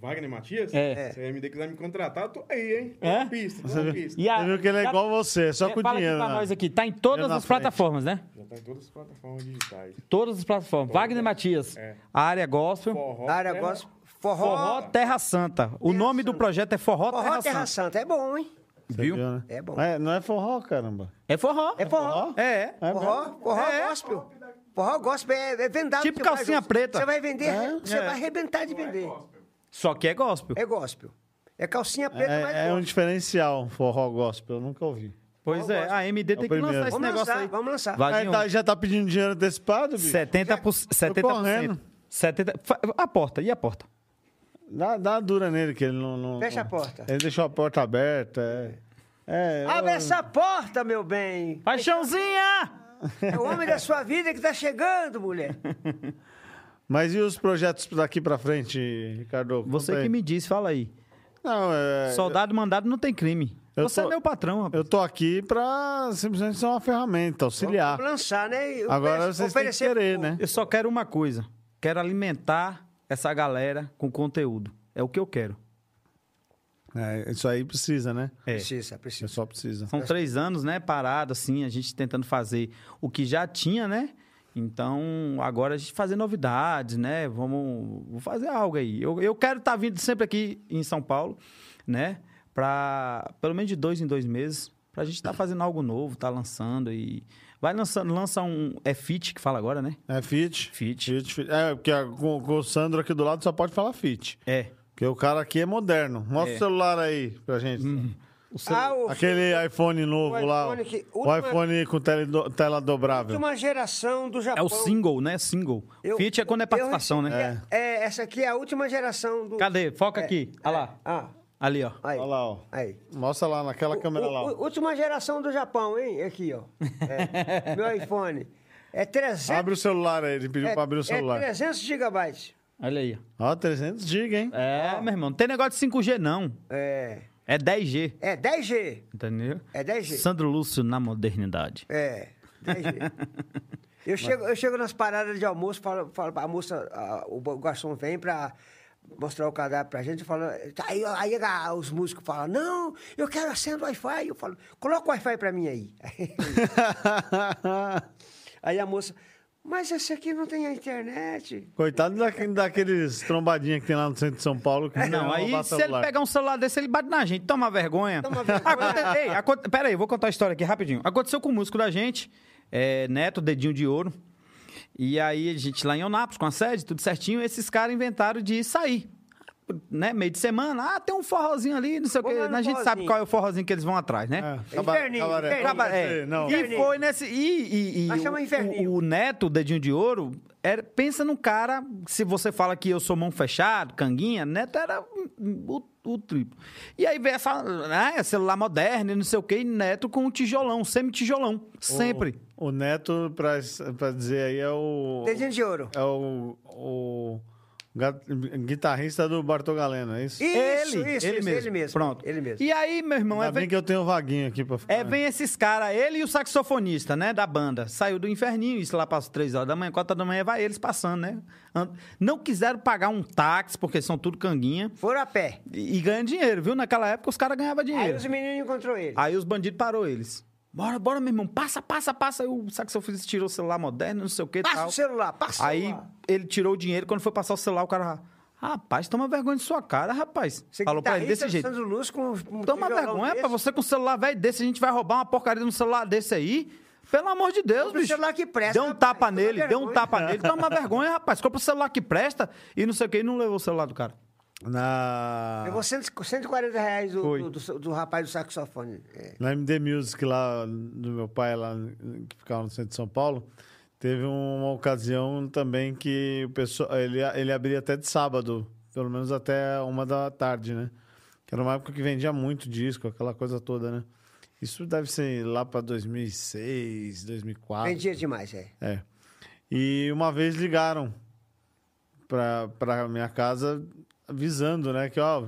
S4: Wagner Matias?
S3: É.
S4: Se a MD quiser me contratar, eu tô aí, hein? Tô
S3: É?
S4: na pista, tô na pista.
S3: E a-
S1: Você viu que ele é
S3: já-
S1: igual você, só com
S3: É, fala
S1: dinheiro.
S3: aqui pra
S1: né?
S3: nós aqui. Tá em
S1: Dinheiro
S3: todas
S1: na
S3: as plataformas, né?
S4: Já tá em todas as plataformas digitais.
S3: Todas as plataformas. Wagner Matias,
S4: É.
S3: área gospel.
S4: Forró. é
S2: Área
S4: terra-
S2: gospel. Forró.
S3: Forró Terra Santa. O nome do projeto é Forró,
S2: Forró
S3: Terra,
S2: Terra
S3: Santa.
S2: Santa. É bom, hein?
S1: Você
S3: Viu?
S1: viu, né?
S2: É bom.
S1: Mas não é forró, caramba.
S3: É forró.
S2: É forró.
S3: É. é.
S1: É
S2: Forró, forró
S3: É.
S2: gospel. Forró gospel é, é vendado.
S3: Tipo
S2: você vai
S3: calcinha
S2: junto.
S3: preta.
S2: Você vai vender, você
S3: É.
S2: vai arrebentar de vender.
S3: Só que é gospel.
S2: É gospel. É calcinha preta, mas
S1: É, é um
S2: gospel.
S1: diferencial, forró gospel, eu nunca ouvi.
S3: Pois é, a MD tem que
S1: primeiro.
S3: lançar esse
S2: Vamos
S3: negócio
S2: lançar,
S3: aí. É
S2: vamos lançar.
S1: Aí
S3: Vaguinho,
S1: tá- já tá pedindo dinheiro antecipado, bicho?
S3: 70%. Por... 70%.
S1: correndo.
S3: 70... Fa- A porta, e a porta?
S1: Dá, dá uma dura nele, que ele não, não-
S2: Fecha a
S1: não-
S2: porta.
S1: Ele deixou a porta aberta. É. É,
S2: Abre
S1: eu-
S2: essa porta, meu bem.
S3: Paixãozinha!
S2: É o homem da sua vida que tá chegando, mulher.
S1: Mas e os projetos daqui pra frente, Ricardo? Conta
S3: Você
S1: aí.
S3: que me diz, fala aí.
S1: Não, é.
S3: Soldado mandado não tem crime.
S1: Eu
S3: Você
S1: tô-
S3: é meu patrão, rapaz.
S1: Eu tô aqui pra simplesmente ser uma ferramenta, auxiliar.
S2: Vamos lançar, né? E
S1: Agora
S2: oferece-
S1: vocês têm que
S2: oferecer
S1: querer,
S2: pro
S1: né?
S3: Eu só quero uma coisa. Quero alimentar essa galera com conteúdo. É o que eu quero.
S1: É, isso aí precisa, né?
S3: É.
S2: Precisa,
S1: O
S2: precisa.
S1: pessoal precisa.
S3: São três anos, né? Parado, assim, a gente tentando fazer o que já tinha, né? Então, agora a gente fazer novidades, né? Vamos vou fazer algo aí. Eu, eu quero estar vindo sempre aqui em São Paulo, né? Pra pelo menos de dois em dois meses, pra gente estar fazendo algo novo, tá lançando e. Vai lançando, lança um. É fit que fala agora, né?
S1: É fit?
S3: Fit.
S1: Fit, fit. É, porque a- com, com o Sandro aqui do lado só pode falar fit.
S3: É.
S1: Porque o cara aqui é moderno. Mostra o celular aí pra gente.
S2: Ah, o
S1: Aquele iPhone novo
S2: o
S1: lá. ó.
S2: iPhone que-
S1: O
S2: última-
S1: iPhone com tele do- tela dobrável.
S2: Última é geração do
S3: É
S2: Japão.
S3: o single, né? Single.
S2: Eu-
S3: fit é quando é
S2: eu
S3: participação, né?
S2: recebi- É. essa aqui é a última geração do.
S3: Cadê? Foca
S2: É,
S3: aqui. Olha lá.
S2: Ah,
S3: Ali, ó.
S2: aí.
S1: Olha lá, ó.
S2: Aí.
S1: Mostra lá naquela câmera
S2: U-
S1: lá. ó.
S2: u- última geração do Japão, hein? Aqui, ó. É. Meu iPhone. É 300.
S1: Abre o celular aí, ele pediu
S2: é,
S1: pra abrir o celular.
S2: É 300 gigabytes.
S3: Olha aí. ó.
S1: Ó, 300 GB, hein?
S3: É, meu irmão, não tem negócio de 5G, não.
S2: É.
S3: É 10G,
S2: É 10G.
S3: entendeu?
S2: É 10G.
S3: Sandro Lúcio na modernidade.
S2: É. 10G. eu, chego, eu chego nas paradas de almoço, falo, falo pra moça, a- o garçom vem pra mostrar o cadáver pra gente, fala, aí, aí a- os músicos falam, não, eu quero acender o Wi-Fi. Eu falo, coloca o Wi-Fi pra mim aí. aí a moça, mas esse aqui não tem a internet.
S1: Coitado daque- daqueles trombadinhas que tem lá no centro de São Paulo.
S2: É.
S1: Que
S3: Não,
S1: quer
S3: aí
S1: roubar
S3: se
S1: celular.
S3: ele pegar um celular desse, ele bate na gente. Toma vergonha.
S2: Toma vergonha.
S3: Aconte- Ei, aconte- Pera aí, vou contar a história aqui rapidinho. Aconteceu com o músico da gente, é, Neto, Dedinho de Ouro. E aí a gente lá em Onápolis, com a sede, tudo certinho, esses caras inventaram de sair. né, meio de semana, ah, tem um forrozinho ali, não sei o
S2: Vamos
S3: quê.
S2: lá no
S3: A gente sabe
S2: forrozinho. É.
S3: qual é o forrozinho que eles vão atrás, né?
S1: caba-
S2: Inferninho,
S1: cabaré.
S2: inferninho.
S3: Acaba-
S1: Não,
S3: é.
S1: Não,
S3: E foi nesse. E, e, e
S2: Mas chama
S3: o,
S2: inferninho.
S3: o, o Neto, Dedinho de Ouro, era, pensa num cara. Se você fala que eu sou mão fechado, canguinha, Neto era um- um- o, o triplo. E aí veio essa né, celular moderno, e não sei o quê, e Neto com um tijolão, semi-tijolão.
S1: Oh.
S3: Sempre.
S1: O Neto, pra, pra dizer aí, é o.
S2: Dedinho de ouro.
S1: É o. o ga- guitarrista do Bartol Galeno, é isso?
S2: Isso,
S3: ele,
S2: isso,
S3: ele,
S2: isso,
S3: mesmo.
S2: ele mesmo.
S3: Pronto.
S2: Ele mesmo.
S3: E aí, meu irmão, é
S1: Ainda bem
S3: vem,
S1: que eu tenho um vaguinho aqui pra ficar.
S3: é, vem esses caras, ele e o saxofonista, né, da banda. Saiu do inferninho, isso lá para as 3 horas da manhã, 4 da manhã, vai eles passando, né? And- Não quiseram pagar um táxi, porque são tudo canguinha.
S2: Foram a pé.
S3: E, e ganham dinheiro, viu? Naquela época os caras ganhavam
S2: Aí
S3: dinheiro.
S2: os meninos encontrou ele.
S3: Aí os bandidos parou eles. Bora, bora, meu irmão. Passa, passa, passa. Aí o saxofonista tirou o celular moderno, não sei o que e
S2: Passa
S3: tal.
S2: o celular, passa o
S3: Aí
S2: celular.
S3: ele tirou o dinheiro. Quando foi passar o celular, o cara... Rapaz, toma vergonha de sua cara, rapaz.
S2: Você
S3: Falou pra ele
S2: guitarrista
S3: desse
S2: do
S3: jeito.
S2: Santos Luz com um
S3: Toma
S2: tijolão
S3: vergonha,
S2: desse.
S3: pra você com um celular velho desse, a gente vai roubar uma porcaria de um celular desse aí. Pelo amor de Deus,
S2: Compra um
S3: bicho.
S2: celular que presta,
S3: Deu um
S2: rapaz,
S3: tapa
S2: toma
S3: nele, deu um
S2: vergonha.
S3: tapa nele. Toma vergonha, rapaz. Compra o celular que presta e não sei o que, e não levou o celular do cara.
S1: Na.
S2: Levou cento- 140 reais do,
S3: Foi.
S2: do, do- do rapaz do saxofone. É.
S1: Na MD Music lá do meu pai, lá que ficava no centro de São Paulo, teve uma ocasião também que o pessoal, ele, ele abria até de sábado, pelo menos até uma da tarde, né? Que era uma época que vendia muito disco, aquela coisa toda, né? Isso deve ser lá para 2006,
S3: Ah.
S1: 2004.
S2: Vendia demais, é.
S1: É. E uma vez ligaram pra, pra minha casa avisando, né? Que, ó,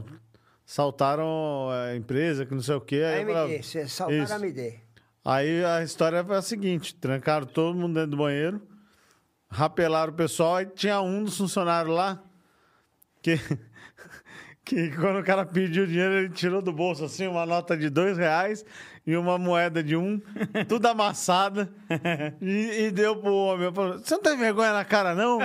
S1: saltaram a empresa, que não sei o quê.
S3: É,
S1: Aí eu falava-
S2: AMD, você saltaram
S1: Isso.
S2: a AMD.
S1: Aí a história foi a seguinte: trancaram todo mundo dentro do banheiro, rapelaram o pessoal, e tinha um dos funcionários lá que, que quando o cara pediu o dinheiro, ele tirou do bolso assim uma nota de dois reais e uma moeda de um, tudo amassada, e, e deu pro homem. Eu falei, Você não tem vergonha na cara, não?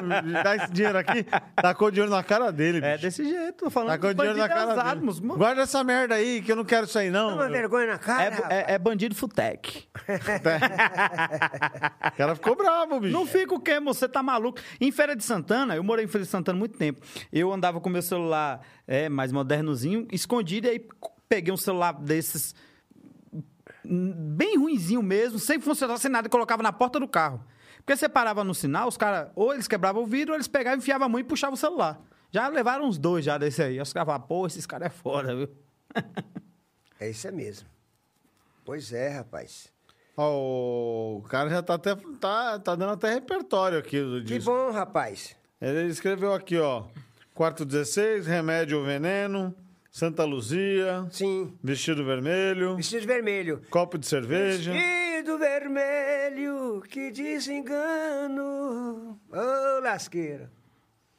S1: Dá esse dinheiro aqui, tacou o dinheiro na cara dele,
S3: É
S1: bicho.
S3: desse jeito, tô falando.
S1: Tacou Tá o dinheiro na cara dele. Guarda essa merda aí, que eu não quero isso aí, não.
S2: Toma vergonha na cara, Ah, rapaz.
S3: É, é, é bandido futec.
S1: O cara ficou bravo, bicho.
S3: Não fica o quê, moço? Você tá maluco? Em Feira de Santana, eu morei em Feira de Santana muito tempo. Eu andava com meu celular é, mais modernozinho, escondido, e aí peguei um celular desses hum, bem ruinzinho mesmo, sem funcionar, sem nada, e colocava na porta do carro. Porque você parava no sinal, os caras, ou eles quebravam o vidro, ou eles pegavam, enfiavam a mão e puxavam o celular. Já levaram uns dois já desse aí. Aí Os caras falavam, pô, esses caras é foda, viu?
S2: É isso é mesmo. Pois é, rapaz.
S1: Ó, o cara já tá até tá, tá dando até repertório aqui do
S2: Que
S1: disco.
S2: bom, rapaz.
S1: Ele escreveu aqui, ó. Quarto 16, Remédio ou Veneno, Santa Luzia,
S2: Sim.
S1: Vestido Vermelho,
S2: Vestido vermelho.
S1: Copo de Cerveja.
S2: Vestido vermelho, que desengano. Ô, lasqueira.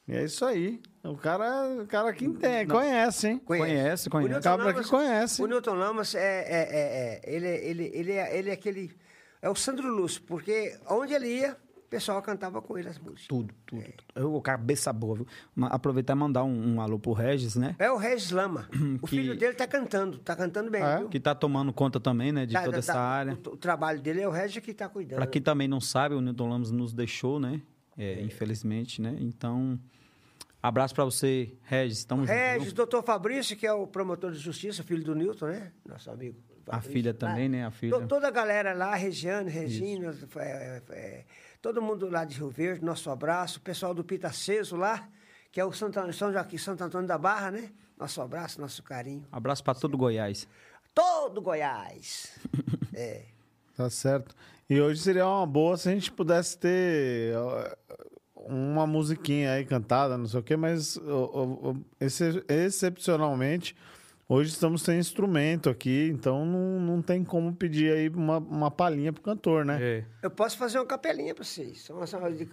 S1: E é isso aí. O cara, o cara que entende, conhece, hein?
S3: Conhece, conhece.
S2: O Newton
S1: Cabra que
S2: Lamas-
S1: conhece.
S2: O Newton Lamas é, é- é- é- ele, é- ele, ele, é, ele é aquele. É o Sandro Lúcio, porque onde ele ia, o pessoal cantava com ele as músicas.
S3: Tudo, tudo. tudo. Eu, cabeça boa, viu? Ma- Aproveitar e mandar um, um alô pro Regis, né?
S2: É o Regis Lama. O
S3: Que-
S2: filho dele tá cantando, tá cantando bem,
S1: Ah, é?
S2: viu?
S3: Que tá tomando conta também, né? De
S2: Tá-
S3: toda
S2: tá-
S3: essa área.
S2: O, o trabalho dele é o Regis que tá cuidando.
S3: Pra quem também não sabe, o Newton Lamos nos deixou, né? É, Infelizmente, né? Então, abraço pra você, Regis. Tamo junto. viu?
S2: Regis, doutor Fabrício, que é o promotor de justiça, filho do Newton, né? Nosso amigo. Ah,
S3: A filha também, né? A filha.
S2: To- Toda a galera lá, Regiane, Regina, é, é, todo mundo lá de Rio Verde, nosso abraço. O pessoal do Pitaceso lá, que é o Santo, An- São Joaquim, Santo Antônio da Barra, né? Nosso abraço, nosso carinho.
S3: Abraço pra todo Goiás.
S2: Todo Goiás. é.
S1: Tá certo. E hoje seria uma boa se a gente pudesse ter ó, uma musiquinha aí cantada, não sei o quê, mas ó, ó, ó, exce- excepcionalmente, hoje estamos sem instrumento aqui, então não, não tem como pedir aí uma, uma palhinha pro cantor,
S3: É.
S1: né?
S2: Eu posso fazer uma capelinha pra vocês. uma-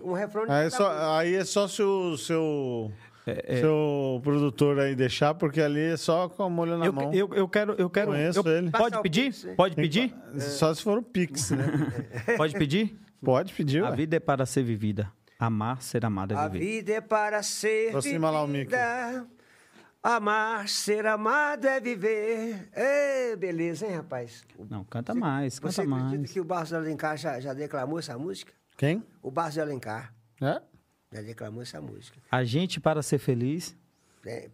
S2: Um, refrão de
S1: Aí, é
S2: cada música.
S1: só, aí é só se o seu,
S3: É,
S1: seu produtor aí deixar, porque ali é só com a molha na
S3: Eu,
S1: mão.
S3: eu, eu quero. Eu quero
S1: Conheço
S3: eu-
S1: ele.
S2: Passar
S3: Pode
S2: o
S3: pedir?
S2: Pix, né?
S3: Pode
S1: Tem que
S3: pedir?
S1: pa- Só se for o Pix, né?
S3: Pode pedir?
S1: Pode pedir,
S3: A
S1: ué.
S3: vida é para ser vivida. Amar, ser amada,
S2: A
S3: é viver.
S2: vida é para ser
S1: Aproxima lá o micro.
S2: vivida. Amar, ser amado é viver. Ê, beleza, hein, rapaz?
S3: Não, canta mais,
S2: Você
S3: canta
S2: acredita
S3: mais.
S2: que o Barros de Alencar já, já declamou essa música?
S1: Quem?
S2: O Barros de Alencar
S1: É?
S2: já declamou essa música.
S3: A gente, para ser feliz,
S2: né?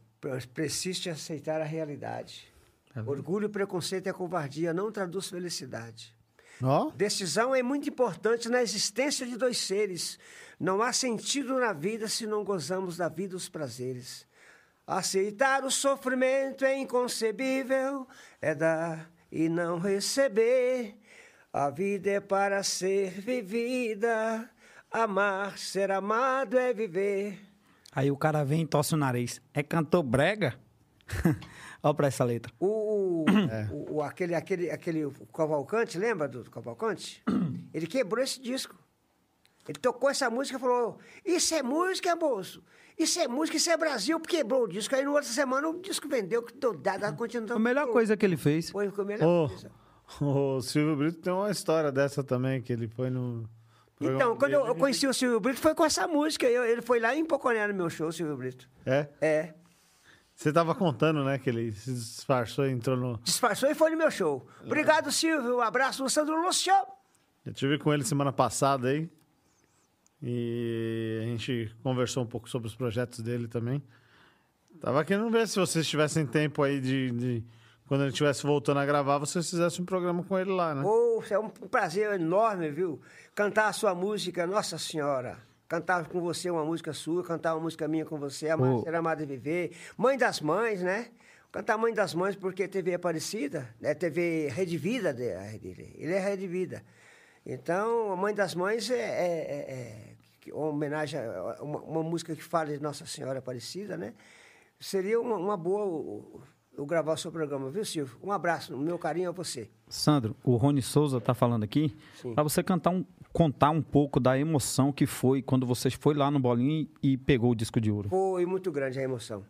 S2: Persiste em aceitar a realidade. Orgulho, preconceito e a covardia não traduz felicidade.
S1: Ó.
S2: Decisão é muito importante na existência de dois seres. Não há sentido na vida se não gozamos da vida os prazeres. Aceitar o sofrimento é inconcebível, é dar e não receber. A vida é para ser vivida, amar, ser amado é viver.
S3: Aí o cara vem e torce o nariz. É cantor brega? Olha pra essa letra.
S2: O, o-
S1: É.
S2: o- o- aquele, aquele, aquele Cavalcante, lembra do Cavalcante? Ele quebrou esse disco. Ele tocou essa música e falou: Isso é música, moço! Isso é música, isso é Brasil, porque quebrou o disco. Aí, na outra semana, o disco vendeu, que deu dado, continuou.
S3: A melhor coisa que ele fez.
S2: Foi a melhor
S1: Ô,
S2: coisa.
S1: O Silvio Brito tem uma história dessa também, que ele foi no. programa
S2: Então, quando eu,
S1: dele.
S2: eu conheci o Silvio Brito, foi com essa música. Eu- ele foi lá em Poconé no meu show, o Silvio Brito.
S1: É.
S2: É.
S1: Você tava contando, né? Que ele se disfarçou e entrou no.
S2: Disfarçou e foi no meu show.
S1: É.
S2: Obrigado, Silvio. Um abraço, o Sandro Luciano.
S1: Eu tive com ele semana passada aí. E a gente conversou um pouco sobre os projetos dele também. Tava querendo ver se vocês tivessem tempo aí de. de- quando ele estivesse voltando a gravar, vocês fizessem um programa com ele lá, né?
S2: Ô, é um prazer enorme, viu? Cantar a sua música, Nossa Senhora. Cantar com você uma música sua, cantar uma música minha com você, Amar,
S3: Ô.
S2: Ser Amada e Viver. Mãe das Mães, né? Cantar Mãe das Mães porque TV Aparecida, né? TV Rede Vida de- a rede dele. Ele é Rede Vida. Então, a Mãe das Mães é, é- é- é que- uma homenagem, a uma, uma música que fala de Nossa Senhora Aparecida, né? Seria uma, uma boa eu- eu gravar o seu programa, viu, Silvio? Um abraço, meu carinho a você.
S3: Sandro, o Rony Souza tá falando aqui. Pra você cantar um, contar um pouco da emoção que foi quando você foi lá no Bolinho e pegou o disco de ouro.
S2: Foi muito grande a emoção.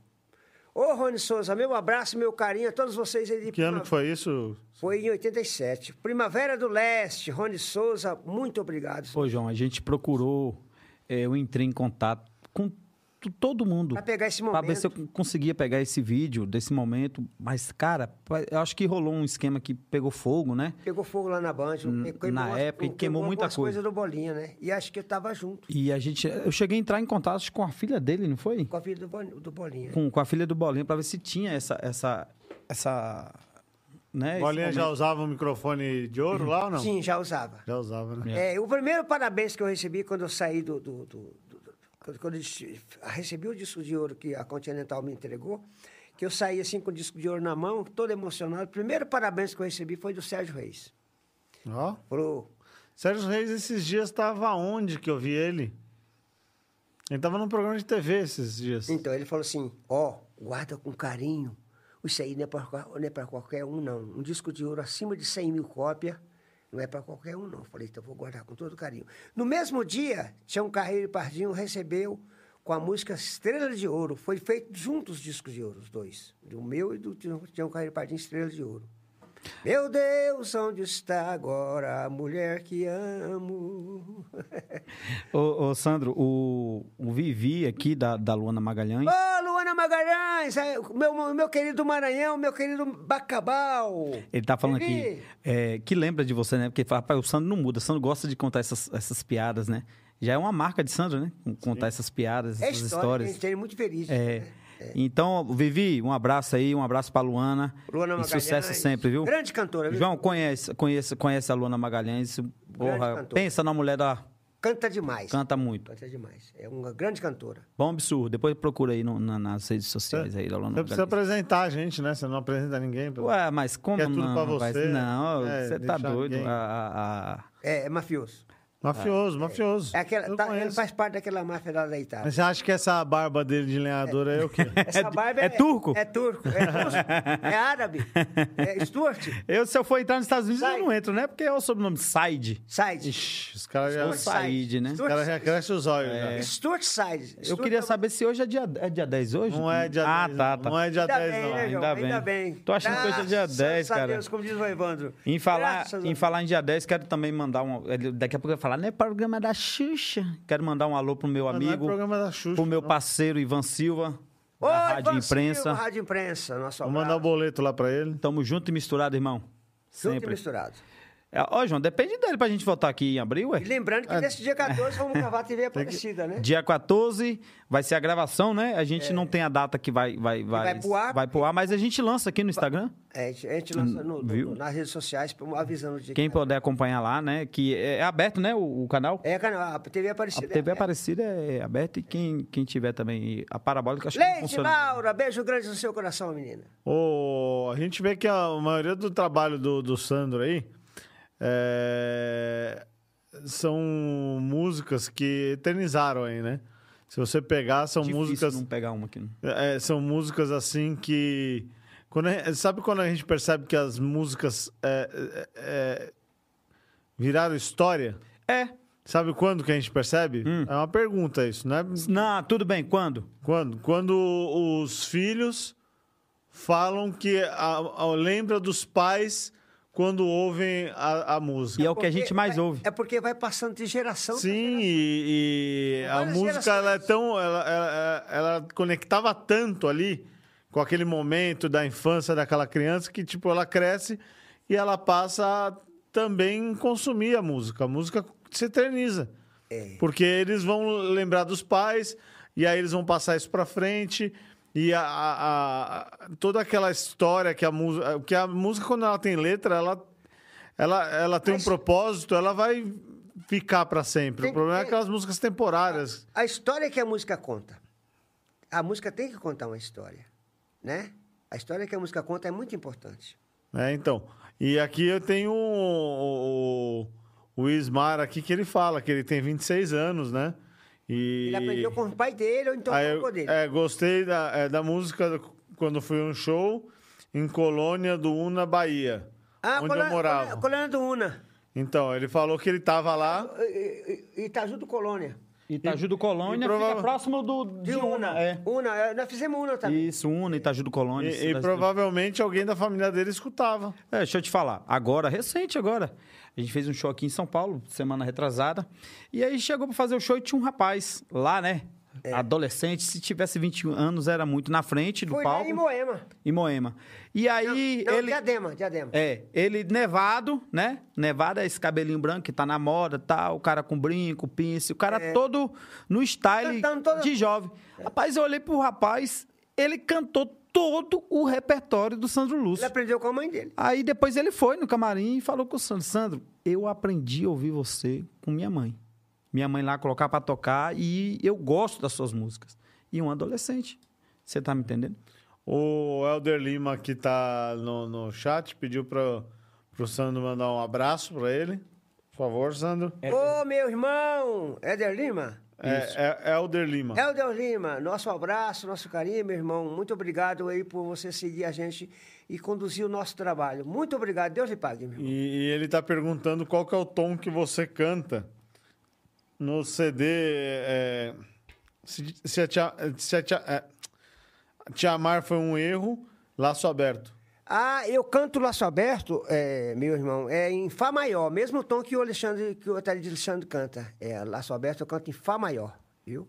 S2: Ô, Rony Souza, meu abraço, meu carinho a todos vocês aí. de
S1: Que ano
S2: prima-
S1: que foi isso?
S2: Foi em 87. Primavera do Leste, Rony Souza, muito obrigado.
S3: Ô, João, a gente procurou, eh, eu entrei em contato com t- todo mundo.
S2: Pra pegar esse
S3: Pra ver se eu
S2: momento.
S3: con- conseguia pegar esse vídeo desse momento. Mas, cara, pa- eu acho que rolou um esquema que pegou fogo, né?
S2: Pegou fogo lá na Band.
S3: Na época, queimou muita
S2: coisa
S3: coisa.
S2: do Bolinha, né? E acho que eu tava junto
S3: E a gente. Eu cheguei a entrar em contato acho que com a filha dele, não foi?
S2: com a vida do, Bol- do Bolinha.
S3: Com, com a filha do Bolinha, pra ver se tinha essa. essa, essa né, esse
S1: Bolinha já
S3: momento.
S1: usava o microfone de ouro lá ou não?
S2: É Sim, já usava.
S1: Já usava, né?
S2: É, o primeiro parabéns que eu recebi quando eu saí do. do- do- do- do- quando, quando eu des- recebi o disco de ouro que a Continental me entregou, que eu saí assim com o disco de ouro na mão, todo emocionado. O primeiro parabéns que eu recebi foi do Sérgio Reis.
S1: Ó.
S2: Pro,
S1: Sérgio Reis esses dias estava onde que eu vi ele? Ele tava num programa de TV esses dias.
S2: então ele falou assim: ó, guarda com carinho. Isso aí não é para qualquer um, não. Um disco de ouro acima de 100 mil cópias. Não é para qualquer um, não. Eu Falei, então eu vou guardar com todo carinho. No mesmo dia, Tião Carreiro e Pardinho recebeu com a música Estrela de Ouro. Foi feito juntos os discos de ouro, os dois. Do meu e do Tião Tião Carreiro e Pardinho, Estrela de Ouro. Meu Deus, onde está agora a mulher que amo?
S3: Ô, ô, Sandro, o, o Vivi aqui da, da Luana Magalhães.
S2: Ô, Luana Magalhães, é, meu, meu querido Maranhão, meu querido Bacabal.
S3: Ele tá falando
S2: Vivi.
S3: aqui é, que lembra de você, né? Porque ele fala, "Rapaz, o Sandro não muda, o Sandro gosta de contar essas, essas piadas, né? Já é uma marca de Sandro, né? Contar essas piadas,
S2: É
S3: essas
S2: história,
S3: histórias.
S2: gente, ele é muito feliz.
S3: É. Então, Vivi, um abraço aí, um abraço pra Luana.
S2: Luana
S3: e
S2: Magalhães,
S3: sucesso sempre, viu?
S2: grande cantora, viu?
S3: João, conhece, conhece, conhece a Luana Magalhães. Porra,
S2: cantora.
S3: pensa na mulher da.
S2: Canta demais.
S3: Canta muito.
S2: Canta demais. É uma grande cantora.
S3: Bom absurdo. Depois procura aí no- na- nas redes sociais aí da Luana
S1: Você É, precisa
S3: Magalhães.
S1: apresentar a gente, né? Você não apresenta ninguém. pelo-
S3: Ué, mas como
S1: Que é tudo
S3: não?
S1: pra
S3: rapaz?
S1: você,
S3: Não,
S1: é,
S3: você tá
S1: deixar
S3: doido. ah,
S1: ninguém.
S3: A- a- a-
S2: É, é mafioso.
S1: Mafioso, mafioso.
S2: É aquela,
S1: Eu
S2: tá- ele
S1: conheço.
S2: faz parte daquela máfia lá da Itália.
S1: Mas você acha que essa barba dele de lenhador é, o quê?
S2: Essa barba
S3: é turco?
S2: É turco. É, turco, é árabe. É Stuart.
S3: Eu, se eu for entrar nos Estados Unidos,
S2: Said.
S3: eu não entro, né? Porque é o sobrenome Side.
S2: Side.
S1: Ixi, os caras já,
S3: Ou
S1: os
S2: Stuart
S3: Said, né?
S2: Stuart,
S1: caras já crescem os
S2: É.
S1: olhos. já.
S2: Stuart Side.
S3: Eu queria saber se hoje é dia, é dia 10 hoje?
S1: Não é dia
S3: ah,
S1: 10,
S3: tá,
S1: não.
S3: tá.
S1: Não é dia
S2: Ainda
S1: 10,
S2: bem,
S1: não.
S2: né, João?
S3: Ainda bem.
S2: Ainda bem.
S3: Tô achando que hoje é dia
S2: Graças
S3: 10,
S2: a
S3: cara.
S2: Deus, como diz o Evandro.
S3: Em falar,
S2: Graças a
S3: em
S2: Deus.
S3: falar em dia 10, quero também mandar um. ele- Daqui a pouco eu vou falar, não é programa da Xuxa. Quero mandar um alô pro meu
S1: Mas não é
S3: amigo,
S1: programa da Xuxa,
S3: pro meu
S1: não.
S3: parceiro Ivan Silva, da
S2: Oi,
S3: Rádio
S2: Ivan Silva,
S3: Imprensa.
S2: Rádio Imprensa, nosso
S1: Vou mandar o
S2: abraço.
S1: boleto lá pra ele.
S3: Tamo junto e misturado, irmão.
S2: Junto e
S3: Sempre.
S2: misturado.
S3: É, Ó, João, depende dele pra gente votar aqui em abril, ué.
S2: E lembrando que
S3: Ah.
S2: nesse dia 14 vamos gravar a TV Aparecida, né?
S3: Dia 14 vai ser a gravação, né? A gente não tem a data que vai vai vai,
S2: É. vai pro ar.
S3: vai pro ar, mas a gente lança aqui no Instagram.
S2: É, a gente, a gente lança no- no-
S3: Viu?
S2: nas redes sociais pra- avisando o dia
S3: Quem
S2: que tá.
S3: puder acompanhar lá, né? Que é é aberto, né? O, o canal.
S2: É, cara, a TV
S3: A
S2: Aparecida.
S3: TV
S2: é-
S3: Aparecida é aberta e quem, quem tiver também a parabólica, acho que não
S2: Leite,
S3: funciona. É
S2: Laura, beijo grande no seu coração, menina.
S1: Ô, a gente vê que a maioria do trabalho do, do Sandro aí é, são músicas que eternizaram aí, né? Se você pegar, são
S3: Difícil
S1: músicas.
S3: não pegar uma aqui. né?
S1: É, são músicas assim que. Quando a- sabe quando a gente percebe que as músicas é, é, é, viraram história?
S3: É.
S1: Sabe quando que a gente percebe?
S3: Hum.
S1: É uma pergunta isso, né?
S3: Não, tudo bem, quando?
S1: Quando? Quando os filhos falam que a, a- lembra dos pais quando ouvem a, a música.
S3: E é o que a gente
S2: Porque
S3: mais
S2: vai-
S3: ouve.
S2: É porque vai passando de geração.
S1: Sim, e, e
S2: São
S1: a
S2: várias
S1: música ela é
S2: gerações.
S1: tão. Ela, ela, ela conectava tanto ali com aquele momento da infância daquela criança que, tipo, ela cresce e ela passa a também consumir a música. A música se eterniza.
S2: É.
S1: Porque eles vão lembrar dos pais e aí eles vão passar isso pra frente. E a, a- a- toda aquela história que a música. Que a música, quando ela tem letra, ela ela, ela tem um propósito, ela vai ficar pra sempre.
S2: Tem-
S1: o problema é
S2: tem-
S1: aquelas músicas temporárias.
S2: A história que a música conta. A música tem que contar uma história, né? A história que a música conta é muito importante.
S1: Né? Então, e aqui eu tenho o, o, o Ismar aqui que ele fala que ele tem 26 anos, né? E
S2: Ele aprendeu com o pai dele ou então
S1: Aí
S2: com o
S1: eu,
S2: avô dele.
S1: é, gostei da, é, da música quando fui a um show em Colônia do Una, Bahia, onde eu
S2: Colônia-
S1: morava.
S2: Colônia- Colônia do Una.
S1: Então, ele falou que ele tava lá.
S2: E, e, e Itaju do Colônia.
S3: Itaju do Colônia
S1: e prova-
S3: fica próximo do, de,
S2: De Una.
S3: Una. É.
S2: Una, é, nós fizemos Una também.
S3: Isso, Una, Itaju do Colônia.
S1: E, e
S3: cidade-
S1: provavelmente alguém da família dele escutava.
S3: É, deixa eu te falar. Agora, recente agora. A gente fez um show aqui em São Paulo, semana retrasada. E aí chegou pra fazer o show e tinha um rapaz lá, né?
S2: É.
S3: Adolescente, se tivesse 21 anos, era muito na frente do
S2: Foi lá
S3: palco.
S2: em Moema.
S3: em Moema. E aí
S2: Não,
S3: ele.
S2: Diadema, Diadema.
S3: É, ele nevado, né? Nevado é esse cabelinho branco que tá na moda, tá? O cara com brinco, pince, o cara todo no style
S2: É. Cantando É. toda-
S3: de jovem. Rapaz, eu olhei pro rapaz, ele cantou todo o repertório do Sandro
S2: Ele é
S3: Lúcio.
S2: aprendeu com a mãe dele.
S3: Aí depois ele foi no camarim e falou com o Sandro: Sandro, eu aprendi a ouvir você com minha mãe. Minha mãe lá colocar pra tocar e eu gosto das suas músicas. E um adolescente. Você tá me entendendo?
S1: O Helder Lima, que tá no, no chat, pediu para pro Sandro mandar um abraço para ele. Por favor, Sandro.
S2: Ô, meu irmão, Éder Lima.
S1: É, é, Helder Lima.
S2: Helder Lima, nosso abraço, nosso carinho, meu irmão. Muito obrigado aí por você seguir a gente e conduzir o nosso trabalho. Muito obrigado. Deus lhe pague, meu irmão.
S1: E, e ele tá perguntando qual que é o tom que você canta no CD. é, se, se, a tia, se a tia, é, te amar foi um erro, laço aberto.
S2: Ah, eu canto Laço Aberto, é, meu irmão, é em Fá maior, mesmo tom que o Alexandre, que o Otário de Alexandre canta. É, Laço Aberto eu canto em Fá maior, viu?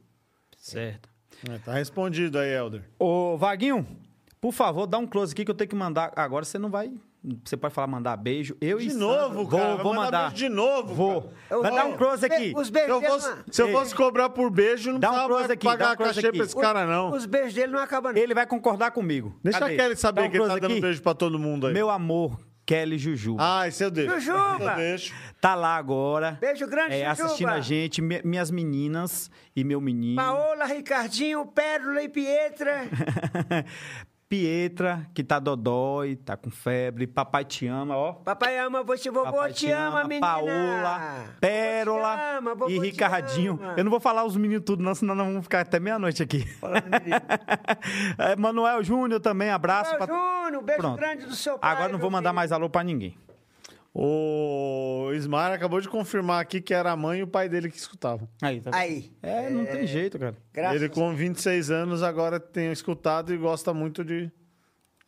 S3: Certo.
S1: É, tá respondido aí, Helder.
S3: Ô, Vaguinho, por favor, dá um close aqui que eu tenho que mandar. Agora você não vai. Você pode falar mandar beijo. Eu e
S1: De
S3: Sandro-
S1: novo,
S3: vou,
S1: cara. vai
S3: Vou
S1: mandar
S3: mandar.
S1: beijo De novo.
S3: Vou.
S1: cara.
S2: Eu
S3: Vai
S2: vou-
S3: dar um close aqui.
S2: Os
S1: Se eu
S2: beijos dele
S1: fosse,
S2: não-
S1: se eu fosse cobrar por beijo, não
S3: Dá um
S1: precisava
S3: close aqui, dá
S1: pagar
S3: um close
S1: cachê
S3: aqui.
S1: pra esse cara, não.
S2: Os beijos dele não acabam não.
S3: Ele vai concordar comigo.
S1: Deixa
S3: Cadê?
S1: a Kelly saber
S3: Dá um
S1: que ele tá
S3: close
S1: dando
S3: aqui.
S1: beijo pra todo mundo aí.
S3: Meu amor, Kelly Juju.
S1: Ah, esse eu deixo.
S2: Jujuba!
S1: Esse Eu deixo.
S3: Tá lá agora.
S2: Beijo grande,
S3: é,
S2: Jujuba.
S3: Assistindo a gente, mi- minhas meninas e meu menino.
S2: Paola, Ricardinho, Pérola e Pietra.
S3: Pietra, que tá dodói, tá com febre. Papai te ama, ó.
S2: Papai ama você, vovô
S3: Papai
S2: te ama, menina.
S3: Paola,
S2: Vovô
S3: Pérola
S2: te ama, vovô
S3: e
S2: te
S3: Ricardinho.
S2: ama.
S3: Eu não vou falar os meninos tudo, não, senão nós vamos ficar até meia-noite aqui.
S2: Fala, menino.
S3: É, Manuel Júnior também, abraço.
S2: Meu
S3: pra-
S2: Júnior, beijo
S3: Pronto.
S2: grande do seu pai.
S3: Agora não
S2: meu
S3: vou mandar
S2: filho.
S3: mais alô pra ninguém.
S1: O Ismar acabou de confirmar aqui que era a mãe e o pai dele que escutavam.
S3: Aí, tá
S2: Aí.
S3: É, não tem jeito, cara.
S2: Graças,
S1: ele, com 26 anos, agora tem escutado e gosta muito de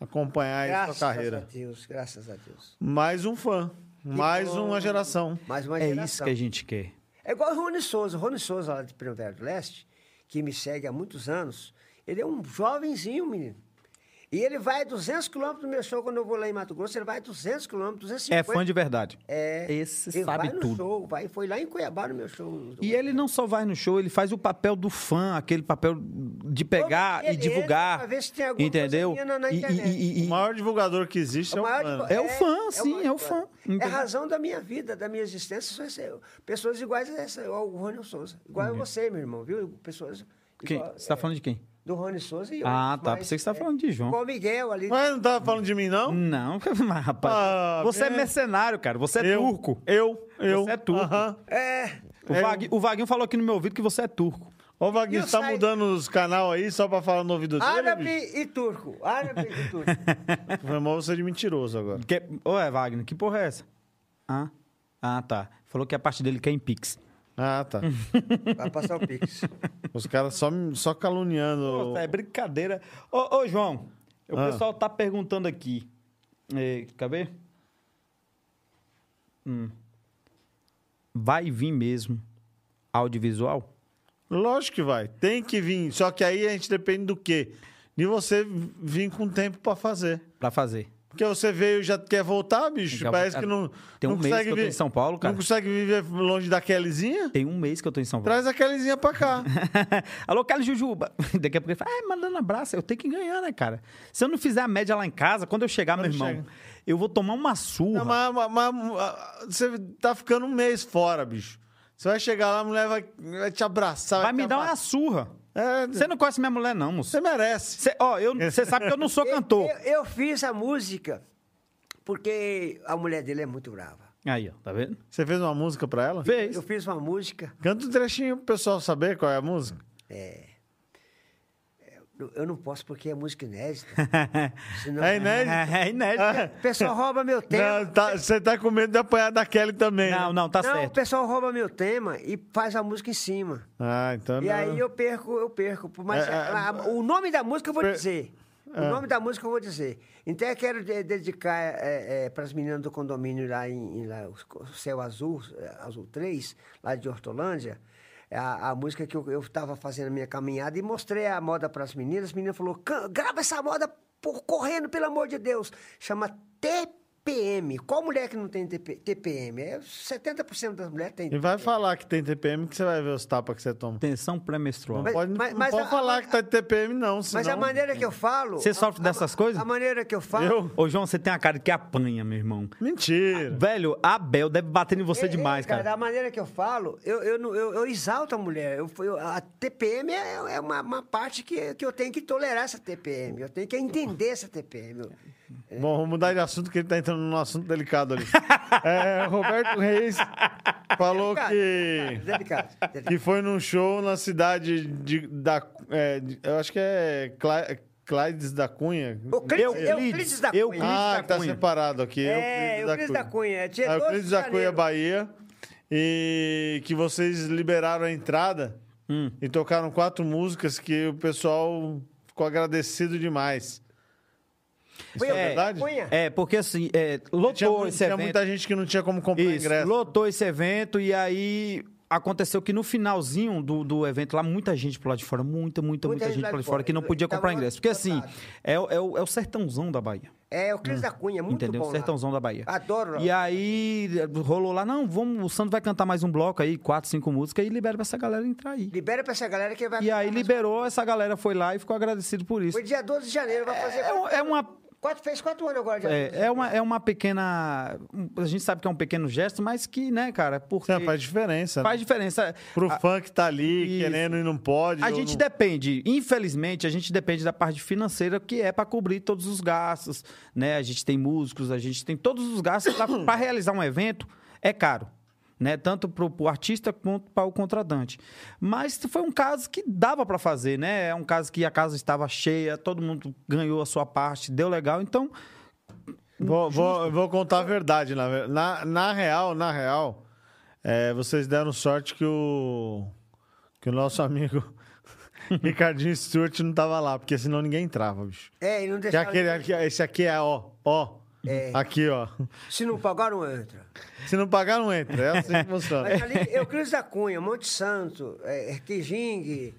S1: acompanhar aí
S2: graças
S1: sua carreira.
S2: a Deus, graças a Deus.
S1: Mais um fã. Mais
S2: bom.
S1: uma geração.
S2: Mais uma
S3: É
S2: geração.
S3: isso que a gente quer.
S2: É igual o Rony Souza. O Rony Souza, lá de Primavera do Leste, que me segue há muitos anos, ele é um jovenzinho, menino. E ele vai 200 quilômetros no meu show, quando eu vou lá em Mato Grosso, ele vai 200 quilômetros, 250.
S3: É fã de verdade.
S2: É,
S3: Esse
S2: ele
S3: sabe
S2: vai no
S3: tudo.
S2: show, vai, foi lá em Cuiabá no meu show.
S3: E ele não só vai no show, ele faz o papel do fã, aquele papel de pegar
S2: Ele
S3: e
S2: entra
S3: divulgar.
S2: pra ver se tem alguma
S3: entendeu?
S2: coisa minha na- na
S3: E- e-
S2: internet.
S3: e- e-
S1: O maior divulgador que existe é o
S2: maior
S1: Mano.
S2: de-
S3: É o fã, sim,
S2: maior
S3: é o
S2: de-
S3: fã,
S2: É a
S3: entendeu?
S2: razão da minha vida, da minha existência. só esse- Pessoas iguais a essa, igual o Rony Souza. Igual a você, meu irmão, viu? Pessoas.
S3: Quem?
S2: igual- é,
S3: Você está falando de quem?
S2: Do Rony Souza e
S3: Ah,
S2: outros,
S3: tá.
S2: mas,
S3: Pensei que você tá
S2: é,
S3: falando de João.
S2: Igual o Miguel ali.
S1: Mas não tava falando de mim, não?
S3: Não, mas, rapaz.
S1: Ah,
S3: você é
S1: bem.
S3: mercenário, cara. Você é
S1: eu,
S3: turco.
S1: Eu, eu.
S3: Você é turco.
S1: Aham.
S2: É.
S3: O, Vag- o Vaguinho falou aqui no meu ouvido que você é turco.
S1: Ô,
S2: E
S1: Vaguinho,
S2: o
S1: você tá
S2: Sai-
S1: mudando os canal aí só pra falar no ouvido dele,
S2: Árabe
S1: bicho?
S2: e turco. Árabe e turco.
S1: Foi mal você de mentiroso agora.
S3: Que... Ô, é, Wagner, que porra é essa? Ah, ah, tá. Falou que a parte dele quer em Pix.
S1: Ah, tá.
S2: Vai passar o Pix.
S1: Os caras só, me- só caluniando.
S3: Pô, é brincadeira. Ô, ô, João, o
S1: Ah.
S3: pessoal tá perguntando aqui. É, quer ver? Hum. Vai vir mesmo audiovisual?
S1: Lógico que vai. Tem que vir. Só que aí a gente depende do quê? De você vir com tempo pra fazer.
S3: Pra fazer.
S1: Porque você veio e já quer voltar, bicho.
S3: Já-
S1: Parece que não.
S3: Tem um
S1: não
S3: mês
S1: consegue
S3: que eu tô
S1: vi-
S3: em São Paulo, cara.
S1: Não consegue viver longe da Kellyzinha?
S3: Tem um mês que eu tô em São Paulo.
S1: Traz a Kellyzinha pra cá.
S3: Alô, Carlos Jujuba. Daqui a pouco ele fala, ah, mandando abraço, eu tenho que ganhar, né, cara? Se eu não fizer a média lá em casa, quando eu chegar, meu irmão,
S1: chega.
S3: eu vou tomar uma surra.
S1: Não, mas, mas- mas- ah, você tá ficando um mês fora, bicho. Você vai chegar lá, a mulher vai, vai te abraçar.
S3: Vai
S1: te
S3: me dar uma
S1: abraçar.
S3: surra.
S1: então É,
S3: Você não conhece minha mulher, não, moço.
S1: você merece.
S3: Você ó, eu- você sabe que eu não sou cantor.
S2: Eu, eu fiz a música porque a mulher dele é muito brava.
S3: Aí, ó, tá vendo?
S1: Você fez uma música pra ela?
S3: Fez.
S2: Eu fiz uma música.
S1: Canta um trechinho pro pessoal saber qual é a música.
S2: Eu não posso porque é música inédita. Senão...
S1: É inédito?
S3: É inédito.
S2: O pessoal rouba meu tema.
S1: Não, tá- você tá com medo de apanhar da Kelly também.
S3: um Não,
S1: né?
S3: não, tá
S2: não, o
S3: certo.
S2: pessoal rouba meu tema e faz a música em cima.
S1: Ah, então
S2: E
S1: não.
S2: aí eu perco, eu perco. Mas
S1: É, é,
S2: a- o nome da música eu vou
S1: per- É.
S2: dizer. O nome da música eu vou dizer. Então eu quero de- dedicar para as meninas do condomínio lá em, em lá, os co- Céu Azul, eh, Azul 3, lá de Hortolândia, É a, a música que eu estava fazendo a minha caminhada e mostrei a moda para as meninas. As meninas falaram, grava essa moda por, correndo, pelo amor de Deus. Chama TPM. Qual mulher que não tem TP, TPM? É, 70% das mulheres tem.
S1: E vai falar que tem TPM que você vai ver os tapas que você toma.
S3: Tensão
S1: Não
S3: pré-menstrual.
S2: Mas-
S1: pode, não
S2: mas
S1: pode
S2: a-
S1: falar
S2: a-
S1: que tá de TPM, não. Senão...
S2: Mas a maneira que eu falo.
S3: Você
S2: a-
S3: sofre
S2: a-
S3: dessas coisas?
S2: A maneira que eu falo.
S1: Eu?
S3: Ô, João, você tem uma cara que apanha, meu irmão.
S2: Ah,
S1: Mentira.
S3: Velho, Abel deve bater em você
S2: É, é,
S3: demais, cara.
S2: Da maneira que eu falo, eu, eu, não- eu, eu exalto a mulher. Eu, eu- a TPM é, é uma, uma parte que, que eu tenho que tolerar essa TPM. Eu tenho que entender essa TPM. Eu- é.
S1: Bom, vamos mudar de assunto, que ele tá entrando num assunto delicado ali. é, Roberto Reis falou
S2: Delicado,
S1: que,
S2: Delicado. delicado.
S1: que foi num show na cidade de, da. é, de- eu acho que é Cla- Clydes da Cunha.
S2: Euclides-
S3: Euclides,
S2: Euclides é da Cunha.
S3: Euclides
S1: ah,
S3: da
S1: tá
S3: Cunha.
S1: separado aqui.
S2: É, Euclides da Cunha, é dia
S1: Ah,
S2: 12
S1: Euclides
S2: de
S1: da Cunha,
S2: janeiro.
S1: Bahia. E que vocês liberaram a entrada
S3: Hum.
S1: e tocaram quatro músicas que o pessoal ficou agradecido demais. Isso é,
S2: Cunha,
S1: verdade?
S2: Cunha.
S3: É, porque assim, é, lotou
S1: Tinha, mu-
S3: esse
S1: tinha
S3: evento.
S1: muita gente que não tinha como comprar
S3: Isso,
S1: ingresso.
S3: lotou esse evento e aí aconteceu que no finalzinho do, do evento lá, muita gente por lá de fora, muita, muita, muita, gente por lá de fora que não podia
S2: Tava
S3: comprar ingresso. Porque assim,
S2: lotado.
S3: é, o- é o, é o sertãozão da Bahia.
S2: É, Euclides da Cunha, muito
S3: entendeu?
S2: bom. lá.
S3: sertãozão da Bahia.
S2: Adoro lá.
S3: E aí rolou lá, não, vamos, o Sandro vai cantar mais um bloco aí, quatro, cinco músicas, e libera pra essa galera entrar aí.
S2: Libera pra essa galera que vai.
S3: E aí liberou, essa galera foi lá e ficou agradecido por isso.
S2: Foi dia 12 de janeiro, vai fazer.
S3: É, um- é uma
S2: Quatro, fez quatro anos agora. dia 12.
S3: É, é uma, é uma pequena. um- A gente sabe que é um pequeno gesto, mas que, né, cara, porque
S1: Sim, faz diferença.
S3: faz
S1: Faz...
S3: diferença.
S1: Pro
S3: A-
S1: fã que tá ali
S3: Isso.
S1: querendo e não pode.
S3: A
S1: ou
S3: gente
S1: não-
S3: depende, infelizmente, a gente depende da parte financeira que é para cobrir todos os gastos, né? A gente tem músicos, a gente tem todos os gastos para realizar um evento é caro, né? Tanto para o artista quanto para o contratante. Mas foi um caso que dava para fazer, né? É um caso que a casa estava cheia, todo mundo ganhou a sua parte, deu legal, então
S1: Vou, vou, vou contar a verdade. Na, ver- na, na real, na real, é, vocês deram sorte que o, que o nosso amigo Ricardinho Stewart não tava lá, porque senão ninguém entrava, bicho.
S2: É, e não
S1: Que
S2: deixaram.
S1: aquele, aqui- esse aqui é ó, ó.
S2: É.
S1: Aqui, ó.
S2: Se não pagar, não entra.
S1: Se não pagar, não entra. É assim que funciona.
S2: Mas ali, Euclides da Cunha, Monte Santo, é, Erquijingue,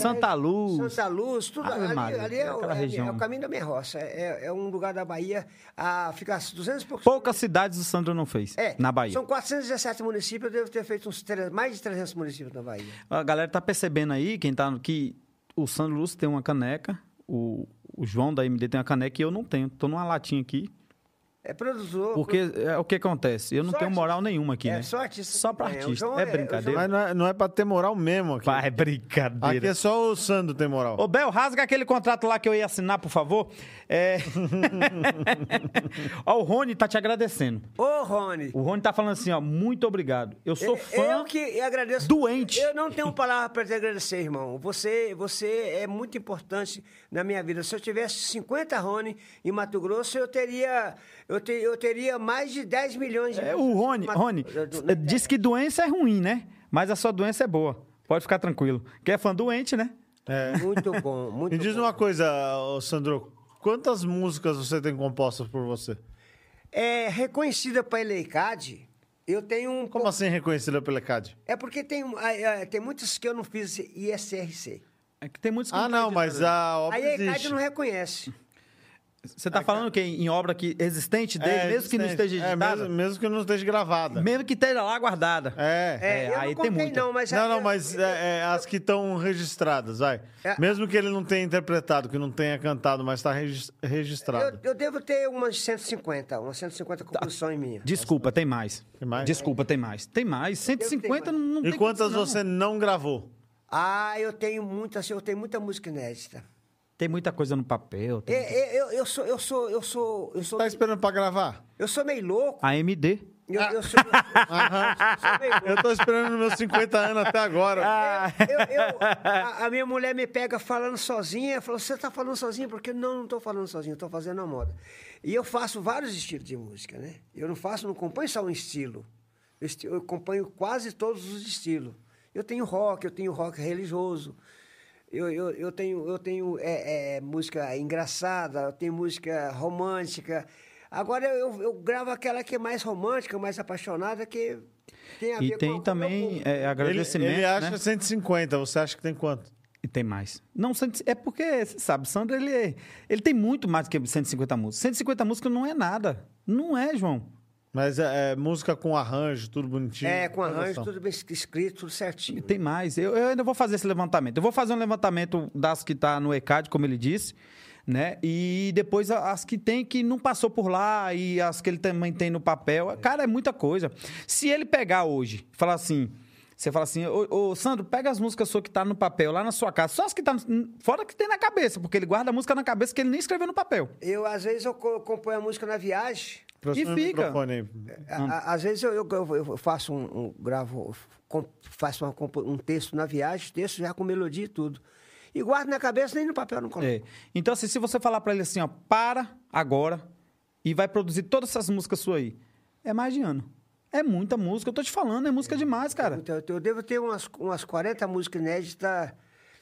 S3: Santa Luz.
S2: Ah, é. Santa Luz, tudo
S3: Ave
S2: ali,
S3: Maria,
S2: ali é, o-
S3: aquela
S2: é-
S3: região.
S2: é o caminho da minha roça. É, é um lugar da Bahia a ficar 200 e poucos.
S3: Poucas cidades o Sandro não fez
S2: É,
S3: na Bahia.
S2: São 417 municípios, eu devo ter feito uns tre- mais de 300 municípios na Bahia.
S3: A galera tá percebendo aí, quem tá, no- que o Sandro Lúcio tem uma caneca, o, o João da MD tem uma caneca e eu não tenho. Tô numa latinha aqui.
S2: É produtor.
S3: Porque é, o que acontece? Eu não
S2: Só
S3: tenho moral nenhuma aqui,
S2: É,
S3: né?
S2: só artista
S3: Só
S2: que
S3: pra
S2: ganha. O
S3: artista.
S2: João
S3: É
S2: é- o
S3: brincadeira.
S1: Mas não é, não é pra ter moral mesmo aqui.
S3: Pai, é
S1: Aqui
S3: brincadeira.
S1: é só o Sandro tem moral.
S3: Ô, Bel, rasga aquele contrato lá que eu ia assinar, por favor. É... ó, o Rony tá te agradecendo.
S2: Ô, Rony.
S3: O Rony tá falando assim, ó, muito obrigado. Eu sou fã.
S2: É, Eu que agradeço.
S3: doente.
S2: Eu não tenho palavra para te agradecer, irmão. Você, você é muito importante na minha vida. Se eu tivesse 50 Rony em Mato Grosso, eu teria, eu te- eu teria mais de 10 milhões de
S3: É, o Rony,
S2: Mato-
S3: Rony, é,
S2: Eu- eu-
S3: diz que doença é ruim, né? Mas a sua doença é boa. Pode ficar tranquilo. Que é fã doente, né?
S2: é, Muito bom, muito
S1: Me diz
S2: bom.
S1: uma coisa, ô, Sandro. Quantas músicas você tem compostas por você?
S2: É reconhecida para Eleicade. Eu tenho um
S1: Como assim reconhecida pela ECAD?
S2: É porque tem, ah, ah, tem muitos que eu não fiz ISRC.
S3: É que tem muitos que
S1: Ah, não,
S3: acreditam,
S1: mas
S3: né?
S1: a obra
S2: Aí a ICAD
S1: existe.
S2: não é reconhece.
S3: Você tá falando que em obra que existente dele,
S1: É,
S3: mesmo que não
S1: existente.
S3: esteja
S1: É,
S3: editada,
S1: mesmo,
S3: mesmo,
S1: mesmo que não esteja gravada.
S3: que esteja lá guardada.
S1: É.
S2: É,
S3: É,
S2: eu
S3: aí
S2: não
S3: tem
S2: contei,
S3: muita.
S2: não, mas...
S1: Não,
S2: aí
S1: não,
S2: eu-
S1: mas é, é, as que estão registradas, vai.
S2: É.
S1: Mesmo que ele não tenha interpretado, que não tenha cantado, mas está regis- registrado.
S2: Eu, eu devo ter umas 150, umas 150 composições minhas.
S3: Desculpa, tem mais.
S1: Tem mais?
S3: Desculpa, tem mais. Tem mais. 150
S2: mais.
S3: não, não
S1: E
S3: tem
S1: quantas
S3: condição, não.
S1: você não gravou?
S2: Ah, eu tenho muita, eu tenho muita música inédita.
S3: Tem muita coisa no papel.
S2: Eu,
S3: Tem...
S2: eu, eu sou, eu sou, eu sou, eu sou,
S1: Tá esperando pra gravar?
S2: eu sou meio
S3: Ah.
S2: louco.
S3: AMD.
S2: Eu, eu sou, eu sou meio louco.
S1: Eu tô esperando meus 50 anos até agora.
S2: Eu- eu- a, a minha mulher me pega falando sozinha, falou, você tá falando sozinha? Porque não, não tô falando sozinho, eu tô fazendo a moda. E eu faço vários estilos de música, né? Eu não faço, não acompanho só um estilo. Eu, esti- eu acompanho quase todos os estilos. Eu tenho rock, eu tenho rock religioso. Eu, eu, eu tenho, eu tenho é, é, música engraçada, eu tenho música romântica. Agora eu, eu gravo aquela que é mais romântica, mais apaixonada, que tem a ver
S3: E
S2: com- com o
S3: tem
S2: meu
S3: também
S2: público.
S3: é,
S1: Ele,
S3: agradecimento.
S1: ele acha
S3: né?
S1: 150, você acha que tem quanto?
S3: E tem mais. Não, cento- é porque, você sabe, Sandro, ele, é- ele tem muito mais que 150 músicas. 150 músicas não é nada. Não é, João.
S1: Mas é, é música com arranjo, tudo bonitinho.
S2: É, com arranjo,
S1: Produção.
S2: tudo bem escrito, tudo certinho.
S3: Tem mais. Eu, eu ainda vou fazer esse levantamento. Eu vou fazer um levantamento das que tá no ECAD, como ele disse, né? E depois a- as que tem que não passou por lá e as que ele também tem no papel. Cara, é muita coisa. Se ele pegar hoje, falar assim, você fala assim, ô, ô, Sandro, pega as músicas suas que tá no papel lá na sua casa, só as que tá no- fora que tem na cabeça, porque ele guarda a música na cabeça que ele nem escreveu no papel.
S2: Eu, às vezes, eu co- componho a música na viagem.
S1: Aproxima
S3: E
S1: o
S3: fica.
S1: microfone aí.
S2: A- a- às vezes eu, eu- eu- eu faço um, um- gravo, com- faço uma compo- um texto na viagem, texto já com melodia e tudo. E guardo na cabeça, nem no papel não coloco.
S3: É. Então, assim, se você falar pra ele assim, ó, para agora e vai produzir todas essas músicas suas aí, é mais de ano. É muita música, eu tô te falando, é música demais, cara.
S2: Então, eu te- eu devo ter umas, umas 40 músicas inéditas.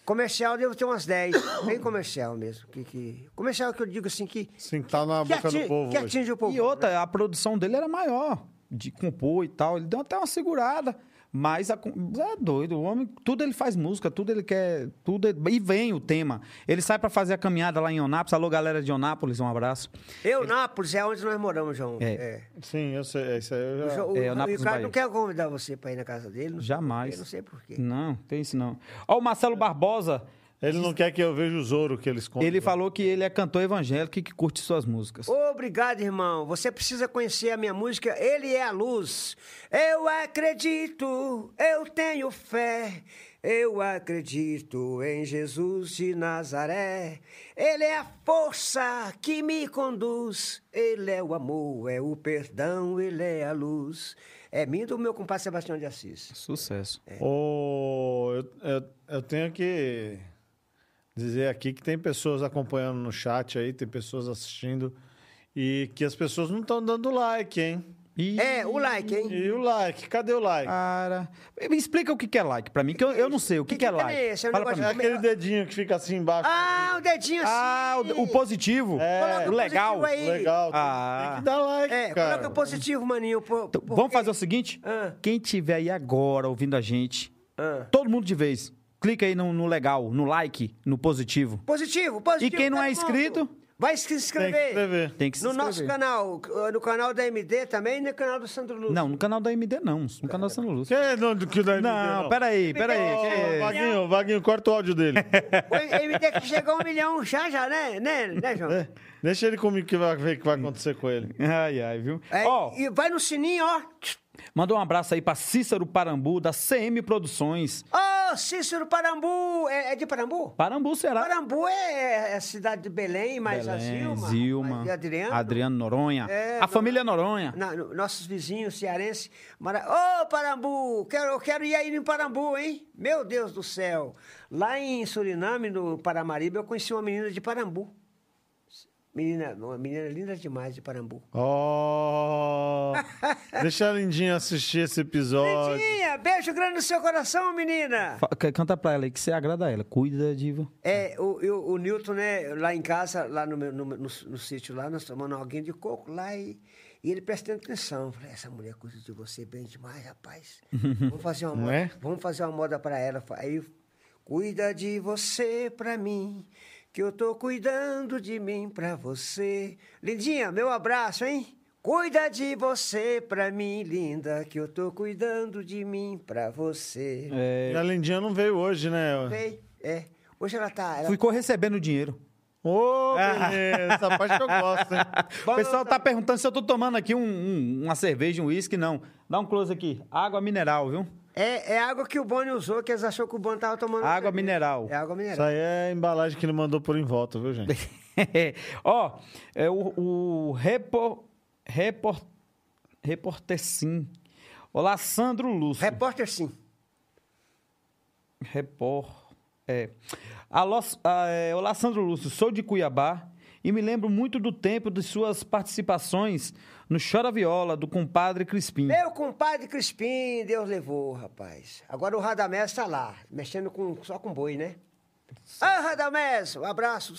S2: Comercial, eu devo ter umas 10. Bem comercial mesmo. Que, que- comercial que eu digo assim que.
S1: Sim, tá na
S2: Que,
S1: boca
S2: atinge,
S1: do povo.
S2: que
S1: hoje.
S2: atinge o povo.
S3: E outra, a produção dele era maior, de compor e tal, ele deu até uma segurada. Mas a com- é doido, o homem, tudo ele faz música, tudo ele quer, tudo ele- e vem o tema. Ele sai pra fazer a caminhada lá em Onápolis, alô galera de Onápolis, um abraço.
S2: Eu, Nápoles, é onde nós moramos, João.
S3: É.
S1: Sim, eu sei. Isso aí eu
S2: O,
S1: já...
S2: João- o,
S3: É, o
S2: o
S3: Nápoles
S2: Ricardo
S3: Bahia.
S2: não quer convidar você para ir na casa dele. não sei
S3: Jamais.
S2: porquê, não sei porquê.
S3: Não, tem isso não. Ó, o Marcelo Barbosa,
S1: Ele não quer que eu veja os ouro que eles compram.
S3: ele falou que ele é cantor evangélico e que curte suas músicas.
S2: Obrigado, irmão. Você precisa conhecer a minha música Ele é a Luz. Eu acredito, eu tenho fé. Eu acredito em Jesus de Nazaré. Ele é a força que me conduz. Ele é o amor, é o perdão, ele é a luz. É mim do meu compadre Sebastião de Assis.
S3: Sucesso.
S2: É.
S1: Ô, eu, eu- eu tenho que dizer aqui que tem pessoas acompanhando no chat aí, tem pessoas assistindo e que as pessoas não estão dando like, hein?
S3: Ih,
S2: É, o like, hein?
S1: E o like? Cadê o like?
S3: Ah, Cara. Me explica o que que é like pra mim, que eu, eu não sei. O que,
S2: Que-
S3: que é
S2: que
S3: like?
S2: é esse? É um
S3: Fala pra
S1: é
S2: negócio
S3: mim.
S1: aquele dedinho que fica assim embaixo.
S2: Ah, o dedinho assim.
S3: Ah, o, o positivo?
S1: É.
S3: o legal.
S2: Coloca o positivo aí.
S1: Legal. tem-
S3: Ah.
S1: Tem que dar like,
S2: É,
S1: cara.
S2: coloca positivo, maninho. po-
S3: Então,
S2: porque-
S3: vamos fazer o seguinte?
S2: Ah.
S3: Quem tiver aí agora ouvindo a gente,
S2: Ah.
S3: todo mundo de vez, clica aí no, no legal, no like, no positivo.
S2: Positivo, positivo.
S3: E quem não
S2: tá
S3: é
S2: pronto.
S3: inscrito?
S2: Vai se inscrever.
S1: Tem que escrever.
S3: Tem que se
S2: no
S3: inscrever.
S2: nosso canal, no canal da MD também e no canal do Sandro Lúcio.
S3: Não, no canal da MD não, no canal da Santa Lúcia.
S1: Que não, é que
S2: é
S1: daí
S3: Não, peraí, peraí.
S1: Ô,
S3: que-
S1: Vaguinho, Vaguinho, corta o áudio dele.
S2: O MD que chegou a um milhão já, já, né? Né, né João?
S1: É, Deixa ele comigo que vai ver o que vai acontecer com ele.
S3: Ai, ai, viu?
S2: É,
S3: Ó,
S2: E vai no sininho, ó.
S3: mandou um abraço aí pra Cícero Parambu, da CM Produções.
S2: Ô, Cícero Parambu. É, é de Parambu?
S3: Parambu será?
S2: Parambu é, é a cidade de Belém, mais a Zilma. mais a Adriano. né?
S3: Adriano Noronha.
S2: É,
S3: a família Noronha.
S2: Na- no- nossos vizinhos cearenses. Mara... Ô, Parambu! Quero, eu quero ir aí no Parambu, hein? Meu Deus do céu! Lá em Suriname, no Paramaribe, eu conheci uma menina de Parambu. Menina, uma menina linda demais de Parambu.
S1: Ó, deixa a Lindinha assistir esse episódio.
S2: Lindinha, beijo grande no seu coração, menina!
S3: Fa- c- Canta pra ela aí que você agrada a ela. Cuida, diva.
S2: É, o, eu- o Newton, né, lá em casa, lá no, meu- no, no- no sítio lá, nós tomando alguém de coco lá e, e ele prestando atenção. Eu Falei, essa mulher cuida de você bem demais, rapaz. Vamos fazer uma
S1: Não
S2: moda,
S1: é?
S2: vamos fazer uma moda pra ela. Aí, eu, cuida de você pra mim, que eu tô cuidando de mim pra você. Lindinha, meu abraço, hein? Cuida de você pra mim, linda, que eu tô cuidando de mim pra você.
S3: É.
S1: E a Lindinha não veio hoje, né?
S2: Ei, É. Hoje ela tá. ela
S3: Ficou recebendo dinheiro.
S1: Ô, beleza, essa parte que eu gosto, hein?
S3: O pessoal tá perguntando se eu tô tomando aqui um- um- uma cerveja, um uísque, não. Dá um close aqui. Água mineral, viu?
S2: É, é água que o Boni usou, que eles achou que o Boni tava tomando.
S3: Água
S2: cerveja.
S3: mineral.
S2: É água
S1: Isso
S2: mineral.
S1: aí é a embalagem que ele mandou por em volta, viu, gente?
S3: Ó, é o, o repor, repor, repórter sim. Olá, Sandro Lúcio.
S2: Repórter sim.
S3: Repor. É. Alô, ah, é, Olá, Sandro Lúcio. Sou de Cuiabá e me lembro muito do tempo de suas participações no Chora Viola do compadre Crispim.
S2: Meu compadre Crispim, Deus levou, rapaz. Agora o Radamés tá lá, mexendo com, só com boi, né? Ah, Radamés, um abraço.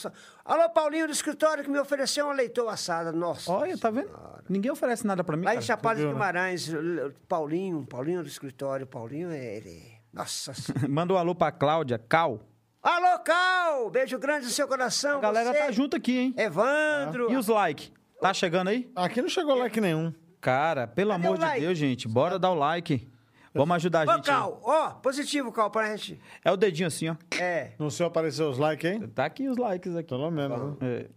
S2: Alô, Paulinho do escritório que me ofereceu uma leitoa assada. Nossa.
S3: Olha, tá vendo? Ninguém oferece nada pra mim.
S2: Lá em
S3: cara.
S2: Chapada de
S1: viu, né?
S2: Guimarães, l- Paulinho, um Paulinho do escritório, Paulinho é. Ele... Nossa senhora.
S3: Manda um alô pra Cláudia, Cal.
S2: Alô, Cal! Beijo grande no seu coração.
S3: A galera
S2: você,
S3: tá junto aqui, hein?
S2: Evandro.
S3: E os like? Tá chegando aí?
S1: Aqui não chegou like nenhum.
S3: Cara, pelo
S2: Cadê
S3: amor
S2: o
S3: de
S2: like?
S3: Deus, gente, bora dar o like. Vamos ajudar a
S2: Ó,
S3: gente. aí.
S2: Cal, ó, positivo, Cal, pra gente.
S3: É o dedinho assim, ó.
S2: É.
S1: No seu apareceu os likes, hein?
S3: Tá aqui os likes aqui.
S1: Pelo menos. né?
S3: É,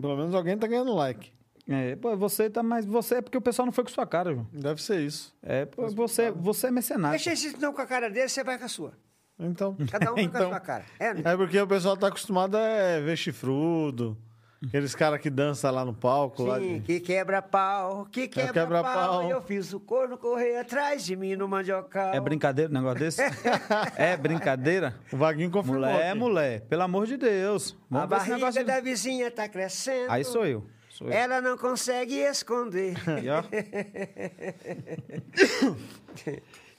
S1: Pelo menos alguém tá ganhando like.
S3: é, pô, você tá mais. Você é porque o pessoal não foi com sua cara, João.
S1: Deve ser isso.
S3: É, pô, você, você é mercenário.
S2: Deixa esse não com a cara dele, você vai com a sua.
S1: Então.
S2: Cada um vai com a
S3: Então.
S2: sua cara. É, né?
S1: É porque o pessoal tá acostumado a ver chifrudo, aqueles caras que dançam lá no palco. lá
S2: Sim,
S1: de-
S2: que quebra pau,
S3: É,
S2: que quebra, pau.
S1: quebra-pau.
S2: Eu fiz o corno correr atrás de mim no mandiocal.
S3: É brincadeira um negócio desse? é brincadeira?
S1: O Vaguinho confirmou.
S3: Mulher, é
S1: aqui.
S3: mulher, pelo amor de Deus.
S2: A
S3: Vamos ver esse
S2: barriga
S3: negócio. Ah,
S2: da É. vizinha tá crescendo.
S3: Aí sou eu. Sou eu.
S2: Ela não consegue esconder.
S3: Aí, ó.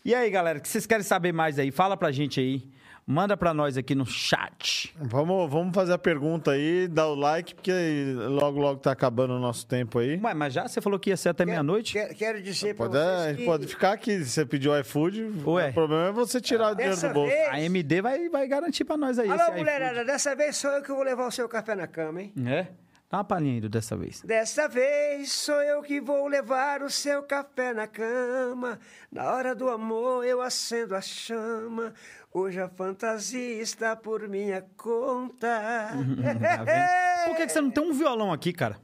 S3: e aí, galera, o que vocês querem saber mais aí? Fala pra gente aí. Manda pra nós aqui no chat.
S1: Vamos, vamos fazer a pergunta aí, dá o like, porque logo, logo tá acabando o nosso tempo aí.
S3: Ué, mas já você falou que ia ser até meia-noite?
S2: Quero, quero dizer pra
S1: Pode, é, a
S2: vocês
S1: gente
S2: que...
S1: pode ficar aqui, se você pediu iFood,
S3: Ué.
S1: o problema é você tirar o dinheiro
S2: Dessa
S1: do bolso.
S2: vez-
S3: A MD vai, vai garantir pra nós aí.
S2: Alô,
S3: esse
S2: mulherada, dessa vez sou eu que vou levar o seu café na cama, hein?
S3: iFood. É? Dá uma palhinha aí do dessa vez.
S2: Desta vez sou eu que vou levar o seu café na cama. Na hora do amor eu acendo a chama. Hoje a fantasia está por minha conta. É.
S3: Tá vendo? Por que, que você não tem um violão aqui, cara?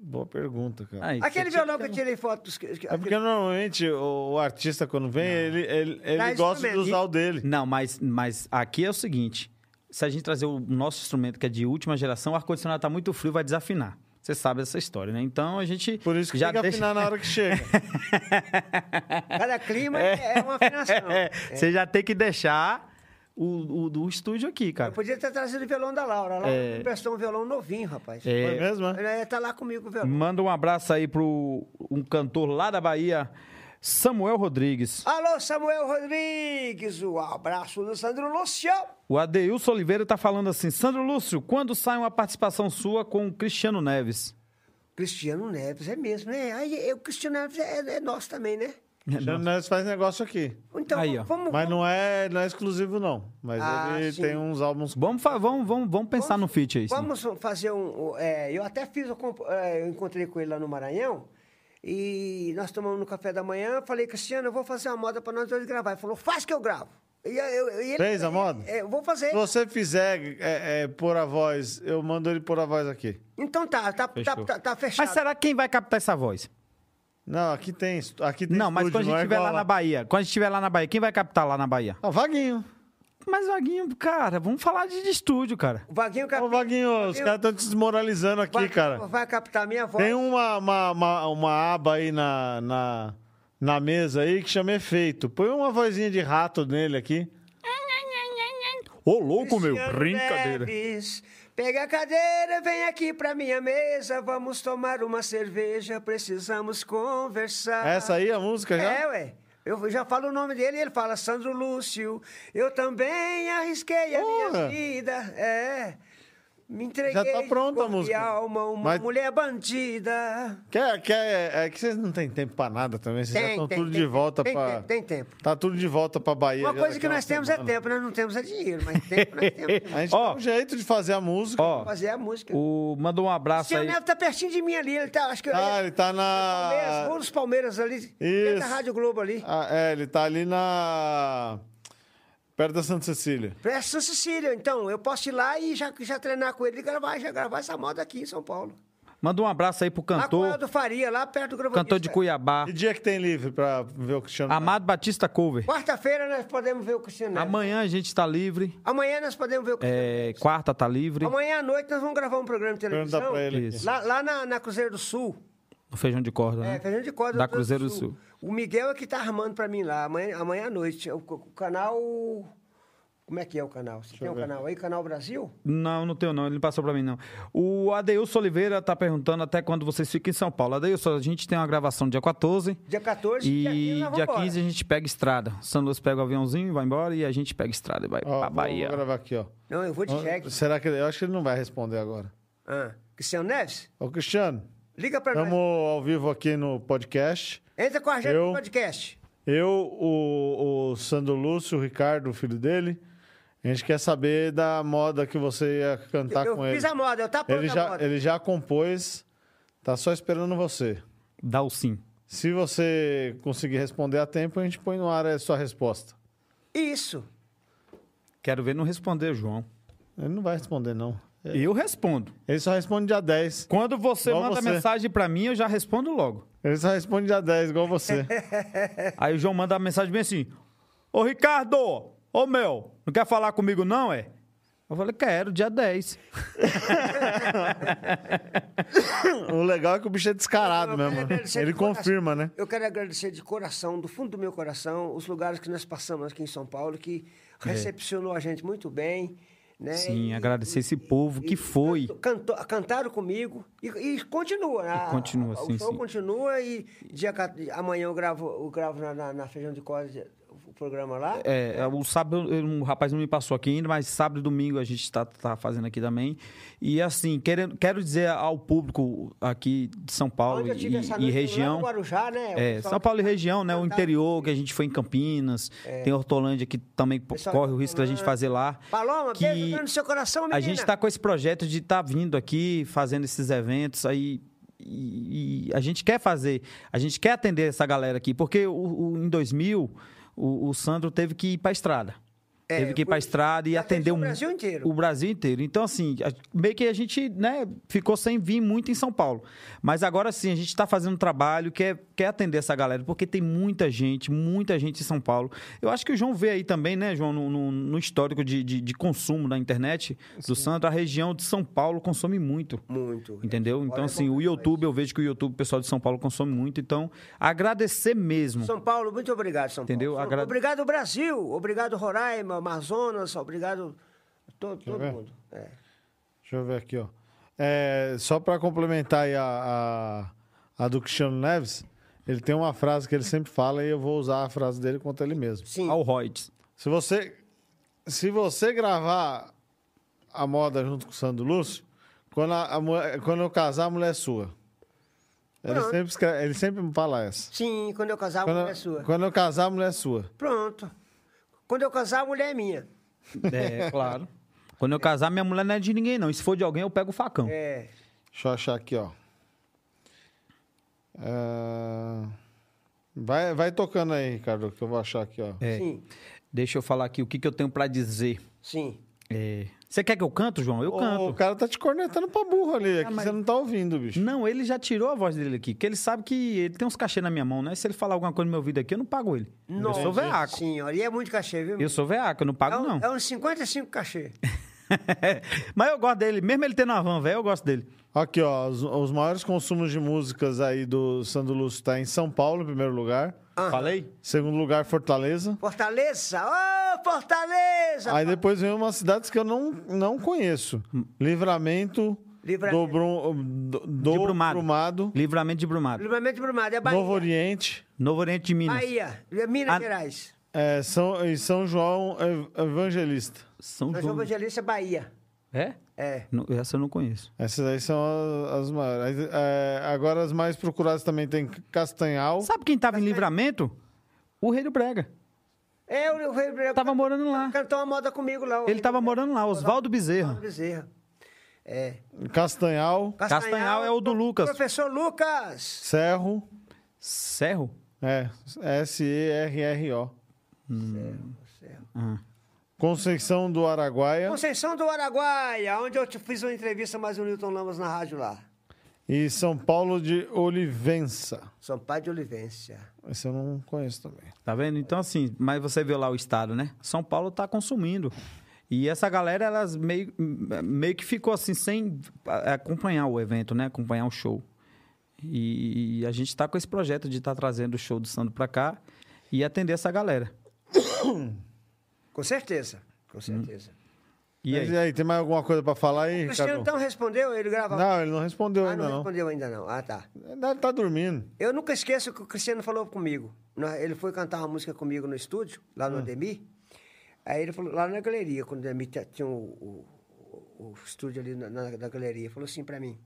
S1: Boa pergunta, cara.
S3: Aí,
S2: Aquele
S3: você tinha
S2: violão que
S3: ter
S2: eu tirei foto dos.
S1: É porque normalmente o, o artista, quando vem, ele, ele, ele
S2: Dá
S1: gosta de
S2: instrumento.
S1: usar o
S3: um-
S1: dele.
S3: Não, mas, mas aqui é o seguinte: se a gente trazer o nosso instrumento, que é de última geração, o ar-condicionado tá muito frio, vai desafinar. Você sabe essa história, né? Então a gente.
S1: Por isso que
S3: já
S1: tem que afinar na hora que chega.
S2: Cada clima é, é uma afinação.
S3: É, Você já tem que deixar o, o do estúdio aqui,
S2: Eu
S3: cara.
S2: podia ter trazido o violão da Laura. Lá
S3: É.
S2: me prestou um violão novinho, rapaz.
S3: É.
S1: Foi mesmo, é?
S2: Ela ia estar Tá lá comigo o violão.
S3: Manda um abraço aí pro um cantor lá da Bahia, Samuel Rodrigues.
S2: Alô, Samuel Rodrigues, um abraço do Sandro Luciano.
S3: O Adeilson Oliveira tá falando assim: Sandro Lúcio, quando sai uma participação sua com o Cristiano Neves?
S2: Cristiano Neves, é mesmo, né? Aí, é, o Cristiano Neves é, é nosso também, né?
S1: Já nós faz negócio aqui.
S2: Então,
S3: Aí, ó.
S2: vamos...
S1: Mas não é, não é exclusivo, não. Mas
S2: Ah,
S1: ele
S2: sim.
S1: tem uns álbuns.
S3: Vamos, fa- vamos, vamos, vamos pensar no feat aí. sim.
S2: Vamos fazer um. é, eu até fiz, eu, comp- é, eu encontrei com ele lá no Maranhão. E nós tomamos no café da manhã. Falei, Cristiano, eu vou fazer uma moda para nós dois gravar. Ele falou, faz que eu gravo. E eu- eu- e ele-
S1: Fez a moda?
S2: É, eu vou fazer.
S1: Se você fizer é, é, pôr a voz, eu mando ele pôr a voz aqui.
S2: Então tá, tá, tá,
S3: Fechou.
S2: tá- tá fechado.
S3: Mas será que quem vai captar essa voz?
S1: Não, aqui tem. estu- Aqui tem
S3: Não, mas
S1: estúdio,
S3: quando a gente
S1: é
S3: estiver
S1: igual
S3: lá na Bahia, quando a gente estiver lá na Bahia, quem vai captar lá na Bahia?
S1: Ah, Vaguinho.
S3: Mas, Vaguinho, cara, vamos falar de, de estúdio, cara.
S2: O Vaguinho
S1: Ô,
S2: Capim-
S1: Vaguinho, os
S2: Vaguinho-
S1: caras estão te desmoralizando aqui,
S2: vai,
S1: cara.
S2: Vai captar minha voz.
S1: Tem uma, uma, uma, uma aba aí na, na, na mesa aí que chama efeito. Põe uma vozinha de rato nele aqui. Ô, louco, meu.
S2: Cristiano
S1: Brincadeira.
S2: Neves, pega a cadeira, vem aqui pra minha mesa. Vamos tomar uma cerveja, precisamos conversar.
S1: Essa aí é a música já?
S2: Ah. É, ué. Eu já falo o nome dele e ele fala Sandro Lúcio. Eu também arrisquei
S1: Porra!
S2: a minha vida. É. Me entreguei.
S1: Já tá pronta a
S2: de corpo e
S1: música.
S2: alma, uma
S1: Mas-
S2: mulher bandida.
S1: Quer, quer, é que vocês não têm tempo pra nada também. Vocês já
S2: Tem,
S1: estão
S2: tem,
S1: tudo
S2: tem,
S1: de volta
S2: tem,
S1: pra.
S2: tempo, tem tempo.
S1: Tá tudo de volta pra Bahia.
S2: Uma
S1: já
S2: coisa
S1: daqui
S2: que
S1: a uma
S2: nós temos é
S1: semana.
S2: tempo, nós não temos é dinheiro, mas tempo nós temos.
S1: A gente
S3: Ó.
S1: tem um jeito de fazer a música.
S3: Ó,
S2: Fazer a música.
S3: o, mandou um
S2: O
S3: abraço
S2: seu
S3: aí.
S2: Neto tá pertinho de mim ali, ele tá, acho que
S1: Ah, ele tá
S2: Palmeiras,
S1: na.
S2: ou dos Palmeiras ali, dentro da
S1: Isso.
S2: Rádio Globo ali.
S1: Ah, é, ele tá ali na. Perto da Santa Cecília.
S2: Presta Cecília, então, eu posso ir lá e já, já treinar com ele e gravar, já gravar essa moda aqui em São Paulo.
S3: Manda um abraço aí pro
S2: Lá com o
S3: cantor,
S2: Aldo Faria, lá perto do gravador.
S3: cantor de
S2: Tá.
S3: Cuiabá,
S1: Que dia que tem livre pra ver o Cristiano?
S3: Amado Batista Cover.
S2: Quarta-feira nós podemos ver o Cristiano Neto.
S3: Amanhã a gente tá livre,
S2: Amanhã nós podemos ver o Cristiano
S3: é, quarta tá livre,
S2: Amanhã à noite nós vamos gravar um programa de
S1: Pergunta
S2: televisão.
S1: pra ele.
S3: Isso.
S1: aqui.
S2: Lá, lá na, na Cruzeiro do Sul.
S3: no feijão de corda, né?
S2: É, Fernando de Córdoba.
S3: Da Cruzeiro do Sul.
S2: O Miguel é que tá armando pra mim lá, amanhã, amanhã à noite. O, o canal. Como é que é o canal? Você tem um canal aí? Canal Brasil?
S3: Não, não tenho não, ele não passou pra mim não. O Adeilson Oliveira tá perguntando até quando vocês ficam em São Paulo. Adeilson, a gente tem uma gravação dia 14
S2: Dia 14
S3: e
S2: nós vamos
S3: dia
S2: embora.
S3: 15 a gente pega estrada. São Luís pega o aviãozinho e vai embora e a gente pega estrada e vai
S1: Ó,
S3: pra
S1: vou-
S3: Bahia.
S1: Vou gravar aqui, ó.
S2: Não, eu vou
S3: Ah.
S2: de cheque.
S1: Será que ele... Eu acho que ele não vai responder agora.
S2: Ah, Cristiano Neves,
S1: Ô, Cristiano,
S2: liga pra
S1: estamos
S2: nós.
S1: ao vivo aqui no podcast.
S2: Entra com a gente
S1: Eu-
S2: no podcast.
S1: Eu, o, o Sandro Lúcio, o Ricardo, o filho dele, a gente quer saber da moda que você ia cantar
S2: eu
S1: com
S2: fiz
S1: ele.
S2: a moda, eu tá pronto
S1: ele,
S2: a
S1: já,
S2: moda.
S1: ele já compôs, tá só esperando você.
S3: Dá o sim.
S1: Se você conseguir responder a tempo, a gente põe no ar a sua resposta.
S2: Isso.
S3: Quero ver não responder, João.
S1: Ele não vai responder, não.
S3: Eu respondo.
S1: Ele só responde dia 10.
S3: Quando você
S1: É. Igual
S3: manda
S1: você.
S3: mensagem pra mim, eu já respondo logo.
S1: Ele só responde dia 10, igual você.
S3: Aí o João manda uma mensagem bem assim: Ô Ricardo, ô meu, não quer falar comigo não, é? Eu falei: Quero, dia 10.
S1: o legal é que o bicho é descarado
S2: Eu quero
S1: mesmo.
S2: agradecer
S1: Ele
S2: de coração.
S1: confirma, né?
S2: Eu quero agradecer de coração, do fundo do meu coração, os lugares que nós passamos aqui em São Paulo, que recepcionou a gente muito bem. Né?
S3: É. Sim, agradecer esse povo que foi.
S2: cantou- cantaram comigo e, e continua. né?
S3: E continua,
S2: o
S3: sim,
S2: show
S3: sim.
S2: continua e dia, ca- amanhã eu gravo, eu gravo na, na- na Feijão de Corda o programa lá.
S3: É, o sábado, eu- um rapaz não me passou aqui ainda, mas sábado e domingo a gente está fazendo aqui também. E assim, querendo, quero dizer ao público aqui de São Paulo
S2: Onde eu tive essa noite,
S3: e, e
S2: lá no
S3: região.
S2: Guarujá, né? O
S3: É,
S2: pessoal tá
S3: São Paulo e
S2: que-
S3: região, né? O
S2: cantava.
S3: interior, que a gente foi em Campinas, tem Hortolândia que também
S2: É. Pessoal
S3: corre
S2: de
S3: o risco da gente
S2: Hortolândia.
S3: fazer lá.
S2: Paloma,
S3: que
S2: beijo grande no seu coração, menina.
S3: A gente tá está com esse projeto de estar vindo aqui, fazendo esses eventos aí. E, e a gente quer fazer, a gente quer atender essa galera aqui, porque o, o- em 2000 o, o Sandro teve que ir para a estrada. teve que ir para a estrada e
S2: atendeu É,
S3: atender
S2: o
S3: um-
S2: Brasil inteiro.
S3: O Brasil inteiro. Então, assim, a- meio que a gente né, ficou sem vir muito em São Paulo. Mas agora sim, a gente está fazendo um trabalho, quer, quer atender essa galera, porque tem muita gente, muita gente em São Paulo. Eu acho que o João vê aí também, né, João, no, no- no histórico de, de- de consumo da internet do Sandro, a região de São Paulo consome muito.
S2: Muito.
S3: Entendeu?
S2: Olha,
S3: Então, assim,
S2: bom
S3: o
S2: demais.
S3: YouTube, eu vejo que o YouTube, o pessoal de São Paulo consome muito. Então, agradecer mesmo.
S2: São Paulo, muito obrigado, São
S3: Hum. Entendeu?
S2: Paulo. São-
S3: Agra-
S2: Obrigado, Brasil. Obrigado, Roraima. Amazonas, obrigado a to- todo,
S1: ver?
S2: mundo. É.
S1: Deixa eu ver aqui, ó. É, só para complementar aí a, a, a do Cristiano Neves, ele tem uma frase que ele sempre fala e eu vou usar a frase dele contra ele mesmo.
S2: Sim.
S3: Ao Reuters.
S1: Se você, se você gravar a moda junto com o Sandro Lúcio, quando, a, a mulher- quando eu casar, a mulher é sua. Ele
S2: Pronto.
S1: sempre, escreve- ele sempre me fala essa.
S2: Sim, quando eu casar, a
S1: Quando,
S2: mulher é sua.
S1: quando eu casar, a mulher é sua.
S2: Pronto. Quando eu casar, a mulher é minha.
S3: É, claro. Quando eu casar, minha mulher não é de ninguém, não. E se for de alguém, eu pego o facão.
S2: É.
S1: Deixa eu achar aqui, ó. Ah, Vai, vai tocando aí, Ricardo, que eu vou achar aqui, ó.
S3: É.
S2: Sim,
S3: Deixa eu falar aqui o que, que eu tenho pra dizer.
S2: sim.
S3: É, Você quer que eu canto, João? Eu
S1: Ô,
S3: canto.
S1: O cara tá te cornetando pra burro
S2: Ah,
S1: ali. Aqui você não tá ouvindo, bicho.
S3: Não, ele já tirou a voz dele aqui, porque ele sabe que ele tem uns cachê na minha mão, né? Se ele falar alguma coisa no meu ouvido aqui, eu não pago ele. Eu sou veaco.
S2: Senhora, e é muito cachê, viu?
S3: Eu sou veaco, eu não pago,
S2: é, um-
S3: não.
S2: é uns 55 cachê.
S3: Mas eu gosto dele, mesmo ele tendo uma van, velho, eu gosto dele.
S1: Aqui, ó. Os, os maiores consumos de músicas aí do Sandro Lúcio tá em São Paulo, em primeiro lugar.
S2: Ah.
S3: Falei?
S1: Segundo lugar, Fortaleza.
S2: Fortaleza! Ô, Fortaleza!
S1: Aí depois vem umas cidades que eu não, não conheço. Livramento,
S2: Livramento.
S1: do, Brum- do, do
S3: De Brumado.
S1: Brumado,
S3: Livramento de Brumado.
S2: Livramento de Brumado, é Bahia.
S1: Novo Oriente,
S3: Novo Oriente de Minas.
S2: Bahia, é Minas
S3: Ah,
S2: Gerais.
S1: é, São, e São João Ev- Evangelista.
S3: São
S2: Nós
S3: João.
S2: somos evangelistas Bahia.
S3: É?
S2: É.
S3: Não, essa eu não conheço.
S1: Essas aí são a- as, maiores. Aí, é, agora as mais procuradas também tem Castanhal.
S3: Sabe quem tava em livramento? O Rei do Brega.
S2: É, o Rei Branco.
S3: Tava morando lá.
S2: Cantou tá uma moda comigo lá. o
S3: Ele tava morando lá, Oswaldo Bezerra.
S2: Bezerra. É.
S1: Castanhal,
S3: Castanhal é o do Lucas.
S2: Professor Lucas.
S1: Serro.
S3: Serro?
S1: É, S-E-R-R-O.
S2: Certo.
S3: Ah.
S1: Conceição do Araguaia
S2: Conceição do Araguaia, onde eu te fiz uma entrevista mais o Newton Lamas na rádio lá.
S1: e São Paulo de Olivença.
S2: São Paulo de Olivência.
S1: Esse eu não conheço também.
S3: Tá vendo? Então, assim, mas você vê lá o estado, né? São Paulo tá consumindo. E essa galera, elas meio, meio que ficou assim, sem ah, acompanhar o evento, né? Acompanhar o show. E, e a gente tá com esse projeto de estar trazendo o show do Sandro pra cá e atender essa galera.
S2: Com certeza, com certeza.
S3: Hum. E
S1: Mas é
S3: aí?
S1: E aí, tem mais alguma coisa pra falar aí,
S2: O Cristiano
S3: Tá
S1: Ricardo?
S2: então respondeu, ele gravou.
S1: Não, ele não respondeu
S2: ah,
S1: ainda,
S2: não
S1: não.
S2: respondeu ainda não. Ah, tá.
S1: Ele tá dormindo.
S2: Eu nunca esqueço o que o Cristiano falou comigo. Nós- Ele foi cantar uma música comigo no estúdio, lá no Ademir. Aí ele falou, lá na galeria, quando o Ademir ta- tinha o, o- o estúdio ali na, na- na galeria, falou assim pra mim.